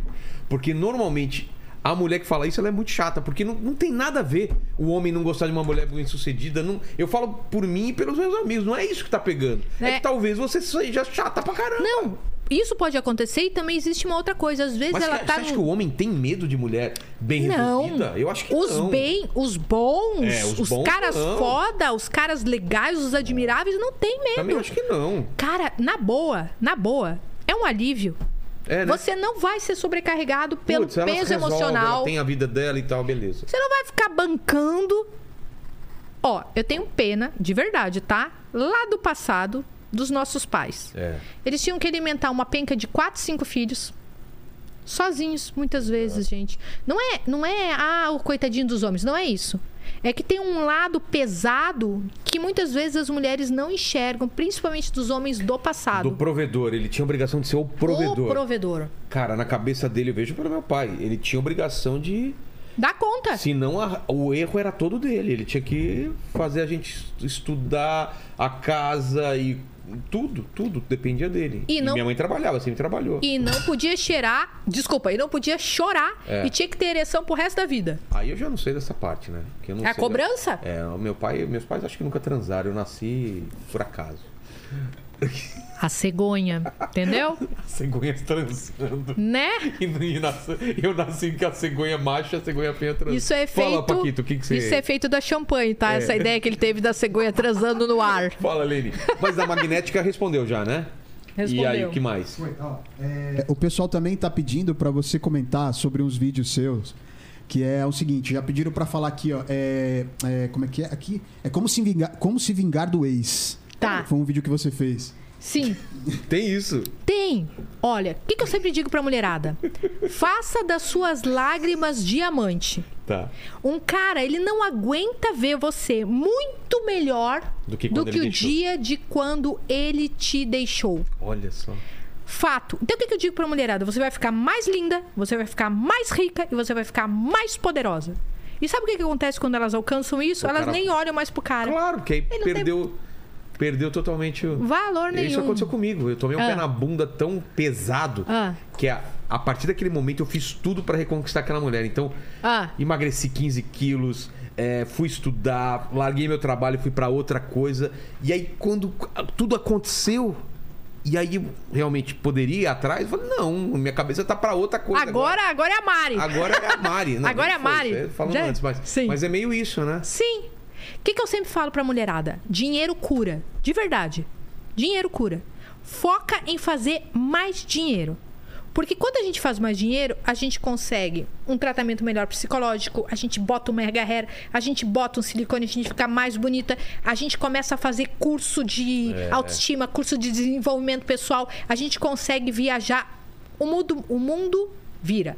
Porque normalmente a mulher que fala isso ela é muito chata, porque não, não tem nada a ver o homem não gostar de uma mulher bem sucedida. Não, eu falo por mim e pelos meus amigos, não é isso que tá pegando. É, É. que talvez você seja chata pra caramba. Não, isso pode acontecer e também existe uma outra coisa. Às vezes Mas ela cara, tá você acha no- que o homem tem medo de mulher bem resolvida? é Eu acho que os não. bem, os bons, É, os os, bons caras não. foda, os caras legais, os admiráveis não tem Também medo. acho que não. Cara, na boa, na boa, é um alívio. É, né? Você não vai ser sobrecarregado pelo Putz, ela se peso resolve, Ela emocional. tem a vida dela e tal, beleza. Você não vai ficar bancando. Ó, eu tenho pena, de verdade, tá? Lá do passado, dos nossos pais. É. Eles tinham que alimentar uma penca de quatro, cinco filhos. Sozinhos, muitas vezes, gente. Não é, não é, ah, o coitadinho dos homens, não é isso. É que tem um lado pesado que muitas vezes as mulheres não enxergam, principalmente dos homens do passado. Do provedor, ele tinha obrigação de ser o provedor. O provedor. Cara, na cabeça dele, eu vejo pelo meu pai, ele tinha obrigação de. Dá conta. Senão a- o erro era todo dele. Ele tinha que fazer a gente est- estudar a casa e tudo, tudo dependia dele. E não- minha mãe trabalhava, sempre trabalhou. E não podia cheirar, desculpa, e não podia chorar É. e tinha que ter ereção pro resto da vida. Aí eu já não sei dessa parte, né? Porque eu não É a sei da- cobrança? É, o meu pai, meus pais acho que nunca transaram, eu nasci por acaso. A cegonha, entendeu? *laughs* Cegonhas transando. né? E não- e nasce- eu nasci com a cegonha macho e a cegonha fêmea transando. Isso é feito. Fala, Paquito, o que, que você. É. Isso é feito da champanhe, tá? Essa ideia que ele teve da cegonha transando no ar. Fala, Lene. Mas a magnética respondeu já, né? E aí, Respondeu. o que mais? É, O pessoal também tá pedindo pra você comentar sobre uns vídeos seus. Que é o seguinte, já pediram pra falar aqui, ó. É, é, como é que é? Aqui é como se vingar, como se vingar do ex. Tá. Foi um vídeo que você fez. Sim, Tem isso. tem. Olha, o que, que eu sempre digo pra mulherada? Faça das suas lágrimas diamante. Tá. Um cara, ele não aguenta ver você muito melhor Do que quando ele o deixou. dia de quando ele te deixou. Olha só. Fato. Então o que, que eu digo pra mulherada? Você vai ficar mais linda, você vai ficar mais rica e você vai ficar mais poderosa. E sabe o que, que acontece quando elas alcançam isso? O elas cara- nem olham mais pro cara. Claro, porque aí não tem- perdeu. Perdeu totalmente o. Valor nenhum. Isso aconteceu comigo. Eu tomei um Ah. pé na bunda tão pesado Ah. que a, a partir daquele momento eu fiz tudo pra reconquistar aquela mulher. Então, Ah. emagreci 15 quilos, é, fui estudar, larguei meu trabalho, fui pra outra coisa. E aí, quando tudo aconteceu, e aí eu realmente poderia ir atrás, eu falei, não, minha cabeça tá pra outra coisa. Agora, agora é a Mari. Agora é a *laughs* Mari. Não, Agora é a nem foi, Mari. é, Falando Já- antes, mas, Sim. mas é meio isso, né? Sim. O que, que eu sempre falo pra mulherada? Dinheiro cura. De verdade. Dinheiro cura. Foca em fazer mais dinheiro. Porque quando a gente faz mais dinheiro, a gente consegue um tratamento melhor psicológico, a gente bota um mega hair, a gente bota um silicone, a gente fica mais bonita, a gente começa a fazer curso de É. autoestima, curso de desenvolvimento pessoal, a gente consegue viajar. O mundo, o mundo vira.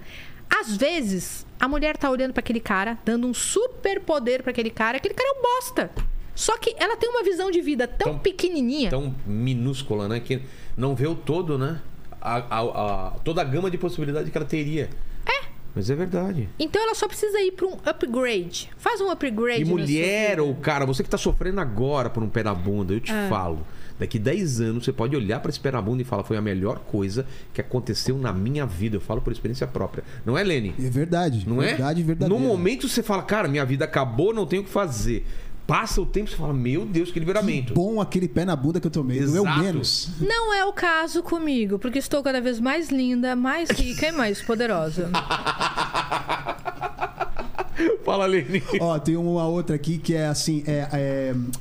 Às vezes, a mulher tá olhando pra aquele cara, dando um super poder pra aquele cara, aquele cara é um bosta. Só que ela tem uma visão de vida tão, Tão- pequenininha. tão minúscula, né? Que não vê o todo, né? A, a- a- toda a gama de possibilidade que ela teria. É. Mas é verdade. Então ela só precisa ir pra um upgrade. Faz um upgrade. E na mulher sua vida. ou cara, você que tá sofrendo agora por um pé na bunda, eu te falo. Daqui 10 anos você pode olhar pra esse pé na bunda e falar: foi a melhor coisa que aconteceu na minha vida. Eu falo por experiência própria. Não é, Lene? E É verdade. Não verdade é? verdadeira. No momento você fala, cara, minha vida acabou, não tenho o que fazer. passa o tempo e você fala, meu Deus, que liberamento. Bom aquele pé na bunda que eu tomei. Doeu Exato. *laughs* menos. Não é o caso comigo, porque estou cada vez mais linda, mais rica e mais *laughs* poderosa. Fala, Leni. Ó, tem uma outra aqui que é assim: é,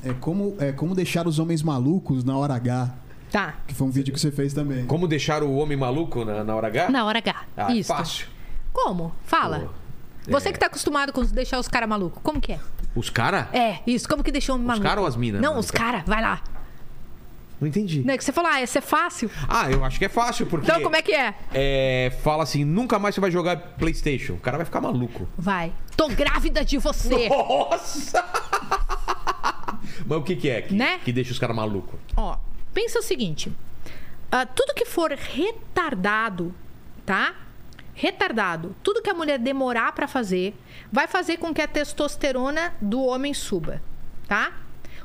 é, é como, é como deixar os homens malucos na hora H. Tá. Que foi um vídeo que você fez também. Como deixar o homem maluco na, na hora H? Na hora H. Ah, Isso. fácil. Como? Fala. Pô, Você é. que tá acostumado com deixar os caras malucos, como que é? Os caras? É, isso. Como que deixou o homem maluco? cara ou as mina? Não, os caras. Vai lá. Não entendi. Não é que você falou, ah, essa é fácil. Ah, eu acho que é fácil, porque. Então, como é que é? É, fala assim, nunca mais você vai jogar Playstation. O cara vai ficar maluco. Vai. Tô grávida de você. *laughs* Nossa! Mas o que, que é que, Né? que deixa os caras malucos? Ó, pensa o seguinte: ah, tudo que for retardado, tá? Retardado, tudo que a mulher demorar pra fazer, vai fazer com que a testosterona do homem suba, tá?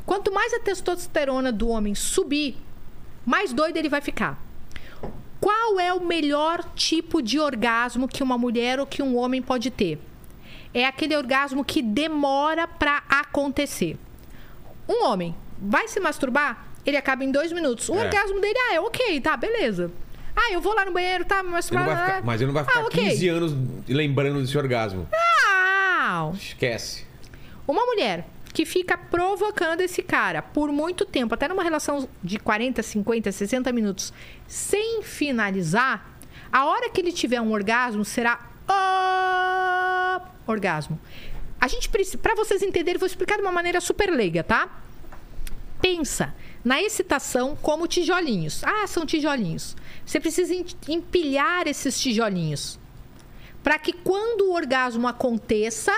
Quanto mais a testosterona do homem subir, mais doido ele vai ficar. Qual é o melhor tipo de orgasmo que uma mulher ou que um homem pode ter? É aquele orgasmo que demora pra acontecer. Um homem vai se masturbar, ele acaba em dois minutos. O É. orgasmo dele, ah, é ok, tá, beleza. Ah, eu vou lá no banheiro, tá, me Ele não masturbar. vai ah, ficar- mas ele não vai ficar ah, ok. 15 anos lembrando desse orgasmo. Ah, Esquece. Uma mulher que fica provocando esse cara por muito tempo, até numa relação de 40, 50, 60 minutos, sem finalizar, a hora que ele tiver um orgasmo será o orgasmo. A gente precisa, para vocês entenderem, eu vou explicar de uma maneira super leiga, tá? pensa na excitação como tijolinhos. Ah, são tijolinhos. Você precisa em- empilhar esses tijolinhos para que quando o orgasmo aconteça,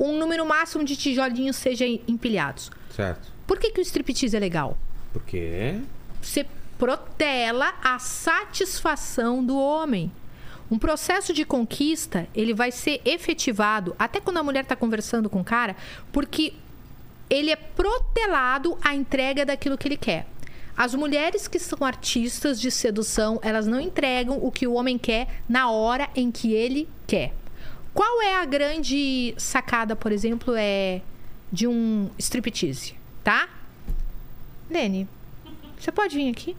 um número máximo de tijolinhos sejam empilhados. Certo. Por que, que o striptease é legal? Porque. Você protela a satisfação do homem. Um processo de conquista, ele vai ser efetivado até quando a mulher está conversando com o cara, porque ele é protelado a entrega daquilo que ele quer. As mulheres que são artistas de sedução, elas não entregam o que o homem quer na hora em que ele quer. Qual é a grande sacada, por exemplo, é de um striptease, tá? Lene, você pode vir aqui?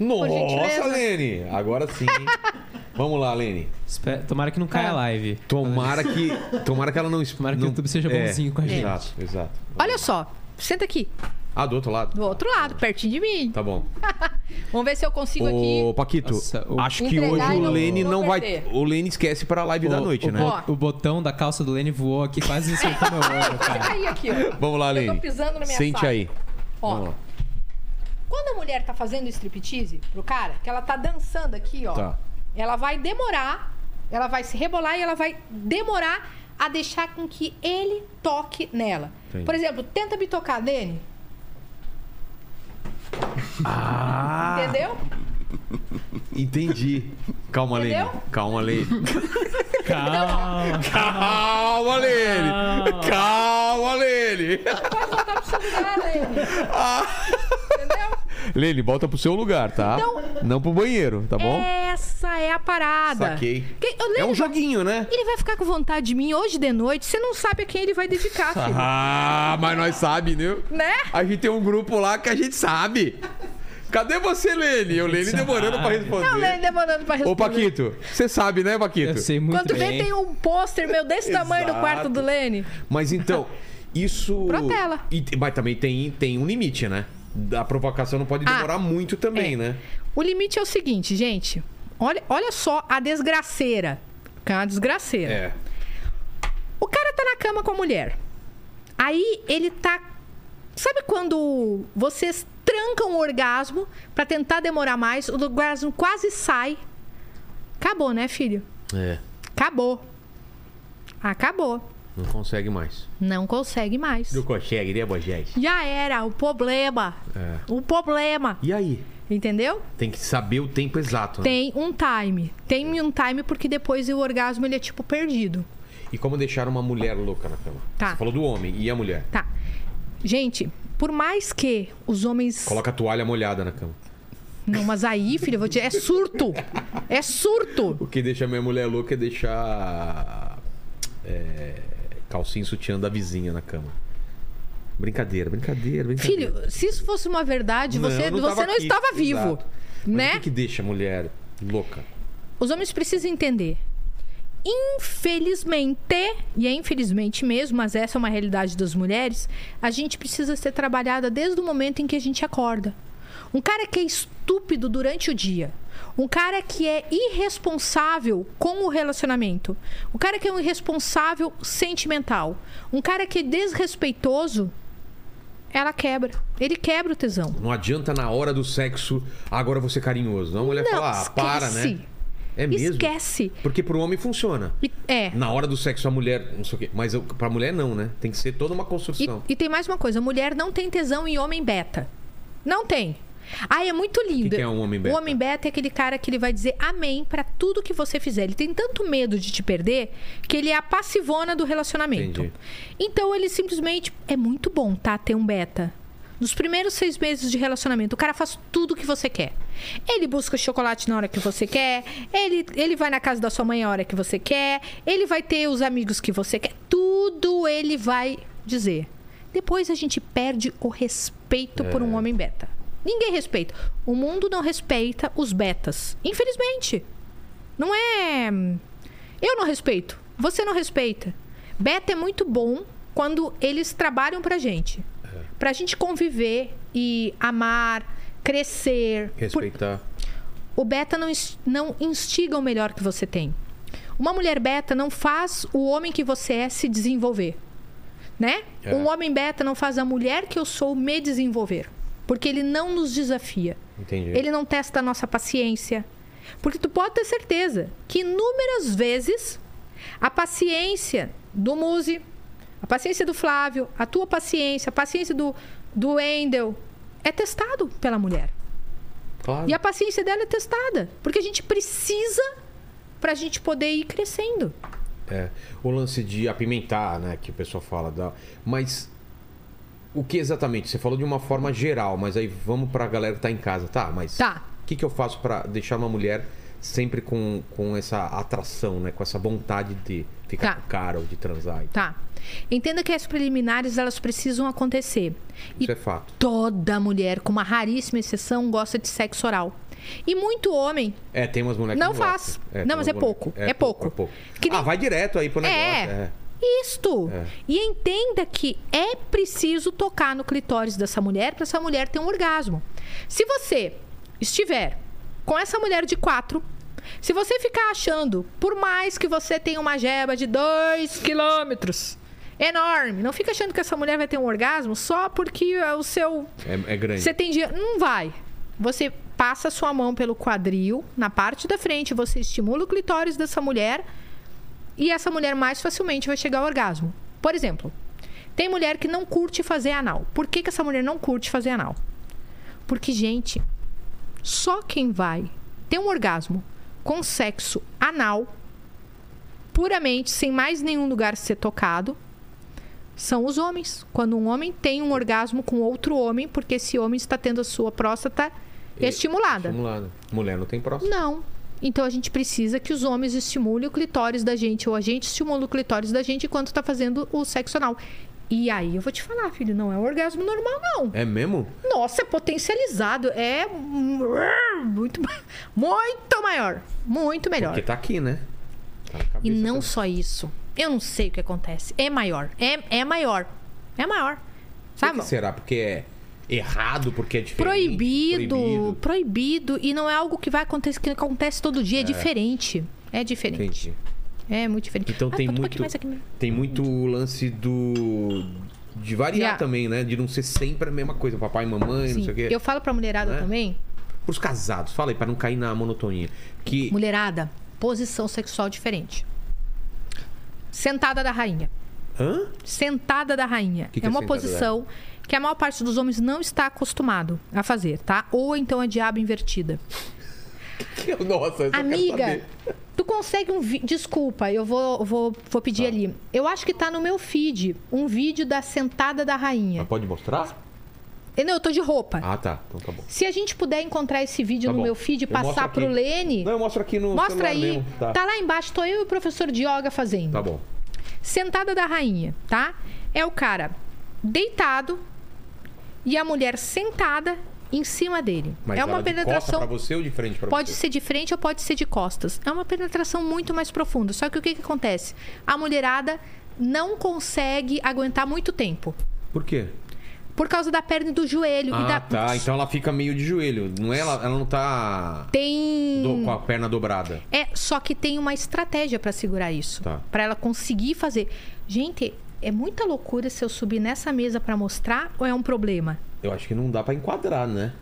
Nossa, gentileza. Lene! Agora sim. hein? *laughs* Vamos lá, Lene. Espera- tomara que não É. caia a live. Tomara que, tomara que ela não... É, Tomara que o YouTube seja bonzinho com a gente. Exato, exato. Olha só, senta aqui, Ah, do outro lado. do outro lado, pertinho de mim. Tá bom. Vamos ver se eu consigo Ô, aqui. Paquito, Nossa, o- acho que Entregar hoje e o não- Lene não não vai... perder. O Lene esquece pra live da noite, o, né? bo- O, botão da calça do Lene voou aqui, quase acertou meu olho, *laughs* Você cara. cair aqui, ó. Vamos lá, Eu tô Lene. pisando na minha Sente saia. aí. Vamos ó. lá. Quando a mulher tá fazendo striptease pro cara, que ela tá dançando aqui, ó. Tá. Ela vai demorar, ela vai se rebolar e ela vai demorar a deixar com que ele toque nela. Entendi. Por exemplo, tenta me tocar, Lene. Ah. Entendeu? Entendi. Calma, Lene. Entendeu? Calma, Lene. Calma. Calma, Lene! Calma, Lene! Pode voltar pro seu lugar, Lene. Ah, Ah. Entendeu? Lene, volta pro seu lugar, tá? Então- Não pro banheiro, tá bom? Essa é a parada. Saquei. Quem- Ô, Lene, É um vai- joguinho, né? Ele vai ficar com vontade de mim hoje de noite. Você não sabe a quem ele vai dedicar, filho. Ah, mas nós sabe, né? Né? A gente tem um grupo lá que a gente sabe. Cadê você, Lene? Eu, Lene, demorando pra responder. Não, Lene demorando pra responder. Ô, Paquito, você sabe, né, Paquito? Eu É, sei muito Quando bem. vê, tem um pôster meu desse tamanho no Exato. quarto do Lene. Mas então, *laughs* isso. Protela. E, mas também tem, tem um limite, né? A provocação não pode Ah, demorar muito também, é. né? O limite é o seguinte, gente. Olha, olha só a desgraceira. Que é uma desgraceira. É. O cara tá na cama com a mulher. Aí ele tá. Sabe quando vocês trancam o orgasmo pra tentar demorar mais? O orgasmo quase sai. Acabou, né, filho? É. Acabou. Acabou. Não consegue mais. Não consegue mais. consegue, né, Bogés? Já era, o problema. É. O problema. E aí? Entendeu? Tem que saber o tempo exato, né? Tem um time. Tem um time porque depois o orgasmo ele é tipo perdido. E como deixar uma mulher louca na cama? Tá. Você falou do homem e a mulher. Tá. Gente, por mais que os homens. Coloca a toalha molhada na cama. Não, mas aí, filho, eu vou te. É surto! É surto! O que deixa minha mulher louca é deixar. É, calcinha e sutiã da vizinha na cama. Brincadeira, brincadeira, brincadeira. Filho, se isso fosse uma verdade, você eu não, você tava não aqui. estava vivo. Exato. Mas Né? O que, que deixa a mulher louca? Os homens precisam entender. Infelizmente, e é infelizmente mesmo, mas essa é uma realidade das mulheres, a gente precisa ser trabalhada desde o momento em que a gente acorda. Um cara que é estúpido durante o dia, um cara que é irresponsável com o relacionamento, um cara que é um irresponsável sentimental, um cara que é desrespeitoso, ela quebra. Ele quebra o tesão. Não adianta na hora do sexo, agora você carinhoso. Não, a mulher Não, fala, ah, para, né? esquece. É mesmo? Esquece. Porque pro homem funciona. E- É. Na hora do sexo, a mulher, não sei o quê. Mas eu, pra mulher, não, né? Tem que ser toda uma E, construção. e tem mais uma coisa: mulher não tem tesão em homem beta. Não tem. Ah, é muito lindo. que que é um homem beta? O homem beta é aquele cara que ele vai dizer amém pra tudo que você fizer. Ele tem tanto medo de te perder que ele é a passivona do relacionamento. Entendi. Então ele simplesmente é muito bom, tá? Ter um beta. Nos primeiros seis meses de relacionamento, o cara faz tudo que você quer. Ele busca chocolate na hora que você quer, ele, ele vai na casa da sua mãe a hora que você quer, ele vai ter os amigos que você quer, tudo ele vai dizer. Depois a gente perde o respeito por um homem beta. Ninguém respeita. O mundo não respeita os betas. Infelizmente. Não é. Eu não respeito. Você não respeita. Beta é muito bom quando eles trabalham pra gente. Pra gente conviver e amar, crescer. Por- Respeitar. O beta não, ins- não instiga o melhor que você tem. Uma mulher beta não faz o homem que você é se desenvolver. Né? É. Um homem beta não faz a mulher que eu sou me desenvolver. Porque ele não nos desafia. Entendi. Ele não testa a nossa paciência. Porque tu pode ter certeza que inúmeras vezes a paciência do Muzi, a paciência do Flávio, a tua paciência, a paciência do, do Wendel é testado pela mulher. Claro. E a paciência dela é testada. Porque a gente precisa pra gente poder ir crescendo. É, o lance de apimentar, né? Que o pessoal fala. Da... Mas o que exatamente? Você falou de uma forma geral, mas aí vamos pra galera que tá em casa. Tá, mas Tá. o que, que eu faço pra deixar uma mulher sempre com, com essa atração, né? Com essa vontade de ficar Tá. com o cara ou de transar. Isso Tá. Entenda que as preliminares elas precisam acontecer. E é fato. toda mulher, com uma raríssima exceção, gosta de sexo oral. E muito homem É, tem umas mulheres Não que faz. gostam. Não, tem mas umas é mulheres- pouco, é pouco. É pouco. Que nem- Ah, vai direto aí pro negócio. É. É. Isto. É. E entenda que é preciso tocar no clitóris dessa mulher para essa mulher ter um orgasmo. Se você estiver com essa mulher de quatro, se você ficar achando, por mais que você tenha uma jeba de dois quilômetros, enorme, não fica achando que essa mulher vai ter um orgasmo só porque é o seu É, é grande. você tem dinheiro. Não vai. Você passa sua mão pelo quadril, na parte da frente, você estimula o clitóris dessa mulher e essa mulher mais facilmente vai chegar ao orgasmo. Por exemplo, tem mulher que não curte fazer anal. Por que, que essa mulher não curte fazer anal? Porque, gente, só quem vai ter um orgasmo com sexo anal, puramente, sem mais nenhum lugar ser tocado, são os homens. Quando um homem tem um orgasmo com outro homem, porque esse homem está tendo a sua próstata E- estimulada. Estimulada. né? Mulher não tem próximo. Não. Então a gente precisa que os homens estimulem o clitóris da gente, ou a gente estimula o clitóris da gente enquanto está fazendo o sexo anal. E aí eu vou te falar, filho, não é um orgasmo normal, não. É mesmo? Nossa, é potencializado. É *laughs* muito, ma- muito maior. Muito melhor. Porque tá aqui, né? Tá na E cabeça não também. só isso. Eu não sei o que acontece. É maior. É, é maior. É maior. Por Sabe? que será? Porque é errado, porque é diferente. Proibido, proibido, E não é algo que vai acontecer, que acontece todo dia. É, diferente. É diferente. Entendi. É muito diferente. Então Ah, tem pode pôr aqui muito. mais aqui mesmo. Tem muito lance do. De variar Yeah. também, né? De não ser sempre a mesma coisa. Papai e mamãe, não Sim. sei o quê. Eu falo pra mulherada Né? também, Pros casados, fala aí, pra não cair na monotonia. Que. mulherada, posição sexual diferente. Sentada da rainha. Hã? *laughs* Sentada da rainha. Que que é é uma sentada da posição que a maior parte dos homens não está acostumado a fazer, tá? Ou então é diabo invertida. Nossa, eu só quero Amiga, saber. *laughs* tu consegue um vídeo. Desculpa, eu vou, vou, vou pedir ali. Eu acho que tá no meu feed um vídeo da sentada da rainha. Mas pode mostrar? Eu, não, eu tô de roupa. Tá Ah, tá. Então tá bom. Se a gente puder encontrar esse vídeo Tá no bom. meu feed e Eu mostro passar aqui. pro Lene. Não, eu mostro aqui no. Mostra celular aí. mesmo. Tá. Tá. lá embaixo, tô eu e o professor de yoga fazendo. Tá bom. Sentada da rainha, tá? É o cara deitado e a mulher sentada em cima dele. Mas é ela uma de costa penetração. pra você ou de frente pra Pode você? ser de frente ou pode ser de costas. É uma penetração muito mais profunda. Só que o que, que acontece? A mulherada não consegue aguentar muito tempo. Por quê? Por causa da perna e do joelho. e da... Ah, tá. Então ela fica meio de joelho. Não é, ela, ela não tá Tem. do- com a perna dobrada. É, só que tem uma estratégia pra segurar isso. Tá. Pra ela conseguir fazer. Gente, é muita loucura se eu subir nessa mesa pra mostrar ou é um problema? Eu acho que não dá pra enquadrar, né?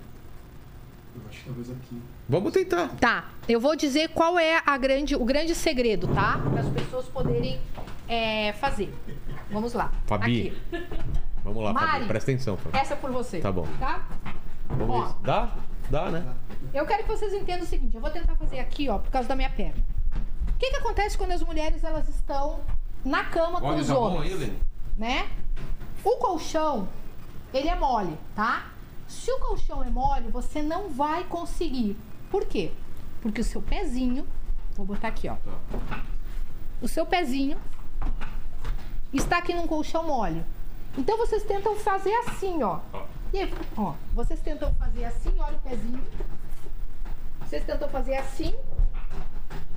Eu acho que talvez aqui. Vamos tentar. Tá, eu vou dizer qual é a grande, o grande segredo, tá? Para as pessoas poderem é, fazer. Vamos lá. Fabi. Aqui. Vamos lá, Fabi. Mari. Presta atenção, Fabi. Essa é por você. Tá bom. Tá? Vamos ver. se- Dá? Dá, né? Eu quero que vocês entendam o seguinte, eu vou tentar fazer aqui, ó, por causa da minha perna. O que que acontece quando as mulheres elas estão na cama com os homens? Lene? né? O colchão, ele é mole, tá? Se o colchão é mole, você não vai conseguir. Por quê? Porque o seu pezinho, vou botar aqui, ó. O seu pezinho está aqui num colchão mole. Então vocês tentam fazer assim, ó. E aí, ó, vocês tentam fazer assim, olha o pezinho. Vocês tentam fazer assim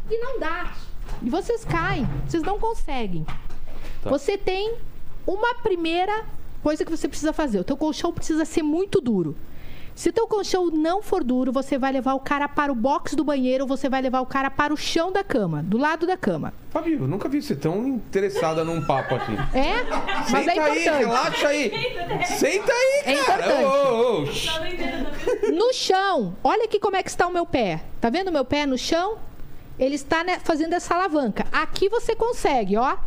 e não dá. E vocês caem, vocês não conseguem. Tá. Você tem uma primeira coisa que você precisa fazer. O teu colchão precisa ser muito duro. Se teu colchão não for duro, você vai levar o cara para o box do banheiro ou você vai levar o cara para o chão da cama, do lado da cama. Fabi, eu nunca vi você tão interessada num papo aqui. É? Mas é Senta aí, importante. relaxa *laughs* aí. Senta aí, É cara. importante. Ô, ô, ô, shh. Tá vendendo. No chão, olha aqui como é que está o meu pé. Tá vendo o meu pé no chão? Ele está né, fazendo essa alavanca. Aqui você consegue, ó.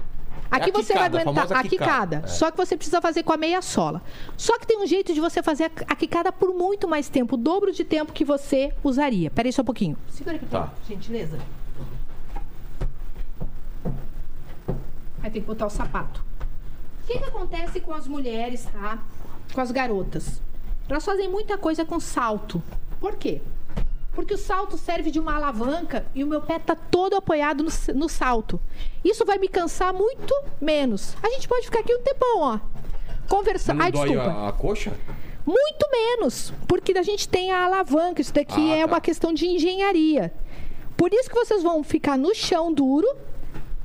Aqui É a você quicada, vai a aguentar famosa a quicada. quicada. É. Só que você precisa fazer com a meia sola. Só que tem um jeito de você fazer a- a quicada por muito mais tempo, o dobro de tempo que você usaria. Pera aí só um pouquinho. Segura aqui, Tá. por gentileza. Aí tem que botar o sapato. O que, que acontece com as mulheres, tá? Com as garotas? Elas fazem muita coisa com salto. Por quê? Porque o salto serve de uma alavanca e o meu pé tá todo apoiado no, s- no salto. Isso vai me cansar muito menos. A gente pode ficar aqui um tempão, ó. Conversando. Não Ai, dói desculpa. a, a coxa? Muito menos, porque a gente tem a alavanca. Isso daqui Ah, é tá. uma questão de engenharia. Por isso que vocês vão ficar no chão duro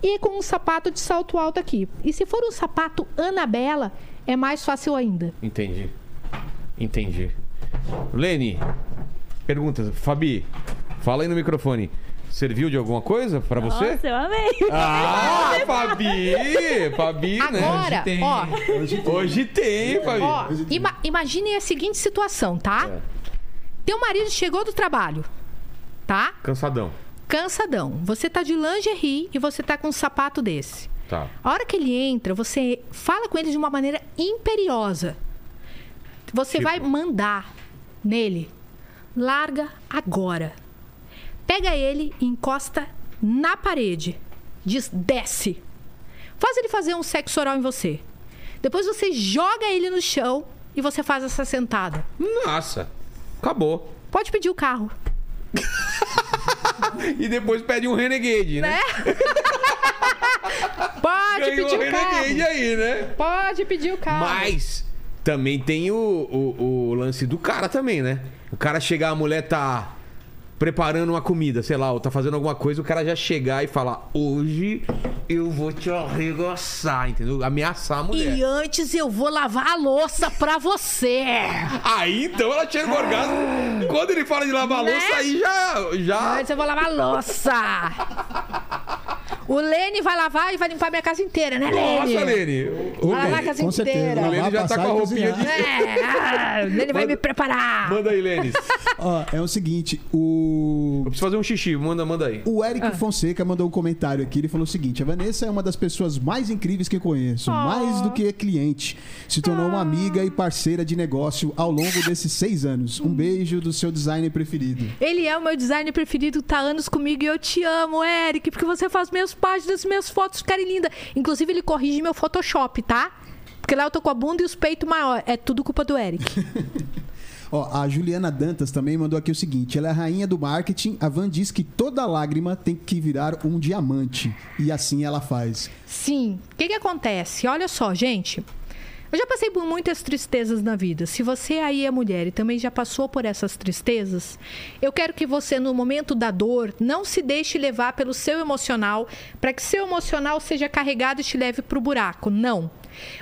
e com um sapato de salto alto aqui. E se for um sapato Anabela, é mais fácil ainda. Entendi. Entendi. Lene, pergunta. Fabi, fala aí no microfone. Serviu de alguma coisa pra você? Nossa, *laughs* eu amei. *laughs* Ah, Fabi! Fabi, né? Agora, tem. ó, Hoje tem, Fabi. ó ima- imaginem a seguinte situação, tá? É. Teu marido chegou do trabalho, tá? Cansadão. Cansadão. Você tá de lingerie e você tá com um sapato desse. Tá. A hora que ele entra, você fala com ele de uma maneira imperiosa. Você Tipo? vai mandar nele. Larga agora. Pega ele e encosta na parede. Diz, desce. Faz ele fazer um sexo oral em você. Depois você joga ele no chão e você faz essa sentada. Nossa. Acabou. Pode pedir o carro. E depois pede um Renegade, né? Pode Ganhou pedir o o Renegade carro. Ah. aí, né? Pode pedir o carro. Mas também tem o, o, o lance do cara também, né? O cara chegar, a mulher tá preparando uma comida, sei lá, ou tá fazendo alguma coisa, o cara já chegar e falar: Hoje eu vou te arregaçar, entendeu? Ameaçar a mulher. E antes eu vou lavar a louça pra você. Aí então ela chega no orgasmo. Quando ele fala de lavar a Ah. Né? louça, aí já. já... Antes eu vou lavar a louça. O Lene vai lavar e vai limpar minha casa inteira, né, Lene? Nossa, Lene. Ô, Vai lavar a Lene, casa com certeza, inteira. O Lene Lavar, já tá passar com a e roupinha de. cozinhar. É, ah, o Lene vai me *laughs* preparar. Manda aí, *laughs* Lene. Eu Ó, é o seguinte, o. preciso fazer um xixi. Manda, manda aí. O Eric Fonseca mandou um comentário aqui. Ele falou o seguinte: a Vanessa é uma das pessoas mais incríveis que eu conheço, mais do que cliente. Se tornou uma amiga e parceira de negócio ao longo desses seis anos. Um beijo do seu designer preferido. Ele é o meu designer preferido, tá há anos comigo e eu te amo, Eric, porque você faz minhas páginas, minhas fotos ficarem lindas. Inclusive, ele corrige meu Photoshop, tá? Porque lá eu tô com a bunda e os peitos maior. É tudo culpa do Eric. Ó, a Juliana Dantas também mandou aqui o seguinte: ela é a rainha do marketing. A Van diz que toda lágrima tem que virar um diamante. E assim ela faz. Sim. O que, que acontece? Olha só, gente. Eu já passei por muitas tristezas na vida. Se você aí é mulher e também já passou por essas tristezas, eu quero que você, no momento da dor, não se deixe levar pelo seu emocional, para que seu emocional seja carregado e te leve para o buraco. Não.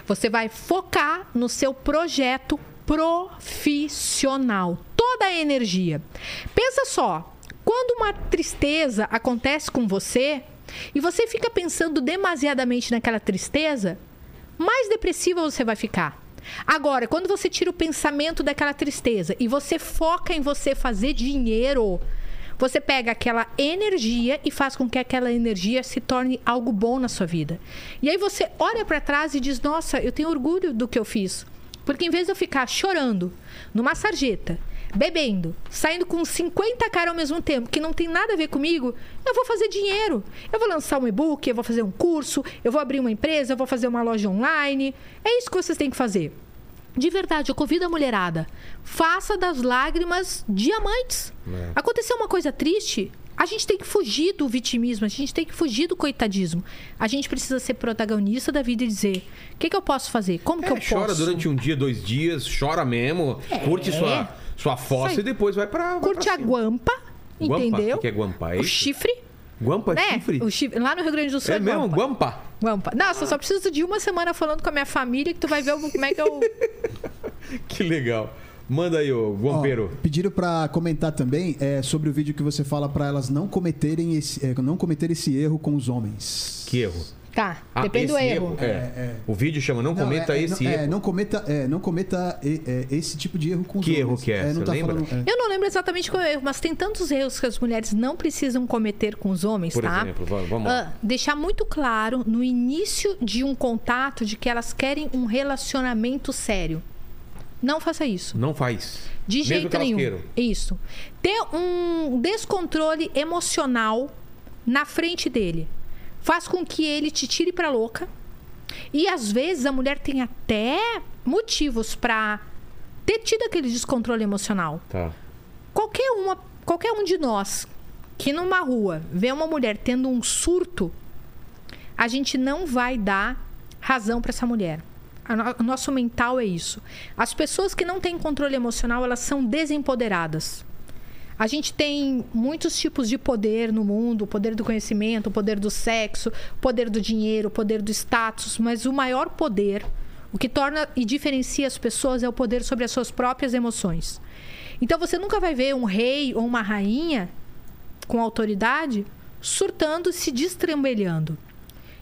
Você vai focar no seu projeto profissional. Toda a energia. Pensa só, quando uma tristeza acontece com você e você fica pensando demasiadamente naquela tristeza, mais depressiva você vai ficar. Agora, quando você tira o pensamento daquela tristeza e você foca em você fazer dinheiro, você pega aquela energia e faz com que aquela energia se torne algo bom na sua vida. E aí você olha para trás e diz: Nossa, eu tenho orgulho do que eu fiz. Porque em vez de eu ficar chorando numa sarjeta, bebendo, saindo com 50 caras ao mesmo tempo, que não tem nada a ver comigo, eu vou fazer dinheiro. Eu vou lançar um e-book, eu vou fazer um curso, eu vou abrir uma empresa, eu vou fazer uma loja online. É isso que vocês têm que fazer. De verdade, eu convido a mulherada. Faça das lágrimas diamantes. É. Aconteceu uma coisa triste, a gente tem que fugir do vitimismo, a gente tem que fugir do coitadismo. A gente precisa ser protagonista da vida e dizer: o que, que eu posso fazer? Como que eu posso? É, chora durante um dia, dois dias, chora mesmo, curte sua, sua fossa Sai. e depois vai pra. vai Curte pra a cima. guampa, Guampa? entendeu? O que é guampa? É o isso? chifre. Guampa é né? chifre? O chifre. Lá no Rio Grande do Sul É mesmo? Guampa? *laughs* Ah. Guampa. Nossa, eu só preciso de uma semana falando com a minha família que tu vai ver o- como é que *laughs* eu. Que legal. Manda aí, ô Ó, guampeiro. pediram pra comentar também é, sobre o vídeo que você fala pra elas não cometerem esse, é, não cometer esse erro com os homens. Que erro. Tá, Ah, depende do esse erro. É. O vídeo chama Não, Não, Cometa é, é, Esse não, é, Erro. não cometa, é, não cometa e- é, esse tipo de erro com os Que erro homens. que é, não você tá lembra? falando- é. Eu não lembro exatamente qual é o erro, mas tem tantos erros que as mulheres não precisam cometer com os homens, Por tá? exemplo, va- vamos lá. Ah, deixar muito claro no início de um contato de que elas querem um relacionamento sério. Não faça isso. Não faz. De Mesmo jeito que elas nenhum. queiram. Isso. Ter um descontrole emocional na frente dele faz com que ele te tire pra louca. E às vezes a mulher tem até motivos pra ter tido aquele descontrole emocional Tá. qualquer uma, qualquer um de nós que numa rua vê uma mulher tendo um surto, a gente não vai dar razão para essa mulher. A no- o nosso mental é isso. As pessoas que não têm controle emocional, elas são desempoderadas. A gente tem muitos tipos de poder no mundo: o poder do conhecimento, o poder do sexo, o poder do dinheiro, o poder do status, mas o maior poder, o que torna e diferencia as pessoas, é o poder sobre as suas próprias emoções. Então você nunca vai ver um rei ou uma rainha com autoridade surtando, se destrambelhando.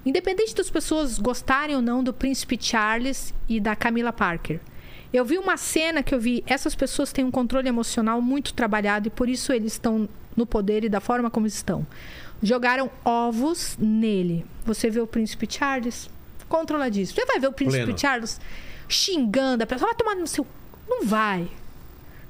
Independente das pessoas gostarem ou não do príncipe Charles e da Camila Parker. Eu vi uma cena que eu vi, essas pessoas têm um controle emocional muito trabalhado e por isso eles estão no poder e da forma como estão. Jogaram ovos nele. Você vê o príncipe Charles controladíssimo. Você vai ver o príncipe Pleno. Charles xingando a pessoa, vai tomar no seu. Não vai.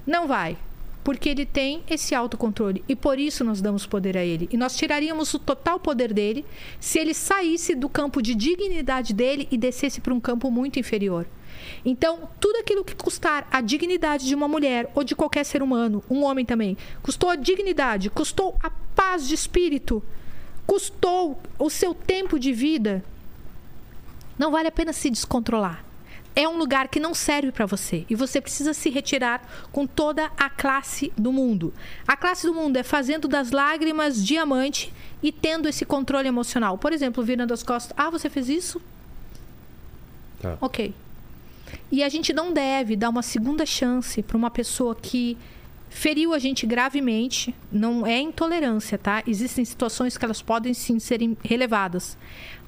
Não vai. Porque ele tem esse autocontrole. E por isso nós damos poder a ele. E nós tiraríamos o total poder dele se ele saísse do campo de dignidade dele e descesse para um campo muito inferior. Então, tudo aquilo que custar a dignidade de uma mulher ou de qualquer ser humano, um homem também, custou a dignidade, custou a paz de espírito, custou o seu tempo de vida, não vale a pena se descontrolar. É um lugar que não serve para você e você precisa se retirar com toda a classe do mundo. A classe do mundo é fazendo das lágrimas diamante e tendo esse controle emocional. Por exemplo, virando as costas, ah, você fez isso? Tá. Ok. E a gente não deve dar uma segunda chance para uma pessoa que feriu a gente gravemente. Não é intolerância, tá? Existem situações que elas podem sim serem relevadas.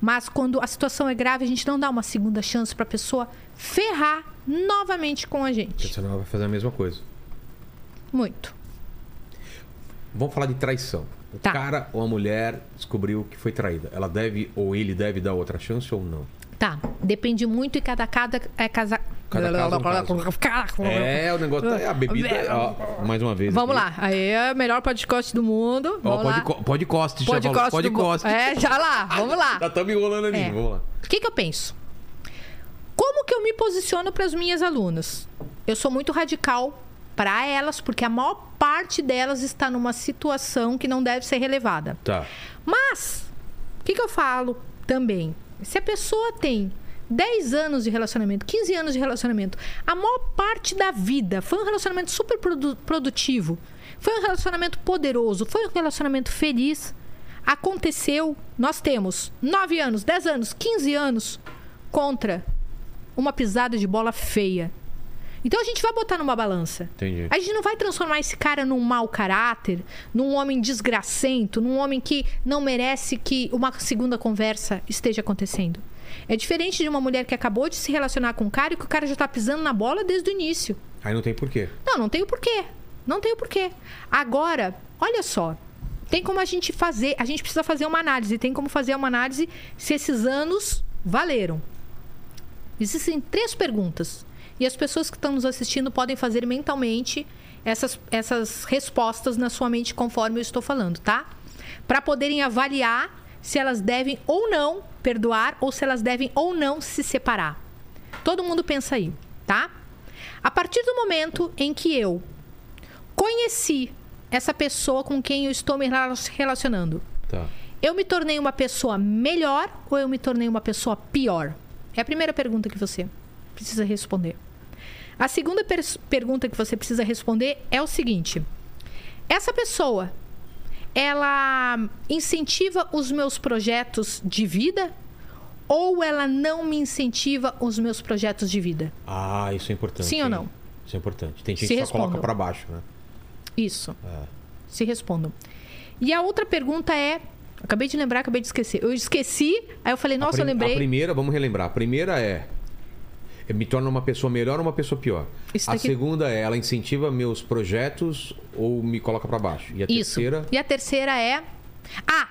Mas quando a situação é grave, a gente não dá uma segunda chance para a pessoa ferrar novamente com a gente. Senão ela vai fazer a mesma coisa. Muito. Vamos falar de traição. O Tá. cara ou a mulher descobriu que foi traída. Ela deve ou ele deve dar outra chance ou não? Tá. Depende muito e cada cada é casa. Cada caso é um caso. É, o negócio tá, a bebida. ó, mais uma vez. É, Vamos aqui. lá. Aí é o melhor podcast do mundo. Ó, Vamos pode, lá. co- pode coste, já Podcast falou. pode do... coste. É, já lá. Vamos lá. Já estamos enrolando ali. É. Vamos lá. O que, que eu penso? Como que eu me posiciono para as minhas alunas? Eu sou muito radical para elas, porque a maior parte delas está numa situação que não deve ser relevada. Tá. Mas, o que, que eu falo também? Se a pessoa tem 10 anos de relacionamento, 15 anos de relacionamento, a maior parte da vida foi um relacionamento super produ- produtivo, foi um relacionamento poderoso, foi um relacionamento feliz. Aconteceu, nós temos 9 anos, 10 anos, 15 anos contra uma pisada de bola feia. Então a gente vai botar numa balança. Entendi. A gente não vai transformar esse cara num mau caráter, num homem desgracento, num homem que não merece que uma segunda conversa esteja acontecendo. É diferente de uma mulher que acabou de se relacionar com um cara e que o cara já tá pisando na bola desde o início. Aí não tem porquê. Não, não tem o porquê. Não tem o porquê. Agora, olha só. Tem como a gente fazer, a gente precisa fazer uma análise. Tem como fazer uma análise se esses anos valeram. Existem três perguntas. E as pessoas que estão nos assistindo podem fazer mentalmente essas, essas respostas na sua mente conforme eu estou falando, tá? Para poderem avaliar se elas devem ou não perdoar ou se elas devem ou não se separar. Todo mundo pensa aí, tá? A partir do momento em que eu conheci essa pessoa com quem eu estou me rela- relacionando, Tá. eu me tornei uma pessoa melhor ou eu me tornei uma pessoa pior? É a primeira pergunta que você precisa responder. A segunda pers- pergunta que você precisa responder é o seguinte: essa pessoa ela incentiva os meus projetos de vida ou ela não me incentiva os meus projetos de vida? Ah, isso é importante. Sim ou hein? não? Isso é importante. Tem gente Se que só respondam. coloca pra baixo, né? Isso. É. Se respondam. E a outra pergunta é. Acabei de lembrar, acabei de esquecer. Eu esqueci, aí eu falei, A nossa, eu prim- A lembrei. primeira, vamos relembrar. A primeira é. eu Me torna uma pessoa melhor ou uma pessoa pior? Isso a daqui- segunda é, ela incentiva meus projetos ou me coloca pra baixo? E É a Isso. terceira. E a terceira é. Ah,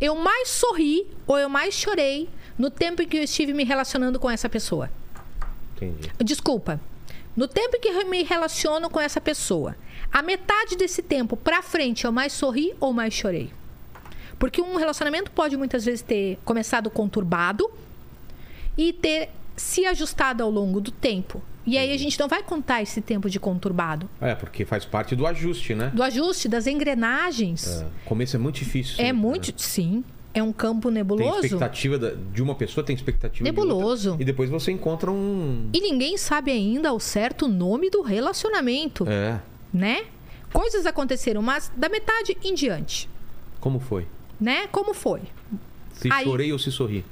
eu mais sorri ou eu mais chorei no tempo em que eu estive me relacionando com essa pessoa. Entendi. Desculpa. No tempo em que eu me relaciono com essa pessoa, a metade desse tempo pra frente eu mais sorri ou mais chorei? Porque um relacionamento pode muitas vezes ter começado conturbado e ter se ajustado ao longo do tempo. E aí a Uhum. gente não vai contar esse tempo de conturbado, É, porque faz parte do ajuste, né? do ajuste, das engrenagens. É. Começo é muito difícil. É sempre, né? muito, sim. É um campo Tem nebuloso. expectativa da- de uma pessoa, tem expectativa de Nebuloso. outra. E depois você encontra um. E ninguém sabe ainda ao certo o nome do relacionamento, É. né? Coisas aconteceram, mas da metade em diante, Como foi? né? Como foi? Se Aí- chorei ou se sorri?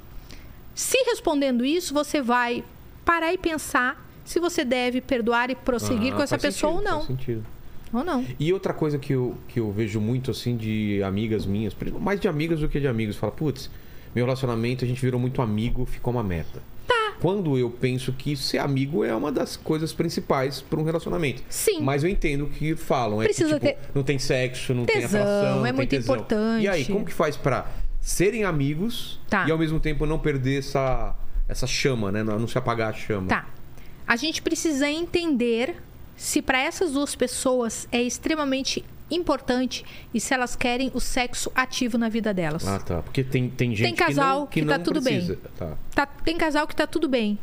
Se respondendo isso, você vai parar e pensar se você deve perdoar e prosseguir Ah, com essa faz pessoa sentido, ou Faz não. sentido. Ou não. E outra coisa que eu, que eu vejo muito, assim, de amigas minhas, mais de amigas do que de amigos, fala, putz, meu relacionamento a gente virou muito amigo, ficou uma meta. Tá. Quando eu penso que ser amigo é uma das coisas principais para um relacionamento. Sim. Mas eu entendo o que falam. É que, Precisa tipo, ter- Não tem sexo, não Tesão, tem atração. não é tem muito tesão. importante. E aí, como que faz para serem amigos Tá. e ao mesmo tempo não perder essa, essa chama, né? Não não se apagar a chama. Tá. A gente precisa entender se para essas duas pessoas é extremamente importante e se elas querem o sexo ativo na vida delas. Ah, tá. Porque tem, tem gente casal que que não, que tá não tudo bem. precisa. Tá. Tá- tem casal que tá tudo bem.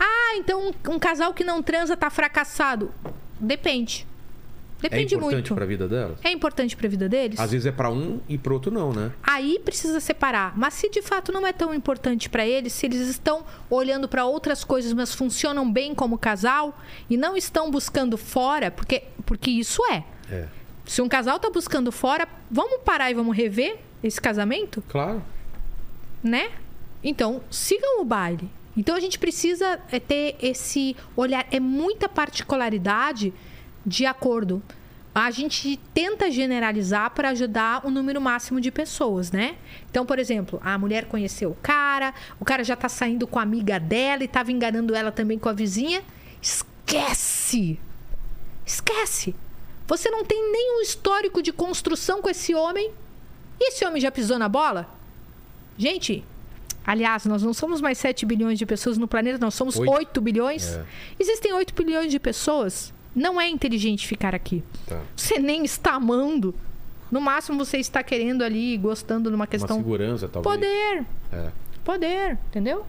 Ah, então um, um casal que não transa tá fracassado. Depende. Depende é importante muito. pra vida delas? É importante pra vida deles? Às vezes é pra um e pro outro não, né? Aí precisa separar. Mas se de fato não é tão importante pra eles, se eles estão olhando pra outras coisas, mas funcionam bem como casal e não estão buscando fora, porque, porque isso é. É. Se um casal tá buscando fora, vamos parar e vamos rever esse casamento? Claro. né? Então, sigam o baile. Então, a gente precisa é, ter esse olhar. É muita particularidade de acordo. A gente tenta generalizar para ajudar o número máximo de pessoas, né? Então, por exemplo, a mulher conheceu o cara, o cara já tá saindo com a amiga dela e tava enganando ela também com a vizinha. Esquece! Esquece! Você não tem nenhum histórico de construção com esse homem. E esse homem já pisou na bola? Gente, aliás, nós não somos mais 7 bilhões de pessoas no planeta, nós somos Oito. 8, bilhões. É. Existem 8 bilhões de pessoas. Não é inteligente ficar aqui. Tá. Você nem está amando. No máximo, você está querendo ali, gostando numa Uma questão. segurança, talvez. poder, É. poder, entendeu?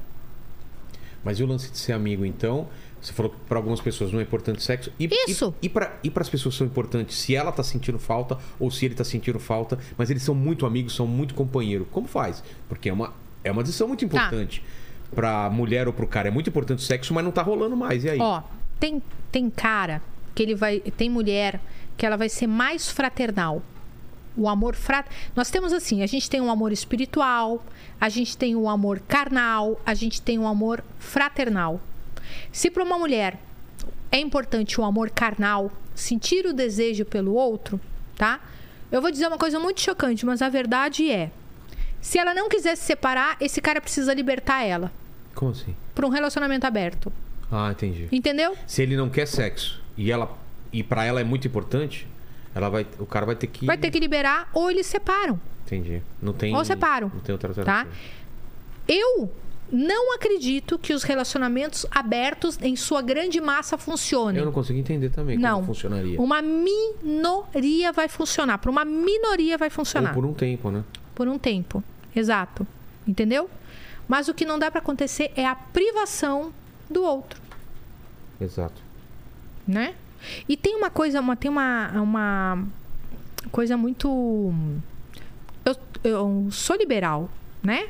Mas e o lance de ser amigo, então? Você falou que pra algumas pessoas não é importante sexo. E, Isso. E, e, pra, e pras pessoas são importantes se ela tá sentindo falta ou se ele tá sentindo falta. Tá. Mas eles são muito amigos, são muito companheiro. Como faz? Porque é uma, é uma decisão muito importante. pra mulher ou pro cara. É muito importante o sexo, mas não tá rolando mais. E aí? Ó, tem, tem cara que ele vai. Tem mulher que ela vai ser mais fraternal. O amor frat. Nós temos assim, a gente tem um amor espiritual, a gente tem um amor carnal, a gente tem um amor fraternal. Se para uma mulher é importante o amor carnal, sentir o desejo pelo outro, tá? Eu vou dizer uma coisa muito chocante, mas a verdade é: se ela não quiser se separar, esse cara precisa libertar ela Como assim? para um relacionamento aberto. Ah, entendi. Entendeu? Se ele não quer sexo e ela e para ela é muito importante, ela vai, o cara vai ter que Vai ter que liberar ou eles separam. Entendi. Não tem Ou separo, Não tem outra tá? alternativa. Eu não acredito que os relacionamentos abertos, em sua grande massa, funcionem. Eu não consigo entender também Não. como funcionaria. Uma minoria vai funcionar. Para uma minoria vai Ou funcionar. por um tempo, né? por um tempo. Exato. Entendeu? Mas o que não dá para acontecer é a privação do outro, Exato. né? E tem uma coisa, uma, tem uma, uma coisa muito. Eu, eu sou liberal, né?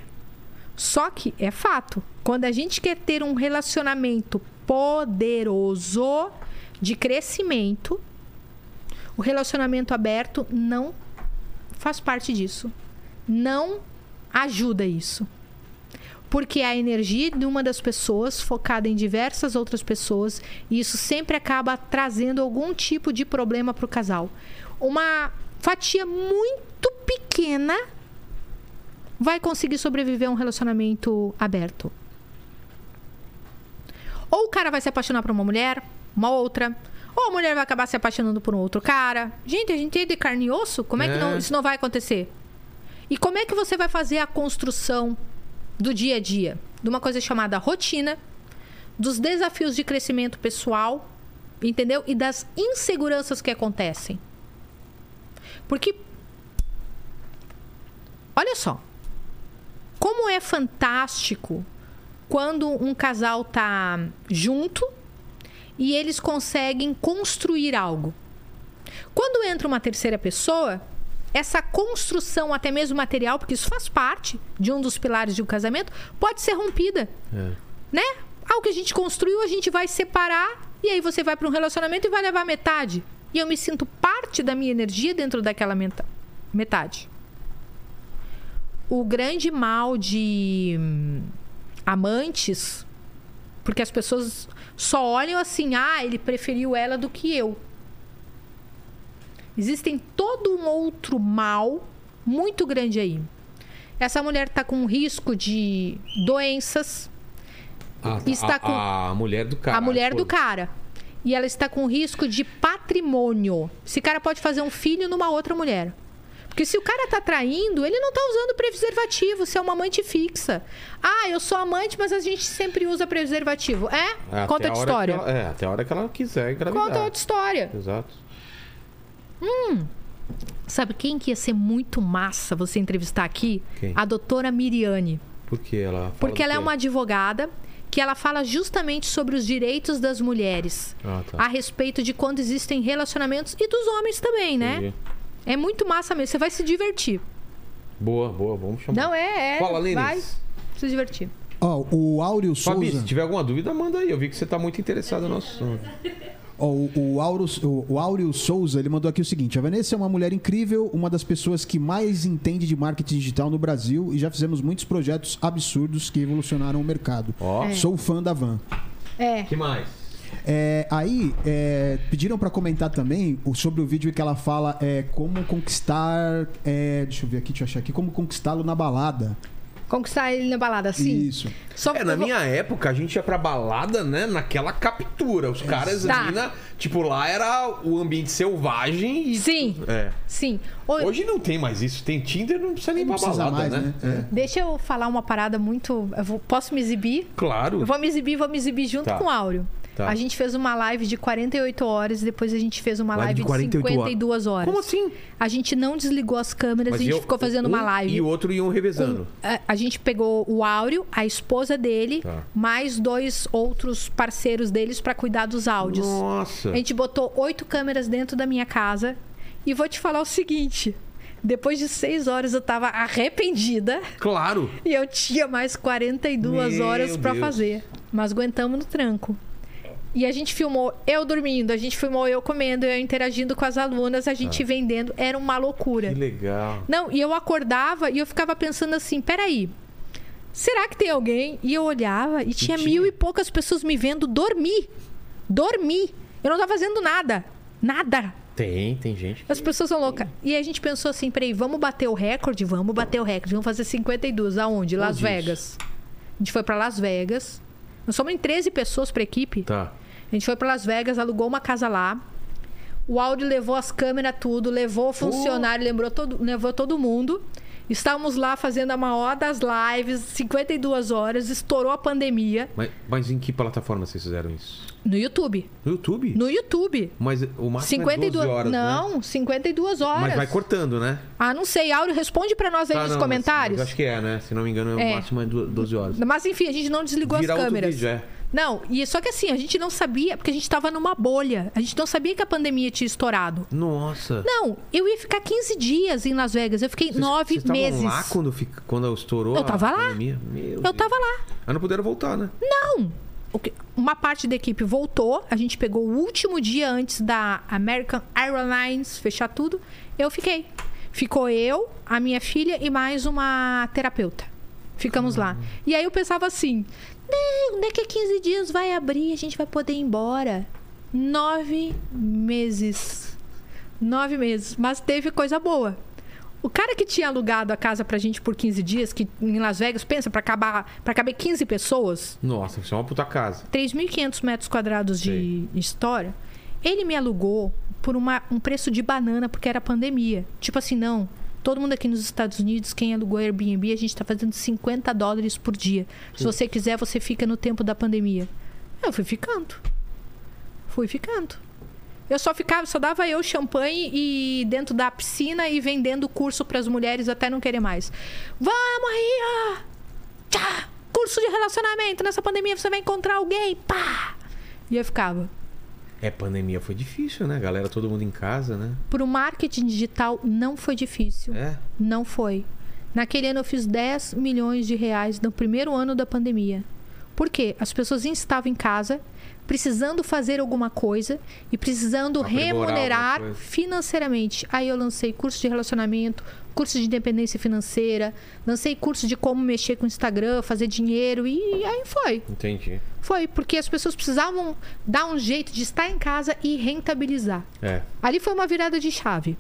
Só que é fato. Quando a gente quer ter um relacionamento poderoso de crescimento, o relacionamento aberto não faz parte disso. Não ajuda isso. Porque a energia de uma das pessoas focada em diversas outras pessoas, e isso sempre acaba trazendo algum tipo de problema para o casal. Uma fatia muito pequena vai conseguir sobreviver a um relacionamento aberto. Ou o cara vai se apaixonar por uma mulher, uma outra. Ou a mulher vai acabar se apaixonando por um outro cara. Gente, a gente é de carne e osso. Como é que É. não- isso não vai acontecer? E como é que você vai fazer a construção do dia a dia? De uma coisa chamada rotina, dos desafios de crescimento pessoal, entendeu? E das inseguranças que acontecem. Porque. Olha só. Como é fantástico quando um casal tá junto e eles conseguem construir algo. Quando entra uma terceira pessoa, essa construção, até mesmo material, porque isso faz parte de um dos pilares de um casamento, pode ser rompida, É. né? Algo que a gente construiu, a gente vai separar e aí você vai para um relacionamento e vai levar metade. E eu me sinto parte da minha energia dentro daquela meta- metade. O grande mal de hum, amantes, porque as pessoas só olham assim, ah, ele preferiu ela do que eu. Existem todo um outro mal muito grande aí. Essa mulher está com risco de doenças, A, Está Ah, a- tá com- a mulher do cara. a mulher do esposa. cara. E ela está com risco de patrimônio. Esse cara pode fazer um filho numa outra mulher. Porque se o cara tá traindo, ele não tá usando preservativo, se é uma amante fixa. Ah, eu sou amante, mas a gente sempre usa preservativo. É, É? até Conta a de hora história. que ela- é, até a hora que ela quiser engravidar. Conta outra história. Exato. Sabe quem que ia ser muito massa você entrevistar aqui? Quem? A doutora Miriane. Por que ela fala Porque do ela é quê? uma advogada que ela fala justamente sobre os direitos das mulheres. Ah, tá. A respeito de quando existem relacionamentos e dos homens também, né? Entendi. É muito massa mesmo. Você vai se divertir. Boa, boa, vamos chamar. Não é? é Tá Fala, Lênis. Vai se divertir. Ó, o Áureo Fabi, Souza. se tiver alguma dúvida, manda aí. Eu vi que você tá muito interessado no assunto. Ó, o, o, Auro, o, o Áureo Souza, ele mandou aqui o seguinte: a Vanessa é uma mulher incrível, uma das pessoas que mais entende de marketing digital no Brasil e já fizemos muitos projetos absurdos que evolucionaram o mercado. Ó. Sou fã da Van. É. que mais? É, aí, é, pediram pra comentar também o- sobre o vídeo que ela fala é, como conquistar. é, deixa eu ver aqui, deixa eu achar aqui. Como conquistá-lo na balada. Conquistar ele na balada, sim. Isso. Só É, na eu vou- minha época, a gente ia pra balada, né? Naquela captura. Os caras, Tá. a mina, tipo, lá era o ambiente selvagem e. Sim, É. sim. Oi, Hoje não tem mais isso. Tem Tinder, não precisa nem Não pra precisa balada, mais, né? né? É. Deixa eu falar uma parada muito. eu vou- Posso me exibir? Claro. Eu vou me exibir, vou me exibir junto Tá. com o Áureo. Tá. A gente fez uma live de 48 horas, depois a gente fez uma Live live, de 48 de 52 horas. Como assim? A gente não desligou as câmeras, Mas a gente eu- ficou fazendo uma um live. E o outro iam revezando. A- A gente pegou o Áureo, a esposa dele, Tá. mais dois outros parceiros deles pra cuidar dos áudios. Nossa. A gente botou oito câmeras dentro da minha casa. E vou te falar o seguinte: Depois de seis horas eu tava arrependida Claro. e eu tinha mais 42 Meu horas pra Deus. fazer. Mas aguentamos no tranco. E a gente filmou eu dormindo, a gente filmou eu comendo, eu interagindo com as alunas, a gente Tá. vendendo. Era uma loucura. Que legal. Não, e eu acordava e eu ficava pensando assim: peraí, será que tem alguém? E eu olhava e tinha, tinha. mil e poucas pessoas me vendo dormir. Dormir. Eu não tava fazendo nada. Nada. Tem, tem gente. As pessoas são loucas. E a gente pensou assim: peraí, vamos bater o recorde? Vamos bater o recorde. Vamos fazer 52. Aonde? Las Vegas. A gente foi pra Las Vegas. Nós somos em 13 pessoas pra equipe. Tá. A gente foi pra Las Vegas, alugou uma casa lá. O áudio levou as câmeras, tudo, levou o Uh! funcionário, lembrou todo, levou todo mundo. Estávamos lá fazendo a maior das lives, 52 horas, estourou a pandemia Mas, mas em que plataforma vocês fizeram isso? no YouTube. No YouTube? No YouTube. Mas o máximo 52 é 12 horas, né? Não, 52 horas. Mas vai cortando, né? Ah, não sei. Áureo, responde pra nós aí Tá, nos não, mas- comentários. mas Acho que é, né? Se não me engano, É. o máximo é du- 12 horas. Mas enfim, a gente não desligou Vira as outro câmeras. vídeo, é. Não, e só que assim, a gente não sabia, porque a gente tava numa bolha. A gente não sabia que a pandemia tinha estourado. Nossa. Não, eu ia ficar 15 dias em Las Vegas. Eu fiquei nove vocês estavam meses. lá quando, fica- quando estourou Eu tava a lá. pandemia? Meu Eu Deus. tava lá. Mas não puderam voltar, né? Não! O que- Uma parte da equipe voltou. A gente pegou o último dia antes da American Airlines fechar tudo. Eu fiquei. Ficou eu, a minha filha e mais uma terapeuta. Ficamos lá. E aí eu pensava assim: "Não, daqui a 15 dias vai abrir, a gente vai poder ir embora. Nove meses. Nove meses. Mas teve coisa boa. O cara que tinha alugado a casa pra gente por 15 dias, que em Las Vegas, pensa, pra, acabar, pra caber 15 pessoas, Nossa, isso é uma puta casa. 3.500 metros quadrados de Sei. história, ele me alugou por uma- um preço de banana, porque era pandemia. Tipo assim, não. Todo mundo aqui nos Estados Unidos, quem alugou Airbnb, a gente está fazendo 50 dólares por dia. Se você quiser, você fica no tempo da pandemia. Eu fui ficando. Fui ficando. Eu só ficava, só dava eu champanhe e dentro da piscina e vendendo curso para as mulheres até não querer mais. Vamos aí, ó! Tchá! Curso de relacionamento. Nessa pandemia você vai encontrar alguém. Pá! E eu ficava. É, pandemia foi difícil, né? Galera, todo mundo em casa, né? Pro marketing digital não foi difícil. É. Não foi. Naquele ano eu fiz 10 milhões de reais no primeiro ano da pandemia. Por quê? As pessoas estavam em casa, precisando fazer alguma coisa e precisando Aprimorar alguma remunerar coisa. financeiramente. Aí eu lancei curso de relacionamento, curso de independência financeira, lancei curso de como mexer com o Instagram, fazer dinheiro e aí foi. Entendi. Foi porque as pessoas precisavam dar um jeito de estar em casa e rentabilizar. É. Ali foi uma virada de chave.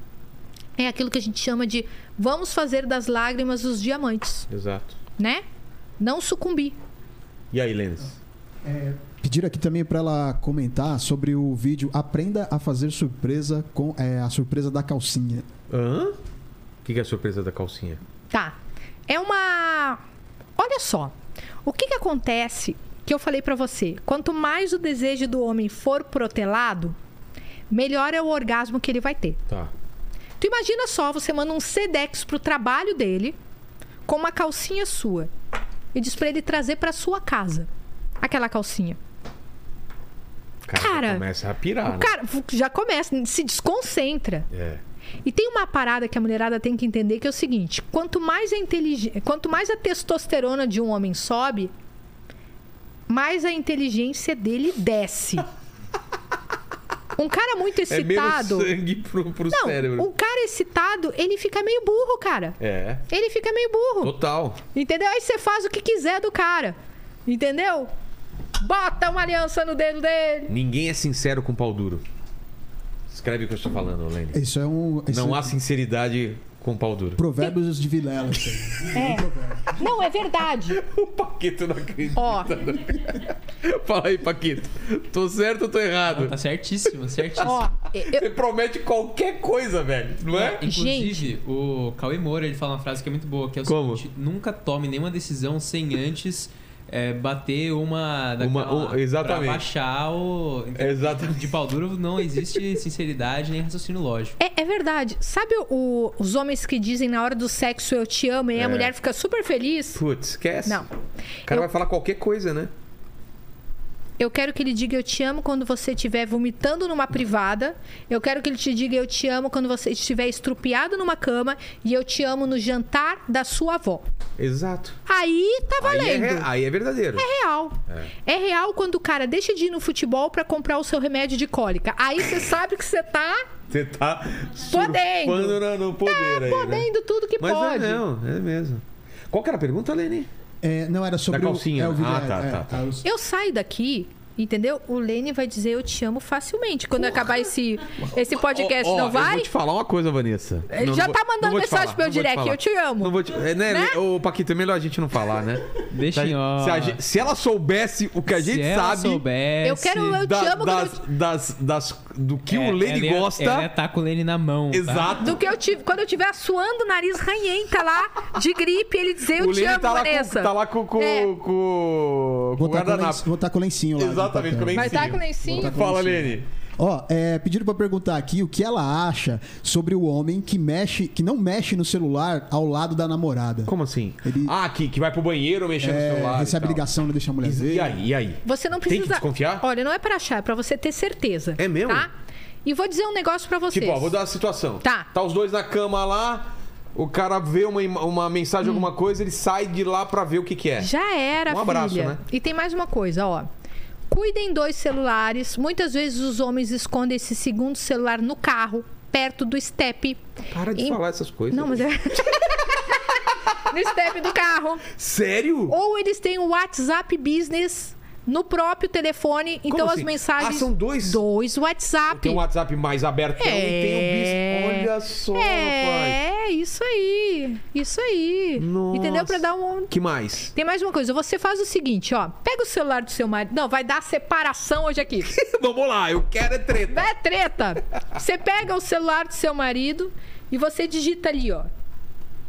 É aquilo que a gente chama de vamos fazer das lágrimas os diamantes, Exato. né? Não sucumbir. E aí, Lênis? Pediram aqui também para ela comentar sobre o vídeo Aprenda a Fazer Surpresa com é, a surpresa da calcinha. Hã? O que, que é a surpresa da calcinha? Tá. É uma. Olha só. O que, que acontece que eu falei pra você? Quanto mais o desejo do homem for protelado, melhor é o orgasmo que ele vai ter. Tá. Tu imagina só, você manda um Sedex pro trabalho dele com uma calcinha sua e diz pra ele trazer pra sua casa aquela calcinha. O Cara, já Cara, começa a pirar, o né? cara já começa, se desconcentra. É. E tem uma parada que a mulherada tem que entender que é o seguinte: quanto mais a inteligen- quanto mais a testosterona de um homem sobe, mais a inteligência dele desce. Um cara muito É menos excitado. sangue pro, pro não, cérebro. um cara excitado, ele fica meio burro, cara. É. Ele fica meio burro. Total. Entendeu? Aí você faz o que quiser do cara. Entendeu? Bota uma aliança no dedo dele. Ninguém é sincero com pau duro. Escreve o que eu estou falando, Lênis. Isso é um. Isso Não é há sinceridade com pau duro. *laughs* Provérbios de Vilela. isso aí. Não, *laughs* é verdade. O Paquito não acredita. Ó, *laughs* Fala aí, Paquito. Tô certo ou tô errado? Tá certíssimo, certíssimo. ó. é, eu- Você promete qualquer coisa, velho. Não é? Inclusive, o Cauê Moura, ele fala uma frase que é muito boa, que é o Como? seguinte, nunca tome nenhuma decisão sem antes é, bater uma... daquela- Uma- um- exatamente. Pra baixar o... Exatamente. De pau duro não *laughs* existe sinceridade nem raciocínio lógico. É, é verdade. Sabe o- os homens que dizem na hora do sexo eu te amo e É. a mulher fica super feliz? Putz, esquece. Não. O cara Eu- vai falar qualquer coisa, né? Eu quero que ele diga eu te amo quando você estiver vomitando numa privada. Eu quero que ele te diga eu te amo quando você estiver estrupiado numa cama. E eu te amo no jantar da sua avó. Exato. Aí tá Aí é, valendo. re- aí é verdadeiro. É real. É. real quando o cara deixa de ir no futebol pra comprar o seu remédio de cólica. Aí *laughs* você sabe que você tá Você tá Podendo. surfando no, no poder aí, né? Tá podendo tudo que Mas pode. é não, é mesmo. Qual que era a pergunta, Leni? É, não, era sobre Da calcinha. O, é, o vídeo, Ah, é, tá, é, tá, tá. os- Eu saio daqui, entendeu? O Lene vai dizer eu te amo facilmente. Quando *laughs* acabar esse, esse podcast, Ó, ó, não Eu vai? vou te falar uma coisa, Vanessa. Ele já vou- tá mandando não vou te mensagem falar, pro meu não vou te direct, falar. eu te amo. Não vou te... É, né, Né? Ô, Paquito, é melhor a gente não falar, né? Se, Deixa a em gente- Tá ó. se a gente- se ela soubesse o que a gente se ela sabe soubesse, Eu quero- eu- te da- amo, das, das, das- do que É, o Lene ela ia- gosta. Ela ia tá com o Lene na mão. tá? Exato. Do que eu tive. Quando eu tiver suando o nariz ranhenta lá, de gripe, ele dizer eu *laughs* o te Lene amo, tá lá, com, Vanessa. tá lá com, com, É. com, com o Vou tacar, o lenço, guardanapo. vou tacar o lencinho lá. de Exatamente, papel. com o Vai tá com lencinho? Vou tá com Fala, lencinho. Lene. Ó, é, pediram pra perguntar aqui o que ela acha sobre o homem que mexe, que não mexe no celular ao lado da namorada. Como assim? Ele- Ah, que, que vai pro banheiro mexer É, no celular. recebe e tal. ligação, não deixa a mulher ver. E aí, e aí? Você não Tem precisa. que desconfiar? Olha, não é pra achar, é pra você ter certeza. É mesmo? Tá? E vou dizer um negócio pra vocês. Tipo, ó, vou dar a situação. Tá. Tá os dois na cama lá, o cara vê uma, im- uma mensagem, alguma coisa, ele sai de lá pra ver o que que é. Hum. Já era, Um abraço, filha. né? E tem mais uma coisa, ó. Cuidem dos celulares. Muitas vezes os homens escondem esse segundo celular no carro, perto do step. Para de Em- falar essas coisas. Não, mas é. *laughs* no step do carro. Sério? Ou eles têm o WhatsApp Business no próprio telefone. Então assim? as mensagens. Ah, são dois? Dois WhatsApp. Tem um WhatsApp mais aberto é um e tem o bis. Olha só, rapaz. É, isso aí. Isso aí. Nossa. Entendeu? Pra dar um. Que mais? *laughs* Tem mais uma coisa. Você faz o seguinte, ó. Pega o celular do seu marido. Não, vai dar separação hoje *laughs* aqui. Vamos lá, eu quero é treta. Vai treta. Você pega o celular do seu marido e você digita ali, ó.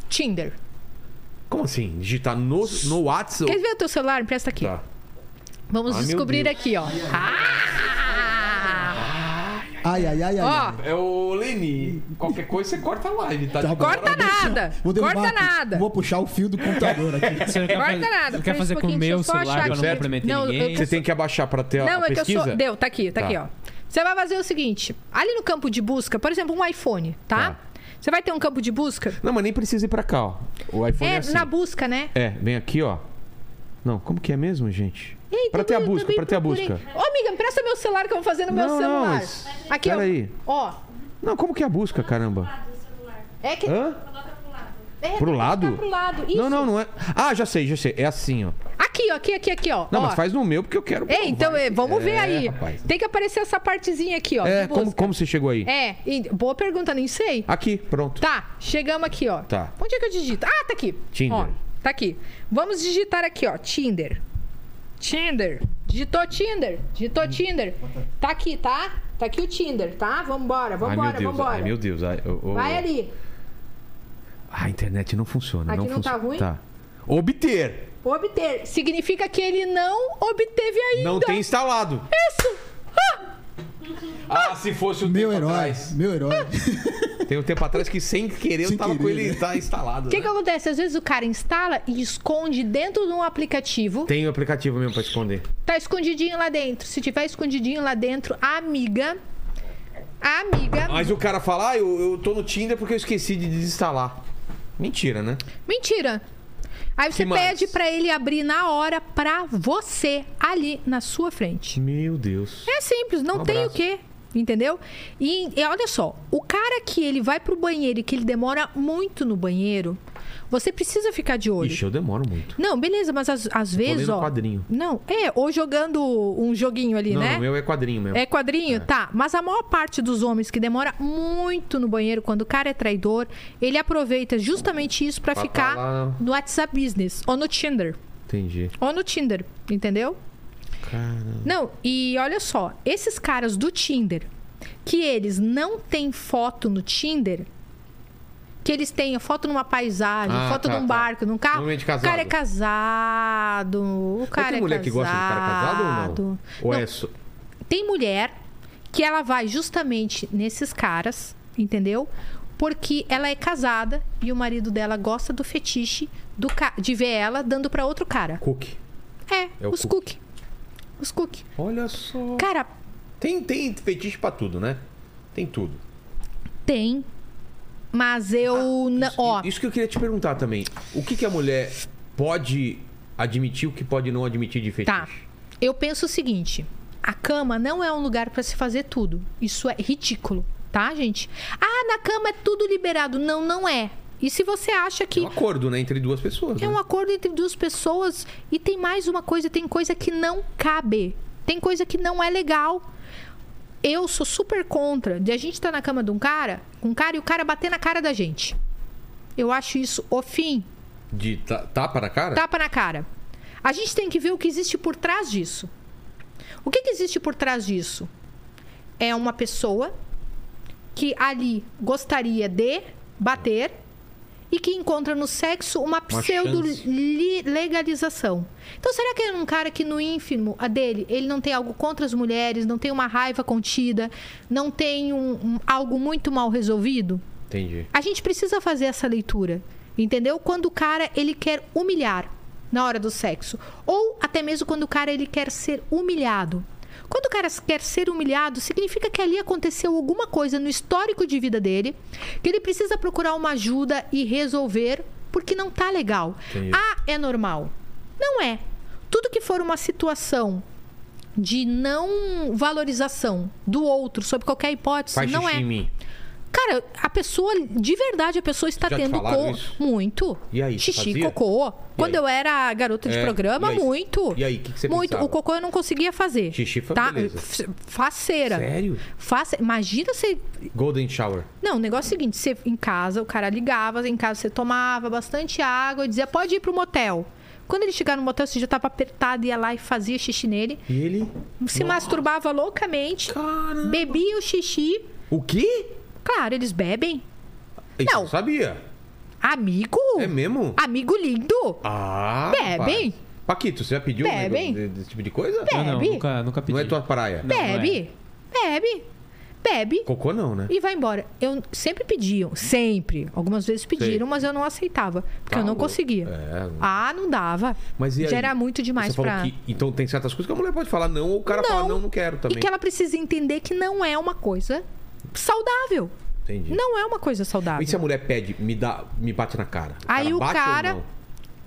Tinder. Como assim? Digitar no, no WhatsApp? Quer ver o teu celular? Empresta aqui. Tá. Vamos Ah, meu descobrir Deus. aqui, ó. Ah! Ai, ai, ai, ai. Ó, ai. É o Leni. Qualquer coisa você corta a live, tá? Tá De bom. cara- corta nada. Vou derrubar Corta aqui. nada. Vou puxar o fio do *laughs* computador aqui. Você não quer Corta fazer, nada, Você espera quer um fazer com o pouquinho, meu deixa eu só celular achar pra não aqui. comprometer Não, eu ninguém? tô- Você tem que abaixar pra ter a Não, é que eu pesquisa? sou. Deu, tá aqui, tá, Tá. aqui, ó. Você vai fazer o seguinte: ali no campo de busca, por exemplo, um iPhone, tá? Tá. Você vai ter um campo de busca? Não, mas nem precisa ir pra cá, ó. O iPhone é, é, assim. na busca, né? É, vem aqui, ó. Não, como que é mesmo, gente? Ei, Pra também- ter a eu busca, também pra ter a procurei. busca. Ô, amiga, me presta meu celular que eu vou fazer no meu Não, não, celular. mas- Aqui, ó. peraí. Ó. Não, como que é a busca, caramba? lado do celular. É que. Hã? É, tem Pro que lado? ficar Pro lado. Isso. Não, não, não é. Ah, já sei, já sei. É assim, ó. Aqui, ó, aqui, aqui, aqui, ó. Não, ó. mas faz no meu porque eu quero. É, então, Vai. é, vamos ver É, aí. rapaz. Tem que aparecer essa partezinha aqui, ó. É, de como, busca. como você chegou aí? É, e- boa pergunta, nem sei. Aqui, pronto. Tá, chegamos aqui, ó. Tá. Onde é que eu digito? Ah, tá aqui. Tinder. Ó, tá aqui. Vamos digitar aqui, ó. Tinder. Tinder. Digitou Tinder. Digitou Tinder. Tá aqui, tá? Tá aqui o Tinder, tá? ai, Vambora, meu vambora, Deus. vambora. Ai, meu Deus. Ai, ô, ô. Vai ali. Ah, a internet não funciona. Aqui não, não tá funciona. ruim? Tá. Obter. Obter. Significa que ele não obteve ainda. Não tem instalado. Isso. Ah, se fosse o Meu tempo herói, atrás. meu herói. Tem um tempo atrás que sem querer eu Sem tava com querer, ele né? tá instalado. O que, né? que acontece? Às vezes o cara instala e esconde dentro de um aplicativo. Tem o aplicativo mesmo pra esconder. Tá escondidinho lá dentro. Se tiver escondidinho lá dentro, a amiga. A amiga. Mas o cara fala, ah, eu, eu tô no Tinder porque eu esqueci de desinstalar. Mentira, né? Mentira. Aí você Que mais? pede pra ele abrir na hora pra você ali na sua frente. Meu Deus. É simples, não Um tem o abraço. quê, entendeu? E, e olha só, o cara que ele vai pro banheiro e que ele demora muito no banheiro, você precisa ficar de olho. Ixi, eu demoro muito. Não, beleza, mas às, às vezes, lendo ó. quadrinho. Não, é, ou jogando um joguinho ali, não, né? o meu é quadrinho mesmo. É quadrinho? Tá. Mas a maior parte dos homens que demora muito no banheiro, quando o cara é traidor, ele aproveita justamente isso pra Pra ficar tá lá. no WhatsApp Business, ou no Tinder. Entendi. Ou no Tinder, entendeu? Cara. Não, e olha só, esses caras do Tinder, que eles não têm foto no Tinder, que eles têm foto numa paisagem, Ah, foto tá, de um tá. barco, de um carro. Normalmente O cara é casado. casado, o cara tem é mulher casado. que gosta de cara casado ou não? Ou é só... Tem mulher que ela vai justamente nesses caras, entendeu? Porque ela é casada e o marido dela gosta do fetiche do ca- de ver ela dando pra outro cara. cookie? É, É o os cook. cookie. Os cookies. Olha só. Cara, Tem, tem fetiche pra tudo, né? Tem tudo. tem. Mas eu. não- ó, Ah, Isso que eu queria te perguntar também. O que, que a mulher pode admitir, o que pode não admitir de fetiche? Tá. Eu penso o seguinte: a cama não é um lugar para se fazer tudo. Isso é ridículo, tá, gente? Ah, na cama é tudo liberado. Não, não é. E se você acha É que um acordo, né? Entre duas pessoas. é né? um acordo entre duas pessoas e tem mais uma coisa, tem coisa que não cabe. Tem coisa que não é legal. Eu sou super contra de a gente estar na cama de um cara, com um cara e o cara bater na cara da gente. Eu acho isso o fim De ta- tapa na cara? Tapa na cara. A gente tem que ver o que existe por trás disso. O que, que existe por trás disso? É uma pessoa que ali gostaria de bater e que encontra no sexo uma chance. pseudo-legalização. Então, será que é um cara que no ínfimo a dele, ele não tem algo contra as mulheres, não tem uma raiva contida, não tem um- um, algo muito mal resolvido? Entendi. A gente precisa fazer essa leitura, entendeu? Quando o cara ele quer humilhar na hora do sexo, ou até mesmo quando o cara ele quer ser humilhado. Quando o cara quer ser humilhado, significa que ali aconteceu alguma coisa no histórico de vida dele, que ele precisa procurar uma ajuda e resolver, porque não tá legal. Entendi. Ah, é normal. Não é. Tudo que for uma situação de não valorização do outro, sob qualquer hipótese, Faz não xixi é. em mim. Cara, a pessoa, de verdade, a pessoa está Já te tendo falaram co- isso? muito. E aí, você Xixi, fazia? cocô. Quando aí? eu era garota de É, programa, e aí? muito. E aí, o que que você Muito. pensava? O cocô eu não conseguia fazer. Xixi foi tá? beleza. F- Faceira. Sério? Face... Imagina você Golden Shower. não, o negócio é o seguinte: você em casa, o cara ligava, em casa você tomava bastante água e dizia, pode ir pro motel. Quando ele chegar no motel, você já tava apertado, ia lá e fazia xixi nele, E ele. se masturbava loucamente, bebia o xixi. O quê? Claro, eles bebem. Isso Não. eu sabia. Amigo? É mesmo? Amigo lindo! Ah, Bebem? rapaz. Paquito, você já pediu um Bebem? negócio de- desse tipo de coisa? Eu não, Bebe? nunca, nunca pedi. Não é tua praia. Não, não é. Bebe, bebe, bebe Cocô não, né? e vai embora. Eu sempre pediam, sempre. Algumas vezes pediram, Sei. mas eu não aceitava, porque Tá eu não louco. conseguia. É, não- Ah, não dava. Mas e aí? Já era muito demais Você falou pra. que- então tem certas coisas que a mulher pode falar não, ou o cara fala não, não quero também. E que ela precisa entender que não é uma coisa saudável. Entendi. Não é uma coisa saudável. E se a mulher pede, me dá, me bate na cara? Aí o bate ou cara-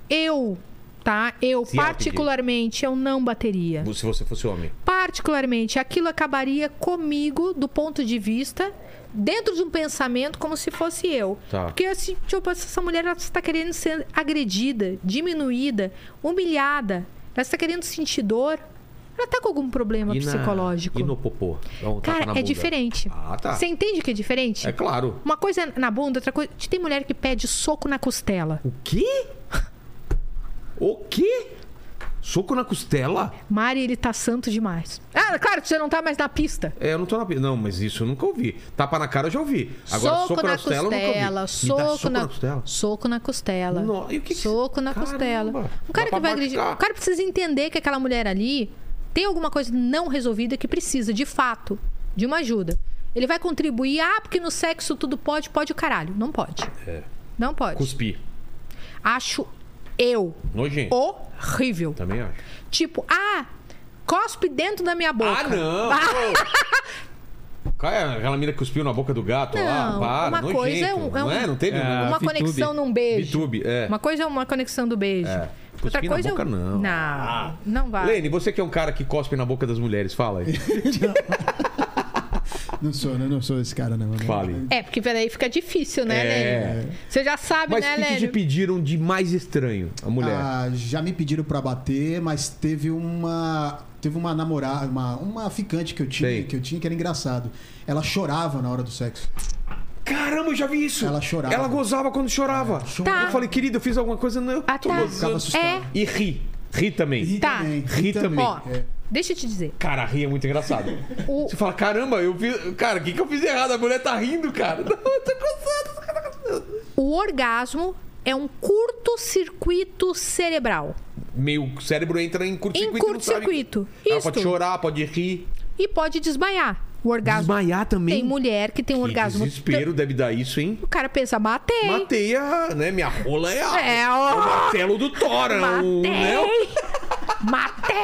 Eu, tá? Eu, Se ela pedir. particularmente, eu não bateria. não? Se você fosse homem. particularmente, aquilo acabaria comigo do ponto de vista dentro de um pensamento como se fosse eu. Tá. Porque assim, tipo, essa mulher ela está querendo ser agredida, diminuída, humilhada. Ela está querendo sentir dor. Ela está com algum problema E na- É psicológico. E no popô? Dá um tapa na Cara, é bunda. diferente. Ah, tá. Você entende que é diferente? É claro. Uma coisa é na bunda, outra coisa. Tem mulher que pede soco na costela. O *laughs* quê? O quê? Soco na costela? Mari, ele tá santo demais. Ah, claro, você não tá mais na pista. É, eu não tô na... Não, mas isso eu nunca ouvi. Tapa na cara eu já ouvi. Agora, soco, na, costela, eu nunca ouvi. Me dá soco, na, costela. soco na costela. No- e o que que soco se- na Caramba, costela. dá O cara pra que vai agredir, marcar. o cara precisa entender que aquela mulher ali tem alguma coisa não resolvida que precisa de fato de uma ajuda. Ele vai contribuir, ah, porque no sexo tudo pode, pode o caralho. Não pode. É. Não pode. Cuspi. Acho eu Nojento. horrível. Também acho. Tipo, ah, cospe dentro da minha boca. Ah, não! pô. Cara, aquela mina que cuspiu na boca do gato lá, Não, para, uma nojento, coisa é um- é não um- é? Não teve? É, um- uma VTube. conexão num beijo. VTube, é. Uma coisa é uma conexão do beijo. É. Outra Cuspir na coisa é boca, o- não. Não, Ah. não vai. Lene, você que é um cara que cospe na boca das mulheres, fala *laughs* aí. *laughs* Não sou, não, não sou esse cara, não. Fale. É, porque peraí fica difícil, né, É. Lênin? Você já sabe, Mas o né, que, que te Lênin? pediram de mais estranho, a mulher? Ah, já me pediram pra bater, mas teve uma teve uma namorada, uma, uma ficante que eu tinha, Sei. que eu tinha que era engraçado. Ela chorava na hora do sexo. Caramba, eu já vi isso. Ela chorava. É. Ela gozava quando chorava. chorava. Eu falei, querida, eu fiz alguma coisa, não. Tá. Ah, tô tá. gozando. Ficava assustado. É. E ri. Ri também. Ri Tá. também, Ri também. Ó, É. deixa eu te dizer. Cara, ri é muito engraçado. O- Você fala, caramba, eu fiz. Cara, o que, que eu fiz errado? A mulher tá rindo, cara. *laughs* Não, eu tô gozando. cara tá gozando. O orgasmo é um curto-circuito cerebral. Meio o cérebro entra em curto-circuito. e Em não sabe- curto-circuito. Ela Isto. pode chorar, pode rir. E pode desmaiar. O orgasmo. Desmaiar também? Tem mulher que tem um Que orgasmo. desespero deve dar isso, hein? O cara pensa, batei. Matei a. Né? Minha rola é a. É, o ó. martelo do Thor. é um- né? Matei!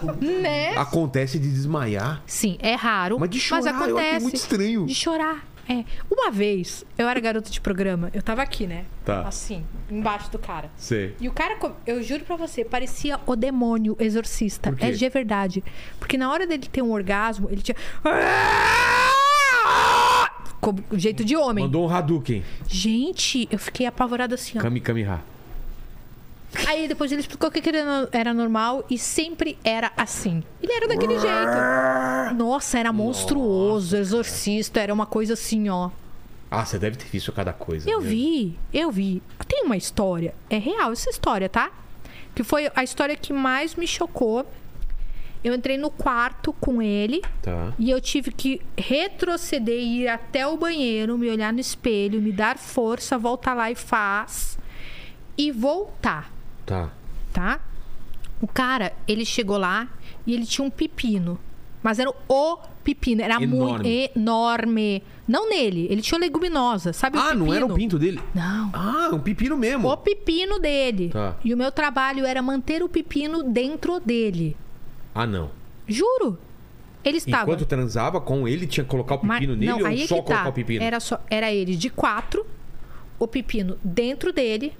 Matei! Né? Acontece de desmaiar. Sim, é raro. Mas de chorar, eu achei acontece. muito estranho. De chorar. É. Uma vez, eu era garota de programa, eu tava aqui, né? Tá. Assim, embaixo do cara. Sei. E o cara, co- eu juro pra você, parecia o demônio exorcista. Por quê? É de verdade. Porque na hora dele ter um orgasmo, ele tinha. Como jeito de homem. Ah! Mandou um Hadouken. Gente, eu fiquei apavorada assim, ó. Kami Kami Ha. Aí depois ele explicou que aquilo era normal e sempre era assim. Ele era daquele jeito. Nossa, era monstruoso, exorcista, era uma coisa assim, ó. Ah, você deve ter visto cada coisa. Eu né? vi, eu vi. Tem uma história, é real essa história, tá? Que foi a história que mais me chocou. Eu entrei no quarto com ele Tá. e eu tive que retroceder e ir até o banheiro, me olhar no espelho, me dar força, voltar lá e faz. E voltar Tá. tá? O cara, ele chegou lá e ele tinha um pepino. Mas era o pepino, era Enorme. muito enorme. Não nele, ele tinha leguminosa, sabe o Ah, pepino? não era o pinto dele? Não. Ah, um pepino mesmo. O pepino dele. Tá. E o meu trabalho era manter o pepino dentro dele. Ah, não. Juro. Ele estava Enquanto transava com ele, tinha que colocar o Mas- pepino nele não, aí ou é só que tá. colocar o pepino? Era, só, era ele de quatro, o pepino dentro dele.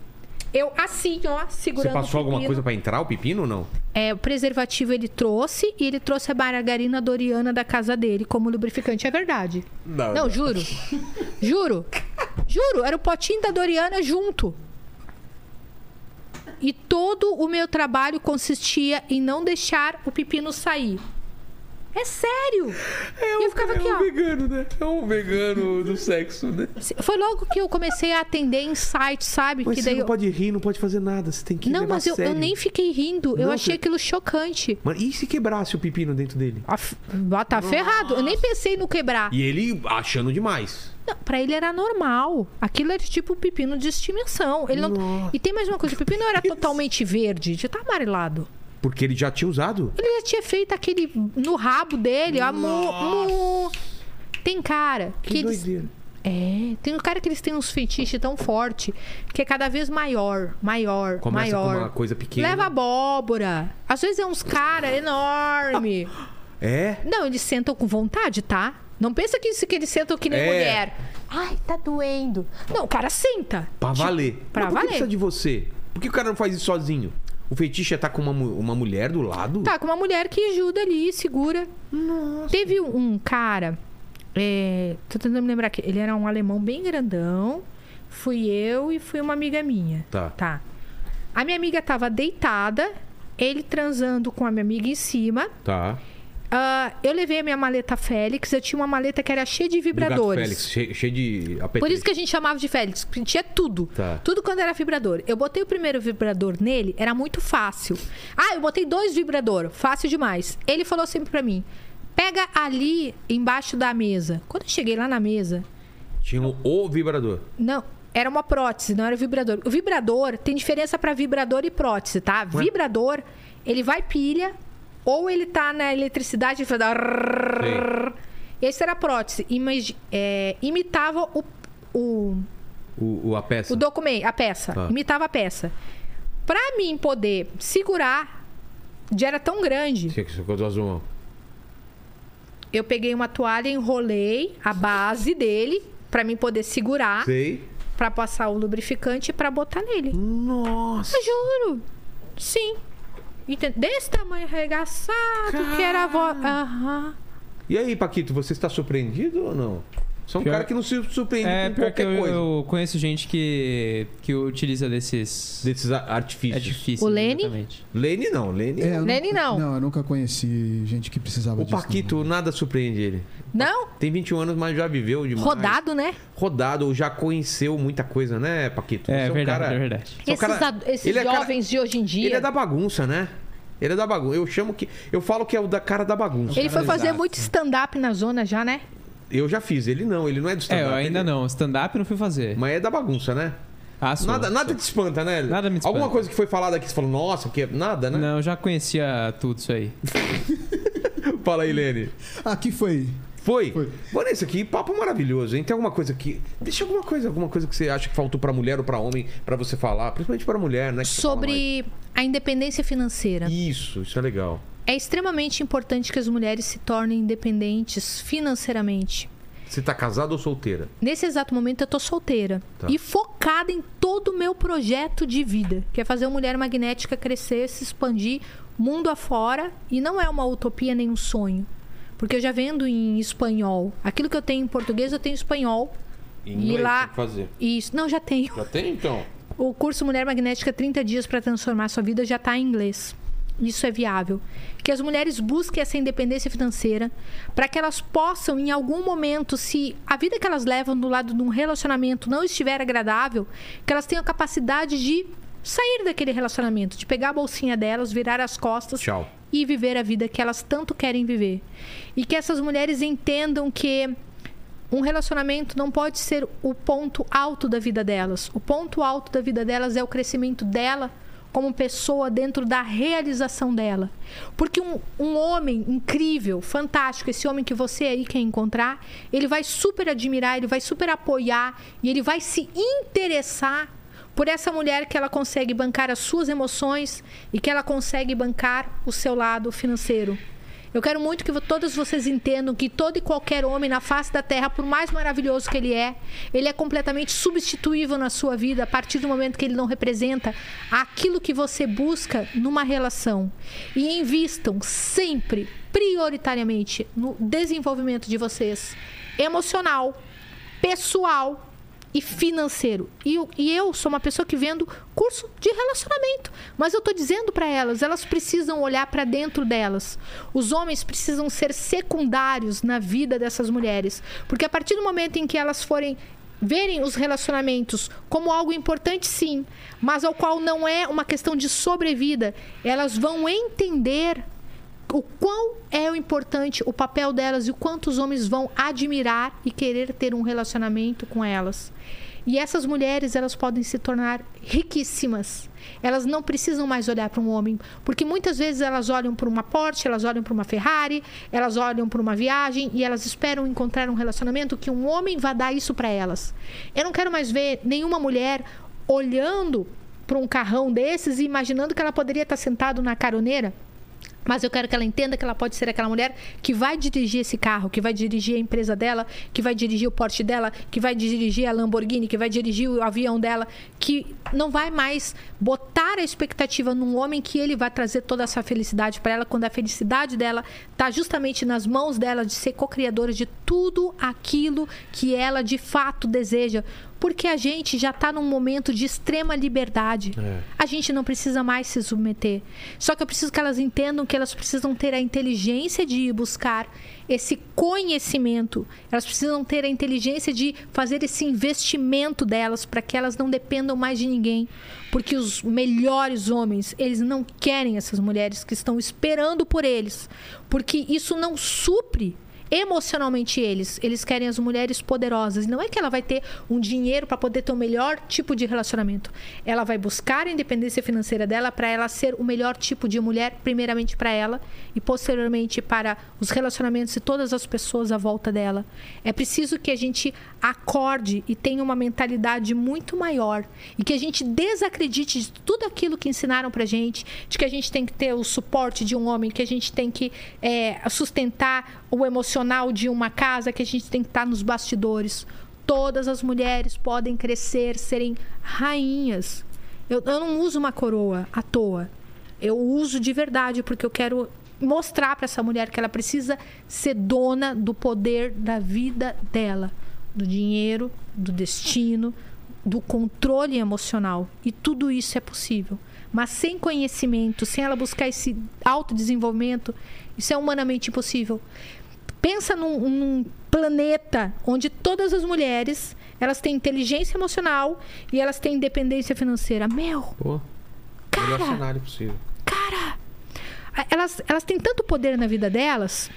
Eu assim, ó, Você segurando passou o pepino. alguma coisa pra entrar o pepino ou não? É, o preservativo ele trouxe e ele trouxe a margarina Doriana da casa dele como lubrificante. É verdade. Não, Não, não. juro. juro. Juro, era o potinho da Doriana junto. E todo o meu trabalho consistia em não deixar o pepino sair. É sério! É e eu ficava aqui, ó. um vegano, né? É um *laughs* vegano do sexo, né? Foi logo que eu comecei a atender em site, sabe? Mas que você daí não eu... pode rir, não pode fazer nada. Você tem que Não, levar mas a eu, eu sério. nem fiquei rindo. eu Não, achei você- aquilo chocante. Mano, e se quebrasse o pepino dentro dele? Ah, f- tá ferrado. Eu nem pensei no quebrar. E ele achando demais. Não, pra ele era normal. Aquilo era tipo um pepino de estimação. Ele não... E tem mais uma coisa: o pepino era totalmente verde, já tá amarelado. Porque ele já tinha usado. Ele já tinha feito aquele no rabo dele, ó. mu- mu. Tem cara que, Que, eles. doideira. É, tem um cara que eles têm uns feitiços tão forte que é cada vez maior, maior, Começa maior. com uma coisa pequena. Leva abóbora. Às vezes é uns cara enorme. É? Não, eles sentam com vontade, tá? Não pensa que, isso- que eles sentam que nem É. mulher. Ai, tá doendo. Não, o cara senta. Tipo, Pra valer. pra Mas por que valer. precisa de você? Por que o cara não faz isso sozinho? O feitiço é estar com uma, mu- uma mulher do lado? Tá com uma mulher que ajuda ali, segura. Teve um um cara. é, tô tentando me lembrar que ele era um alemão bem grandão. Fui eu e fui uma amiga minha. Tá. Tá. A minha amiga tava deitada, ele transando com a minha amiga em cima. Tá. Ah, eu levei a minha maleta Félix, eu tinha uma maleta que era cheia de Do gato vibradores. Félix, che- cheio de apetite. Por isso que a gente chamava de Félix, porque tinha tudo. Tá. Tudo quando era vibrador. Eu botei o primeiro vibrador nele, era muito fácil. Ah, eu botei dois vibrador, fácil demais. Ele falou sempre pra mim: pega ali embaixo da mesa. Quando eu cheguei lá na mesa, Tinha um o vibrador. não, era uma prótese, não era vibrador. O vibrador tem diferença pra vibrador e prótese, tá? Vibrador, ele vai pilha ou ele tá na eletricidade e vai dar. Esse era a prótese. Imagi- é, imitava o- o O, o- a peça. o documento, a peça. Tá. Imitava a peça. Pra mim poder segurar, já era tão grande. Tinha que ser coisa do azul. Eu peguei uma toalha, enrolei a base dele pra mim poder segurar, Sei. pra passar o lubrificante e pra botar nele. Nossa. Eu juro. Sim. Enten- Desse tamanho arregaçado que era a voz. Ah. Aham. E aí, Paquito, você está surpreendido ou não? Você é um Pior- cara que não se surpreende É, com pior que qualquer eu, coisa. eu conheço gente que, que utiliza desses. Desses a- É artifícios. difícil. O Lenny? exatamente. Lene não, Lene. É, eu Nene, nunca- não. Não, eu nunca conheci gente que precisava O disso. não. Paquito, nada surpreende ele. Não? Tem 21 anos, mas já viveu demais. Rodado, né? Rodado, ou já conheceu muita coisa, né, Paquito? É Você um verdade, cara- é verdade. Você é um Esses, cara- ad- esses ele é cara- jovens de hoje em dia. Ele é da bagunça, né? Ele é da bagunça. Eu chamo que. Eu falo que é o da cara da bagunça. Ele foi fazer Exato. muito stand-up na zona já, né? Eu já fiz, ele não, ele não é do É, stand-up. eu ainda ele- não. Stand-up eu não fui fazer. Mas é da bagunça, né? Ah, sou, Nada, sou. nada te espanta, né? Nada me espanta. Alguma coisa que foi falada aqui, você falou, nossa, que nada, né? Não, eu já conhecia tudo isso aí. Fala aí, Lene. Ah, que foi? Foi? Foi. Vanessa, que papo maravilhoso, hein? Tem alguma coisa que. Deixa alguma coisa, alguma coisa que você acha que faltou pra mulher ou pra homem pra você falar, principalmente pra mulher, né? que você fala sobre a independência financeira. mais. Isso, isso é legal. É extremamente importante que as mulheres se tornem independentes financeiramente. Você tá casada ou solteira? Nesse exato momento eu tô solteira Tá. e focada em todo o meu projeto de vida, que é fazer a mulher magnética crescer, se expandir mundo afora e não é uma utopia nem um sonho. Porque eu já vendo em espanhol. Aquilo que eu tenho em português, eu tenho em espanhol. Em E inglês lá- tem que fazer. Isso, não, já tenho. Já tem então? O curso Mulher Magnética 30 dias para transformar sua vida já está em inglês. Isso é viável. Que as mulheres busquem essa independência financeira para que elas possam, em algum momento, se a vida que elas levam do lado de um relacionamento não estiver agradável, que elas tenham a capacidade de sair daquele relacionamento, de pegar a bolsinha delas, virar as costas Tchau. e viver a vida que elas tanto querem viver. E que essas mulheres entendam que um relacionamento não pode ser o ponto alto da vida delas. O ponto alto da vida delas é o crescimento dela como pessoa dentro da realização dela. Porque um, um homem incrível, fantástico, esse homem que você aí quer encontrar, ele vai super admirar, ele vai super apoiar e ele vai se interessar por essa mulher que ela consegue bancar as suas emoções e que ela consegue bancar o seu lado financeiro. Eu quero muito que vo- todas vocês entendam que todo e qualquer homem na face da Terra, por mais maravilhoso que ele é, ele é completamente substituível na sua vida a partir do momento que ele não representa aquilo que você busca numa relação. E invistam sempre, prioritariamente, no desenvolvimento de vocês emocional, pessoal e financeiro. E, o- e eu sou uma pessoa que vendo curso de relacionamento. Mas eu tô dizendo para elas, elas precisam olhar para dentro delas. Os homens precisam ser secundários na vida dessas mulheres. Porque a partir do momento em que elas forem verem os relacionamentos como algo importante sim, mas ao qual não é uma questão de sobrevida, elas vão entender o quão é o importante o papel delas e o quanto os homens vão admirar e querer ter um relacionamento com elas. E essas mulheres, elas podem se tornar riquíssimas. Elas não precisam mais olhar para um homem, porque muitas vezes elas olham para uma Porsche, elas olham para uma Ferrari, elas olham para uma viagem e elas esperam encontrar um relacionamento que um homem vá dar isso para elas. Eu não quero mais ver nenhuma mulher olhando para um carrão desses e imaginando que ela poderia estar sentada na caroneira mas eu quero que ela entenda que ela pode ser aquela mulher que vai dirigir esse carro, que vai dirigir a empresa dela, que vai dirigir o Porsche dela, que vai dirigir a Lamborghini, que vai dirigir o avião dela, que não vai mais botar a expectativa num homem que ele vai trazer toda essa felicidade para ela, quando a felicidade dela está justamente nas mãos dela de ser co-criadora de tudo aquilo que ela de fato deseja. Porque a gente já está num momento de extrema liberdade. A gente não precisa mais se submeter. Só que eu preciso que elas entendam que elas precisam ter a inteligência de ir buscar esse conhecimento. Elas precisam ter a inteligência de fazer esse investimento delas para que elas não dependam mais de ninguém. Porque os melhores homens, eles não querem essas mulheres que estão esperando por eles. Porque isso não supre emocionalmente eles. Eles querem as mulheres poderosas. Não é que ela vai ter um dinheiro para poder ter o melhor tipo de relacionamento. Ela vai buscar a independência financeira dela para ela ser o melhor tipo de mulher, primeiramente para ela e posteriormente para os relacionamentos e todas as pessoas à volta dela. É preciso que a gente acorde e tenha uma mentalidade muito maior e que a gente desacredite de tudo aquilo que ensinaram pra gente, de que a gente tem que ter o suporte de um homem, que a gente tem que é, sustentar o emocional de uma casa, que a gente tem que estar nos bastidores. Todas as mulheres podem crescer, serem rainhas. Eu, eu não uso uma coroa à toa. Eu uso de verdade porque eu quero mostrar pra essa mulher que ela precisa ser dona do poder da vida dela, do dinheiro, do destino, do controle emocional. E tudo isso é possível. Mas sem conhecimento, sem ela buscar esse autodesenvolvimento, isso é humanamente impossível. Pensa num, num planeta onde todas as mulheres elas têm inteligência emocional e elas têm independência financeira. Meu, Pô, melhor cara, cenário possível. cara, a- elas, elas têm tanto poder na vida delas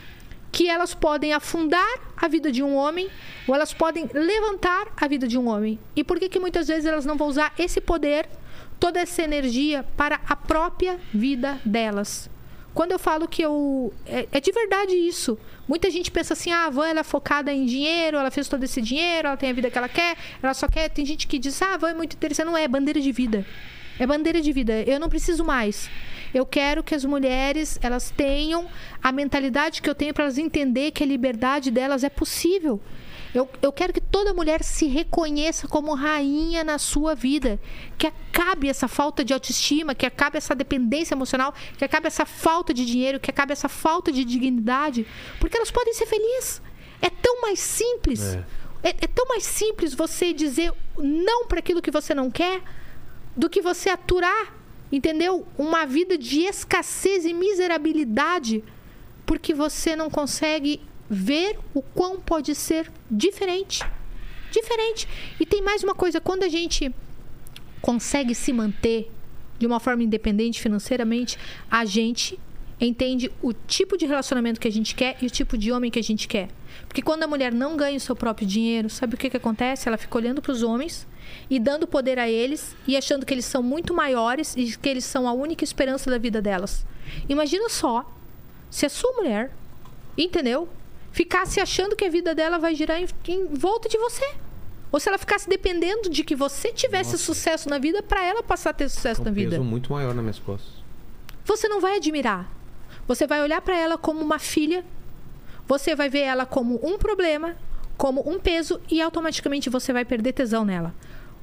que elas podem afundar a vida de um homem ou elas podem levantar a vida de um homem. E por que, que muitas vezes elas não vão usar esse poder, toda essa energia para a própria vida delas? Quando eu falo que eu. É, é de verdade isso. Muita gente pensa assim: ah, a Van ela é focada em dinheiro, ela fez todo esse dinheiro, ela tem a vida que ela quer, ela só quer. Tem gente que diz: ah, a Van é muito interessante. Não é, é bandeira de vida. É bandeira de vida. Eu não preciso mais. Eu quero que as mulheres elas tenham a mentalidade que eu tenho para elas entender que a liberdade delas é possível. Eu, eu quero que toda mulher se reconheça como rainha na sua vida. Que acabe essa falta de autoestima, que acabe essa dependência emocional, que acabe essa falta de dinheiro, que acabe essa falta de dignidade. Porque elas podem ser felizes. É tão mais simples. É, é tão mais simples você dizer não para aquilo que você não quer do que você aturar, entendeu? Uma vida de escassez e miserabilidade porque você não consegue ver o quão pode ser diferente. Diferente. E tem mais uma coisa, quando a gente consegue se manter de uma forma independente financeiramente, a gente entende o tipo de relacionamento que a gente quer e o tipo de homem que a gente quer. Porque quando a mulher não ganha o seu próprio dinheiro, sabe o que, que acontece? Ela fica olhando para os homens e dando poder a eles e achando que eles são muito maiores e que eles são a única esperança da vida delas. Imagina só se a sua mulher, entendeu? Ficasse achando que a vida dela vai girar em, em volta de você. Ou se ela ficasse dependendo de que você tivesse sucesso na vida para ela passar a ter sucesso um na vida. peso muito maior nas minhas costas. Você não vai admirar. Você vai olhar para ela como uma filha. Você vai ver ela como um problema, como um peso e automaticamente você vai perder tesão nela.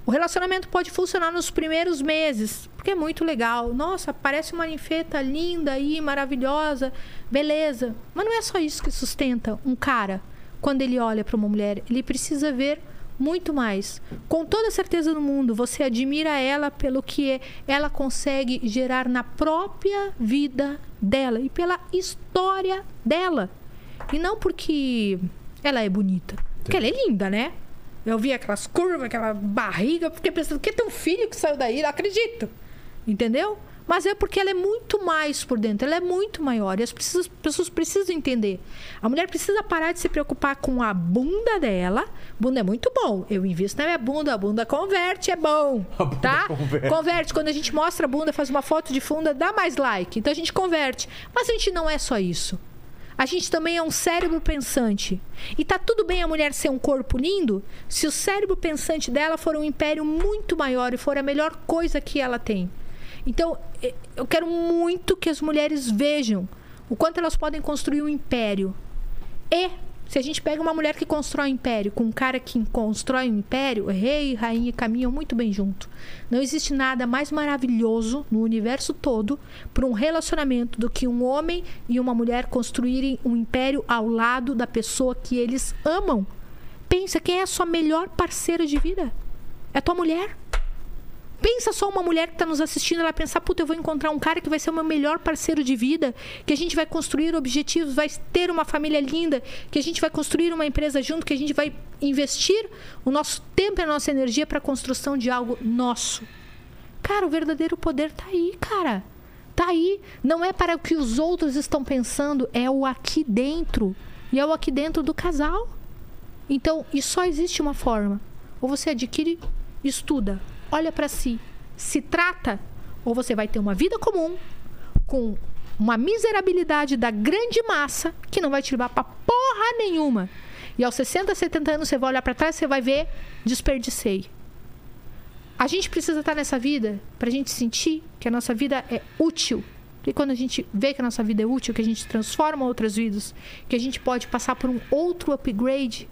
O relacionamento pode funcionar nos primeiros meses, porque é muito legal. Nossa, parece uma ninfeta linda aí, maravilhosa, beleza. Mas não é só isso que sustenta um cara quando ele olha para uma mulher. Ele precisa ver muito mais. Com toda a certeza do mundo, você admira ela pelo que é. ela consegue gerar na própria vida dela e pela história dela. E não porque ela é bonita. Porque ela é linda, né? Eu vi aquelas curvas, aquela barriga, fiquei pensando, que tem um filho que saiu daí, não acredito. Entendeu? Mas é porque ela é muito mais por dentro, ela é muito maior. E as precisas- pessoas precisam entender. A mulher precisa parar de se preocupar com a bunda dela. Bunda é muito bom. Eu invisto na minha bunda, a bunda converte, é bom. tá? Converte. Quando a gente mostra a bunda, faz uma foto de funda, dá mais like. Então a gente converte. Mas a gente não é só isso. A gente também é um cérebro pensante. E tá tudo bem a mulher ser um corpo lindo se o cérebro pensante dela for um império muito maior e for a melhor coisa que ela tem. Então, eh, eu quero muito que as mulheres vejam o quanto elas podem construir um império. E se a gente pega uma mulher que constrói um império com um cara que constrói um império, rei e rainha caminham muito bem junto. Não existe nada mais maravilhoso no universo todo para um relacionamento do que um homem e uma mulher construírem um império ao lado da pessoa que eles amam. Pensa quem é a sua melhor parceira de vida? É tua mulher? Pensa só uma mulher que está nos assistindo, ela pensar, puta, eu vou encontrar um cara que vai ser o meu melhor parceiro de vida, que a gente vai construir objetivos, vai ter uma família linda, que a gente vai construir uma empresa junto, que a gente vai investir o nosso tempo e a nossa energia para a construção de algo nosso. Cara, o verdadeiro poder tá aí, cara. Tá aí. Não é para o que os outros estão pensando, é o aqui dentro. E é o aqui dentro do casal. Então, e só existe uma forma. Ou você adquire, estuda, olha para si, se trata, ou você vai ter uma vida comum com uma miserabilidade da grande massa que não vai te levar pra porra nenhuma. E aos 60, 70 anos você vai olhar para trás, você vai ver desperdicei. A gente precisa estar nessa vida pra gente sentir que a nossa vida é útil. E quando a gente vê que a nossa vida é útil, que a gente transforma outras vidas, que a gente pode passar por um outro upgrade,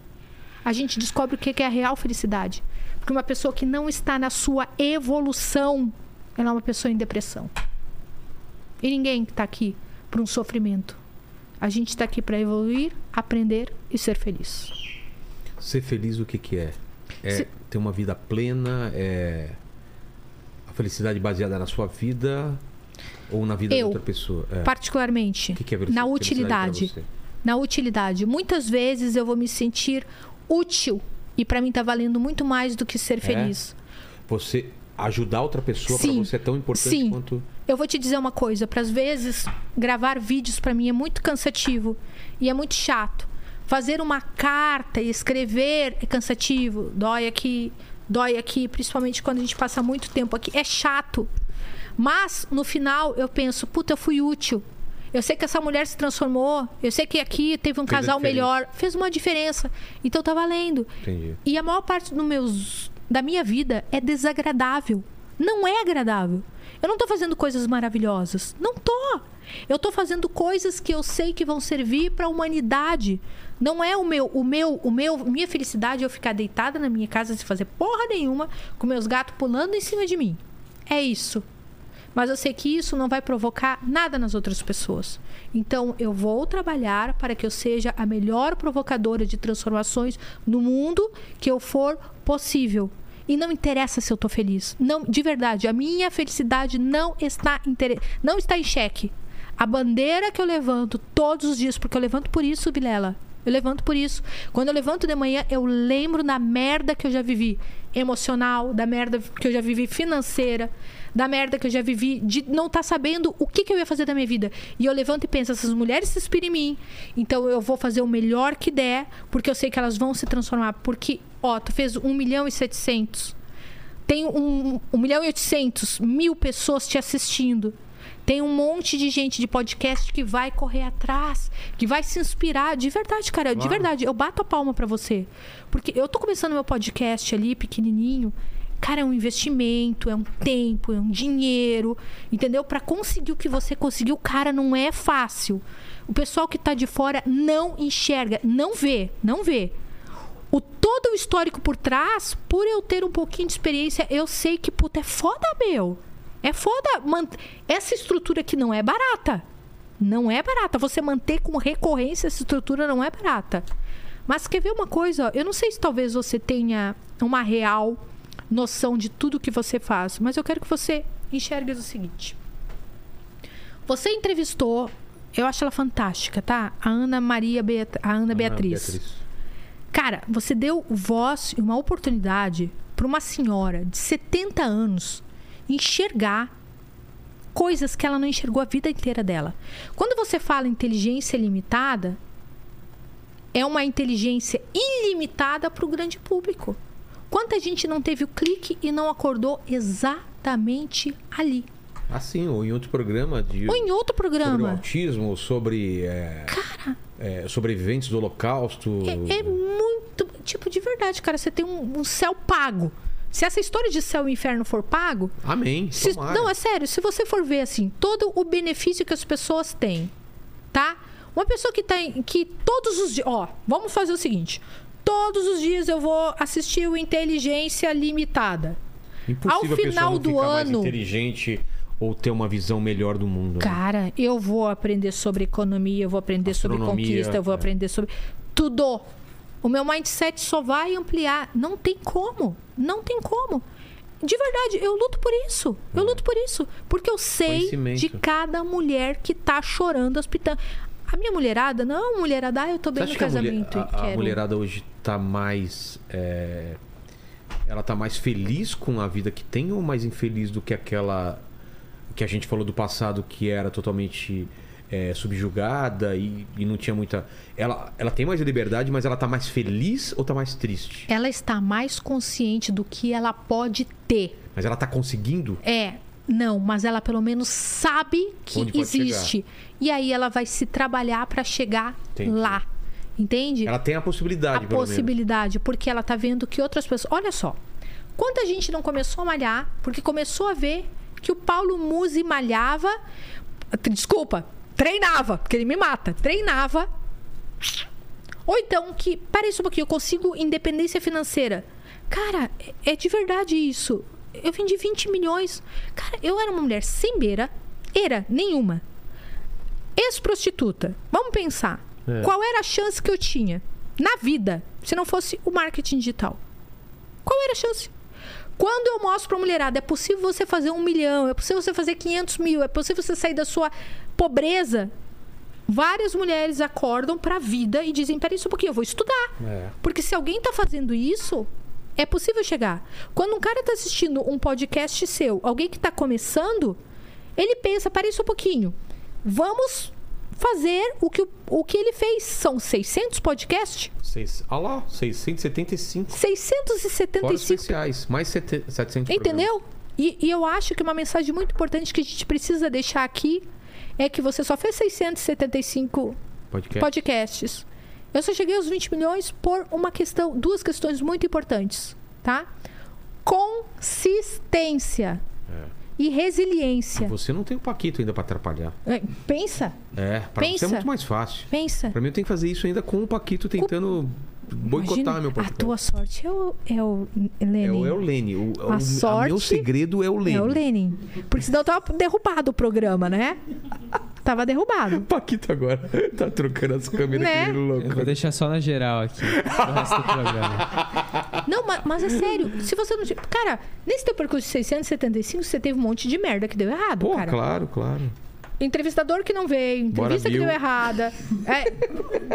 a gente descobre o que que é a real felicidade. Porque uma pessoa que não está na sua evolução, ela é uma pessoa em depressão. E ninguém está aqui para um sofrimento. A gente está aqui para evoluir, aprender e ser feliz. Ser feliz o que que é? É Se- ter uma vida plena, é a felicidade baseada na sua vida ou na vida Eu. da outra pessoa? É. Particularmente, O que que é na felicidade pra utilidade. você? na utilidade. Muitas vezes eu vou me sentir útil e pra mim tá valendo muito mais do que É? ser feliz. Você ajudar outra pessoa para Sim. você é tão importante Sim. quanto Eu vou te dizer uma coisa, para vezes gravar vídeos pra mim é muito cansativo e é muito chato. Fazer uma carta e escrever é cansativo, dói aqui, dói aqui, principalmente quando a gente passa muito tempo aqui, é chato. Mas no final eu penso, puta, eu fui útil. Eu sei que essa mulher se transformou, eu sei que aqui teve um Fez a casal diferença. melhor, fez uma diferença. Então tá valendo. entendi. E a maior parte do meus, da minha vida é desagradável. Não é agradável. Eu não tô fazendo coisas maravilhosas. Não tô. Eu tô fazendo coisas que eu sei que vão servir para a humanidade. Não é o meu, o meu, o meu, minha felicidade é eu ficar deitada na minha casa sem fazer porra nenhuma, com meus gatos pulando em cima de mim. É isso. Mas eu sei que isso não vai provocar nada nas outras pessoas. Então eu vou trabalhar para que eu seja a melhor provocadora de transformações no mundo que eu for possível. E não interessa se eu estou feliz. Não, de verdade, a minha felicidade não está, inter... não está em xeque. A bandeira que eu levanto todos os dias, porque eu levanto por isso, Vilela. Eu levanto por isso. Quando eu levanto de manhã, eu lembro da merda que eu já vivi emocional, da merda que eu já vivi financeira, da merda que eu já vivi de não estar tá sabendo o que, que eu ia fazer da minha vida. E eu levanto e penso: essas mulheres se inspiram em mim, então eu vou fazer o melhor que der, porque eu sei que elas vão se transformar. Porque, ó, tu fez 1 milhão e 700. Tem um, 1 milhão e 800 mil pessoas te assistindo. Tem um monte de gente de podcast que vai correr atrás, que vai se inspirar. De verdade, cara, de verdade. Eu bato a palma para você. Porque eu tô começando meu podcast ali, pequenininho. Cara, é um investimento, é um tempo, é um dinheiro, entendeu? Para conseguir o que você conseguiu, cara, não é fácil. O pessoal que tá de fora não enxerga, não vê, não vê o todo o histórico por trás, por eu ter um pouquinho de experiência, eu sei que puta é foda, meu. É foda. man- Essa estrutura aqui não é barata. Não é barata. Você manter com recorrência essa estrutura não é barata. Mas quer ver uma coisa? Eu não sei se talvez você tenha uma real noção de tudo que você faz, mas eu quero que você enxergue o seguinte. Você entrevistou, eu acho ela fantástica, tá? A Ana Maria Beat- a Ana Ah, Beatriz. Cara, você deu voz e uma oportunidade para uma senhora de 70 anos enxergar coisas que ela não enxergou a vida inteira dela. Quando você fala inteligência limitada, é uma inteligência ilimitada para o grande público. Quanta gente não teve o clique e não acordou exatamente ali? Assim, ou em outro programa de. Ou em outro Sobre o programa. autismo, sobre. é, é, sobreviventes do Holocausto. É, é muito. Tipo, de verdade, cara, você tem um, um céu pago. Se essa história de céu e inferno for pago, Amém. Se- tomara. não, é sério, se você for ver assim, todo o benefício que as pessoas têm, tá? Uma pessoa que tem que todos os dias, ó, vamos fazer o seguinte, todos os dias eu vou assistir o Inteligência Limitada. Impossível ao a pessoa final não do ficar mais ano- inteligente ou ter uma visão melhor do mundo. né? Cara, eu vou aprender sobre economia, eu vou aprender sobre Astronomia, conquista, eu vou é. aprender sobre tudo. O meu mindset só vai ampliar, não tem como, não tem como. De verdade, eu luto por isso. Eu luto por isso. Porque eu sei É. Conhecimento. de cada mulher que tá chorando as pitangas. A minha mulherada, não, mulherada, ah, eu tô Você bem acha no que a, mulher- casamento. a- a e quero. mulherada hoje tá mais. é, ela tá mais feliz com a vida que tem ou mais infeliz do que aquela que a gente falou do passado que era totalmente é, subjugada e, e não tinha muita. Ela, ela tem mais liberdade, mas ela tá mais feliz ou tá mais triste? Ela está mais consciente do que ela pode ter. Mas ela tá conseguindo? É, não, mas ela pelo menos sabe que Onde pode existe. E aí ela vai se trabalhar para chegar Entendi. lá. Entende? Ela tem a possibilidade, a pelo possibilidade, porque ela tá vendo que outras pessoas. Olha só. Quanta gente não começou a malhar, porque começou a ver que o Paulo Musi malhava. Desculpa, treinava, porque ele me mata. Treinava. Ou então que, peraí só um pouquinho, eu consigo independência financeira. Cara, é é de verdade isso. Eu vendi 20 milhões. Cara, eu era uma mulher sem beira, era nenhuma. Ex-prostituta. Vamos pensar. Qual era a chance que eu tinha na vida se não fosse o marketing digital? Qual era a chance? Quando eu mostro pra mulherada, é possível você fazer um milhão, é possível você fazer 500 mil, é possível você sair da sua pobreza. Várias mulheres acordam pra vida e dizem: peraí, só um pouquinho, eu vou estudar. É. Porque se alguém tá fazendo isso, é possível chegar. Quando um cara tá assistindo um podcast seu, alguém que tá começando, ele pensa: peraí, só um pouquinho, vamos fazer o que, o- o que ele fez. São 600 podcasts? menos. Seis, ah lá, 675. Fora os 675 especiais, mais sete- 700 Entendeu? E, e eu acho que uma mensagem muito importante que a gente precisa deixar aqui é que você só fez 675 programas. Podcast. podcasts. Eu só cheguei aos 20 milhões por uma questão, duas É. questões muito importantes, tá? Consistência. e resiliência. Você não tem o Paquito ainda pra atrapalhar. É, Pensa, É, pra você Pensa. é muito mais fácil. pensa. Pra mim eu tenho que fazer isso ainda com o Paquito tentando boicotar Imagina, meu A papel. tua sorte é o, é o Lenin. É, o- é o Lene. O, A o- sorte meu segredo é o Lene. É o Lenin. Porque senão tava derrubado o programa, né? Tava derrubado. Paquito agora *laughs* tá trocando as câmeras Né? que ele Eu vou louco. deixar só na geral aqui. O resto do programa. Não, ma- mas, é sério. Se você não. tiver- Cara, nesse teu percurso de 675, você teve um monte de merda que deu errado, Pô, cara. claro, claro. Entrevistador que não veio, Bora, entrevista que Bill. deu errada. é,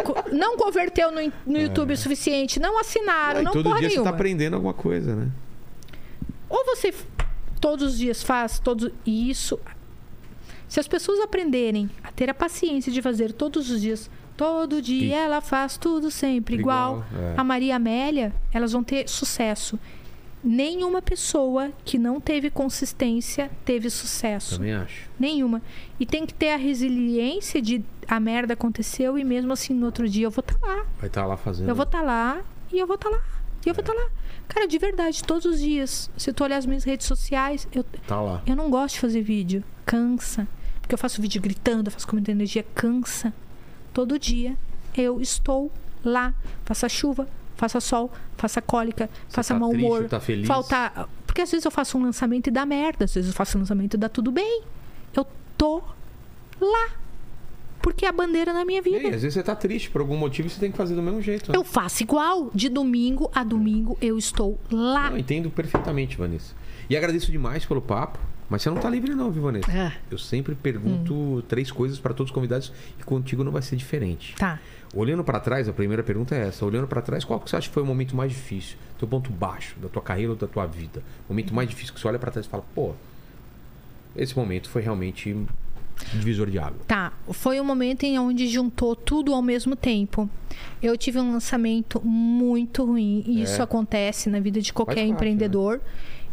co- não converteu no, in- no YouTube o suficiente, não assinaram, Ah, e não É. todo porra dia você nenhuma. tá aprendendo alguma coisa, né? Ou você f- todos os dias faz todos e isso. Se as pessoas aprenderem a ter a paciência de fazer todos os dias, todo dia E- ela faz tudo sempre igual. Igual, é. A Maria Amélia, elas vão ter sucesso. Nenhuma pessoa que não teve consistência teve sucesso. Também acho. Nenhuma. E tem que ter a resiliência de a merda aconteceu e mesmo assim no outro dia eu vou estar lá. Vai estar lá fazendo. Eu vou estar lá e eu vou estar lá. E eu vou estar lá. Cara, de verdade, todos os dias. Se tu olhar as minhas redes sociais, eu, Tá lá. eu não gosto de fazer vídeo. Cansa. Porque eu faço vídeo gritando, eu faço com muita energia. Cansa. Todo dia eu estou lá. Faça chuva, faça sol, faça cólica, faça tá mau triste, humor. tá feliz? Falta. Porque às vezes eu faço um lançamento e dá merda. Às vezes eu faço um lançamento e dá tudo bem. Eu tô lá. Porque é a bandeira na minha vida. E aí, às vezes você tá triste por algum motivo e você tem que fazer do mesmo jeito. Né? Eu faço igual. De domingo a domingo eu estou lá. Não, entendo perfeitamente, Vanessa. E agradeço demais pelo papo. Mas você não tá livre não, viu, Vanessa? Ah, Eu sempre pergunto Hum. três coisas para todos os convidados e contigo não vai ser diferente. tá. Olhando para trás, a primeira pergunta é essa. Olhando para trás, qual que você acha que foi o momento mais difícil? Teu ponto baixo da tua carreira ou da tua vida? O momento mais difícil que você olha para trás e fala, pô, esse momento foi realmente um divisor de água. Tá, foi um momento em onde juntou tudo ao mesmo tempo. Eu tive um lançamento muito ruim, e isso acontece na vida de qualquer É. parte, né? empreendedor.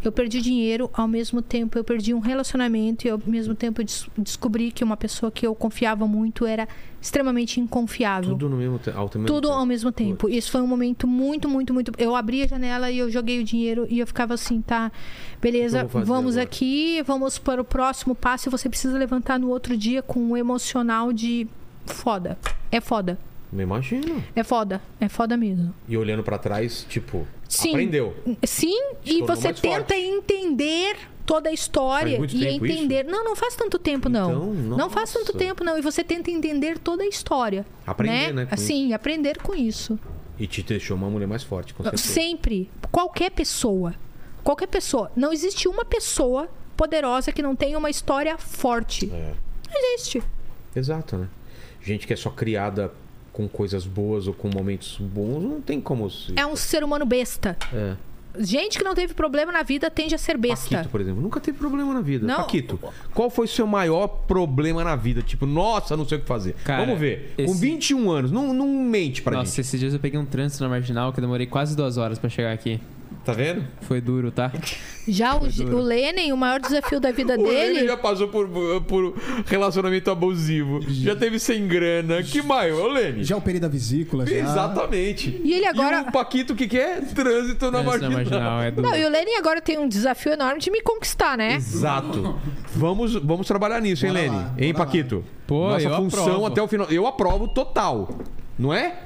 Eu perdi dinheiro, ao mesmo tempo eu perdi um relacionamento e ao mesmo tempo eu des- descobri que uma pessoa que eu confiava muito era extremamente inconfiável. Tudo no mesmo, te ao mesmo Tudo tempo. ao mesmo tempo. Isso foi um momento muito, muito, muito. Eu abri a janela e eu joguei o dinheiro e eu ficava assim, tá? O que Beleza, Então eu vou fazer vamos agora? aqui, vamos para o próximo passo e você precisa levantar no outro dia com um emocional de foda. É foda. Me imagino. É foda. É foda mesmo. E olhando para trás, tipo, Sim. aprendeu. Sim, e tornou você mais tenta forte. entender toda a história Faz muito e tempo entender. Não, não faz tanto tempo, não. Então, não faz tanto nossa. tempo, não. E você tenta entender toda a história. Aprender, né, com assim, aprender com isso. E te deixou uma mulher mais forte, Ah, com certeza. Sempre. Qualquer pessoa. Qualquer pessoa. Não existe uma pessoa poderosa que não tenha uma história forte. É. Não existe. Exato, né? Gente que é só criada com coisas boas ou com momentos bons, não tem como se... É um ser humano besta. É. Gente que não teve problema na vida tende a ser besta. Paquito, por exemplo, nunca teve problema na vida. Não. Paquito, qual foi seu maior problema na vida? Tipo, nossa, não sei o que fazer. Cara, Vamos ver. Com esse- 21 anos, não, não mente *laughs* pra Nossa, gente. esses dias eu peguei um trânsito na marginal que eu demorei quase duas horas pra chegar aqui. Tá vendo? Foi duro, tá? Já o, o Lenin, o maior desafio *laughs* da vida Tá dele. Ele já passou por, por relacionamento abusivo. Já teve sem grana. Que maior, Lene? Já operei da vesícula, já. Exatamente. E ele agora- E o Paquito, o que, que é? Trânsito na Trânsito marginal. na marginal é duro. Não, e o Lenin agora tem um desafio enorme de me conquistar, né? Exato. Vamos, vamos trabalhar nisso, hein, Bora Lene? lá, hein, bora Paquito? Pô, Nossa eu função aprovo. até o final. Eu aprovo total. Não é?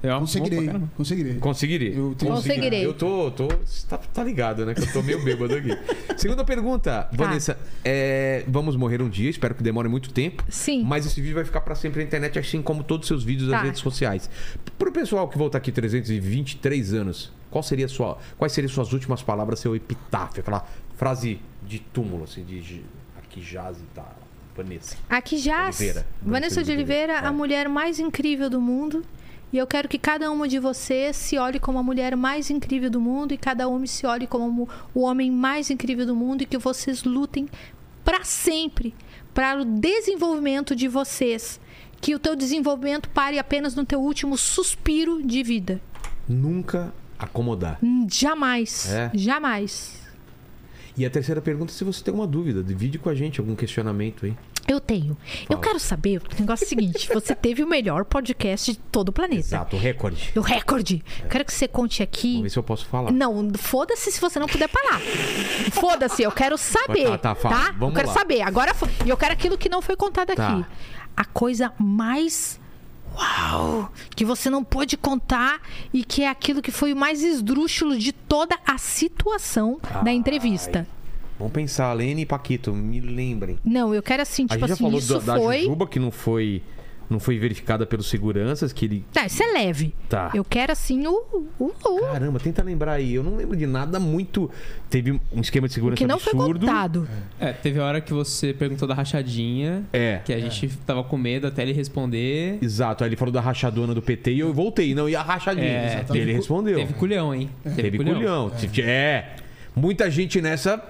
Eu- Conseguirei, Opa, caramba. conseguirei. Conseguiria? Eu tenho- Conseguirei. Eu tô. tô tá, tá ligado, né? Que eu tô meio bêbado aqui. Segunda pergunta, Tá. Vanessa. é, vamos morrer um dia, espero que demore muito tempo. Sim. Mas esse vídeo vai ficar pra sempre na internet, assim como todos os seus vídeos nas Tá. redes sociais. Pro pessoal que voltar aqui 323 anos, qual seria a sua, quais seriam suas últimas palavras, seu epitáfio? Aquela frase de túmulo, assim, de de- aqui jaz e tá. Vanessa. Aqui já Oliveira. Vanessa de Oliveira, a mulher mais incrível do mundo. E eu quero que cada uma de vocês se olhe como a mulher mais incrível do mundo e cada homem se olhe como mu- o homem mais incrível do mundo e que vocês lutem para sempre para o desenvolvimento de vocês, que o teu desenvolvimento pare apenas no teu último suspiro de vida. Nunca acomodar. Hum, Jamais, É? jamais. E a terceira pergunta é se você tem alguma dúvida. Divide com a gente algum questionamento aí. Eu tenho. Eu Fala. quero saber o negócio é o seguinte: você teve o melhor podcast de todo o planeta. Exato, recorde. O recorde. Eu quero que você conte aqui. Vamos ver se eu posso falar. Não, foda-se se você não puder parar. foda-se, eu quero saber. Tá, tá, fala. Vamos eu quero lá. saber. Agora fo- e eu quero aquilo que não foi contado Tá. aqui. A coisa mais uau que você não pôde contar e que é aquilo que foi o mais esdrúxulo de toda a situação da entrevista. Vamos pensar, Lene e Paquito, me lembrem. Não, eu quero assim, A tipo gente já assim, falou isso da, da foi. Jujuba, que não foi, não foi verificada pelos seguranças, que ele... Tá, isso é leve. Tá. Eu quero assim o, o, o Caramba, tenta lembrar aí. Eu não lembro de nada muito... Teve um esquema de segurança que não foi absurdo. contado. É, teve a hora que você perguntou da rachadinha, É. que a gente tava com medo até ele responder. Exato, aí ele falou da rachadona do PT e eu voltei. Não, e a rachadinha? É, Exatamente. ele respondeu. Teve culhão, hein? Teve culhão. Te- É. Muita gente nessa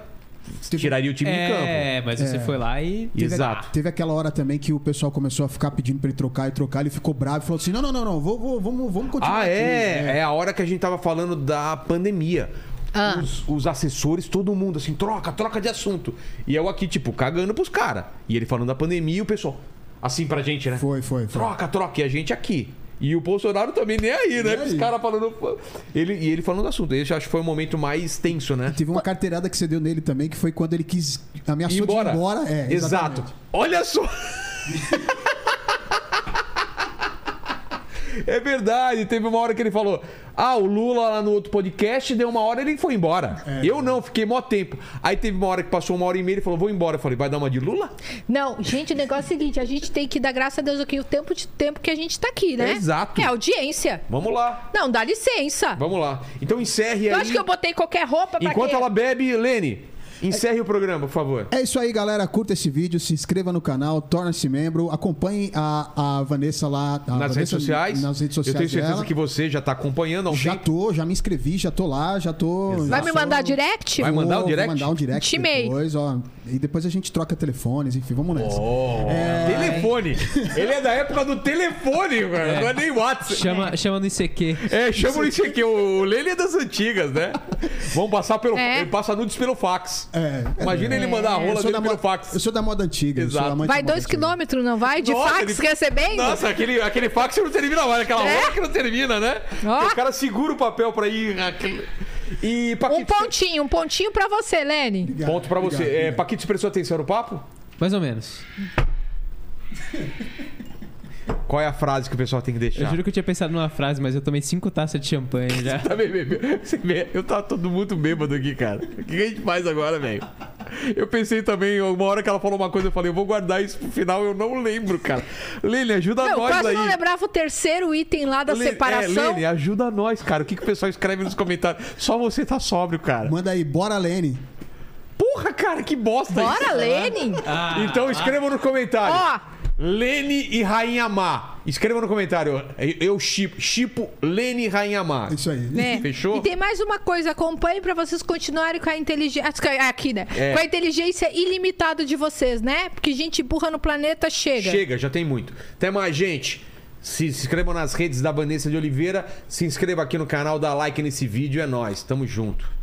tiraria o time de campo. É, mas você foi lá e. Teve- Exato. Teve aquela hora também que o pessoal começou a ficar pedindo pra ele trocar e trocar. Ele ficou bravo e falou assim: não, não, não, não, vou, vou- vamos, vamos Ah, continuar. aqui, né? é. É a hora que a gente tava falando da pandemia. Os, os assessores, todo mundo assim, troca, troca de assunto. E eu aqui, tipo, cagando pros caras. E ele falando da pandemia e o pessoal, assim pra gente, né? Foi, foi, foi. Troca, troca. E a gente aqui. E o Bolsonaro também nem aí, né? Nem Os aí. caras falando. Ele, e ele falando do assunto. Esse acho que foi o momento mais tenso, né? Teve uma carteirada que você deu nele também, que foi quando ele quis. E Ameaçou ir embora. de ir embora. É, Exato. exatamente. Olha *laughs* só. É verdade, teve uma hora que ele falou: Ah, o Lula lá no outro podcast deu uma hora ele foi embora. É. eu não, fiquei mó tempo. Aí teve uma hora que passou uma hora e meia ele falou: Vou embora. Eu falei: Vai dar uma de Lula? Não, gente, o negócio é o seguinte: a gente tem que dar graças a Deus aqui o tempo de tempo que a gente tá aqui, né? Exato. É audiência. Vamos lá, Não, dá licença. vamos lá. Então encerre Eu aí. acho que eu botei qualquer roupa pra Enquanto quê? ela bebe, Lene, encerre o programa, por favor. É isso aí, galera. Curta esse vídeo, se inscreva no canal, torna-se membro, acompanhe a, a Vanessa lá a Nas redes Vanessa sociais. Nas redes Eu sociais. tenho certeza dela. que você já tá acompanhando há um Já tempo. tô, já me inscrevi, já tô lá, já tô. Exato. Vai me mandar direto? direct? Vai mandar um Vou direct? mandar um direct Timei. depois, ó. E depois a gente troca telefones, enfim, vamos nessa. Telefone. Ele é da época do telefone, mano. Não é nem WhatsApp. Chama, chama no ICQ. É, chama isso aqui. O Lele é das antigas, né? Vamos passar pelo. É. Ele passa nudes pelo fax. É. Imagina ele mandar a Eu rola sou, dele da pelo moda, fax. eu sou da moda antiga. eu sou Exato. amante Vai da moda dois antiga. quilômetros, não vai? De Nossa, fax ele- recebendo? Nossa, aquele, aquele fax não termina mais, aquela É? rola que não termina, né? Ó. O cara segura o papel pra ir. E Um Paquito. pontinho, um pontinho pra você, Lene. Obrigado, Ponto pra você. obrigado, É, obrigado. Paquito, você prestou atenção no papo? Mais ou menos. Qual é a frase que o pessoal tem que deixar? Eu juro que eu tinha pensado numa frase, mas eu tomei cinco taças de champanhe já. Tá bem, bem, Você vê, eu tava todo muito bêbado aqui, cara. O que a gente faz agora, velho? Eu pensei também, uma hora que ela falou uma coisa, eu falei, eu vou guardar isso pro final, eu não lembro, cara. Lene, ajuda Não, nós quase aí. não lembrava o terceiro item lá da Lene- É, separação. Lene, ajuda nós, cara. O que, que o pessoal escreve nos comentários? Só você tá sóbrio, cara. Manda aí, bora, Lene. Porra, cara, que bosta Bora, isso. Lene! Então escrevam no comentário. Ó. Lene e Rainha Má. Escrevam no comentário. Eu chipo, chipo Lene e Rainha Má. Isso aí. É. *laughs* Fechou? E tem mais uma coisa, acompanhe pra vocês continuarem com a inteligência. Aqui, né? É. Com a inteligência ilimitada de vocês, né? Porque gente burra no planeta chega. Chega, já tem muito. Até mais, gente. Se inscrevam nas redes da Vanessa de Oliveira. Se inscreva aqui no canal, dá like nesse vídeo. É nóis, tamo junto.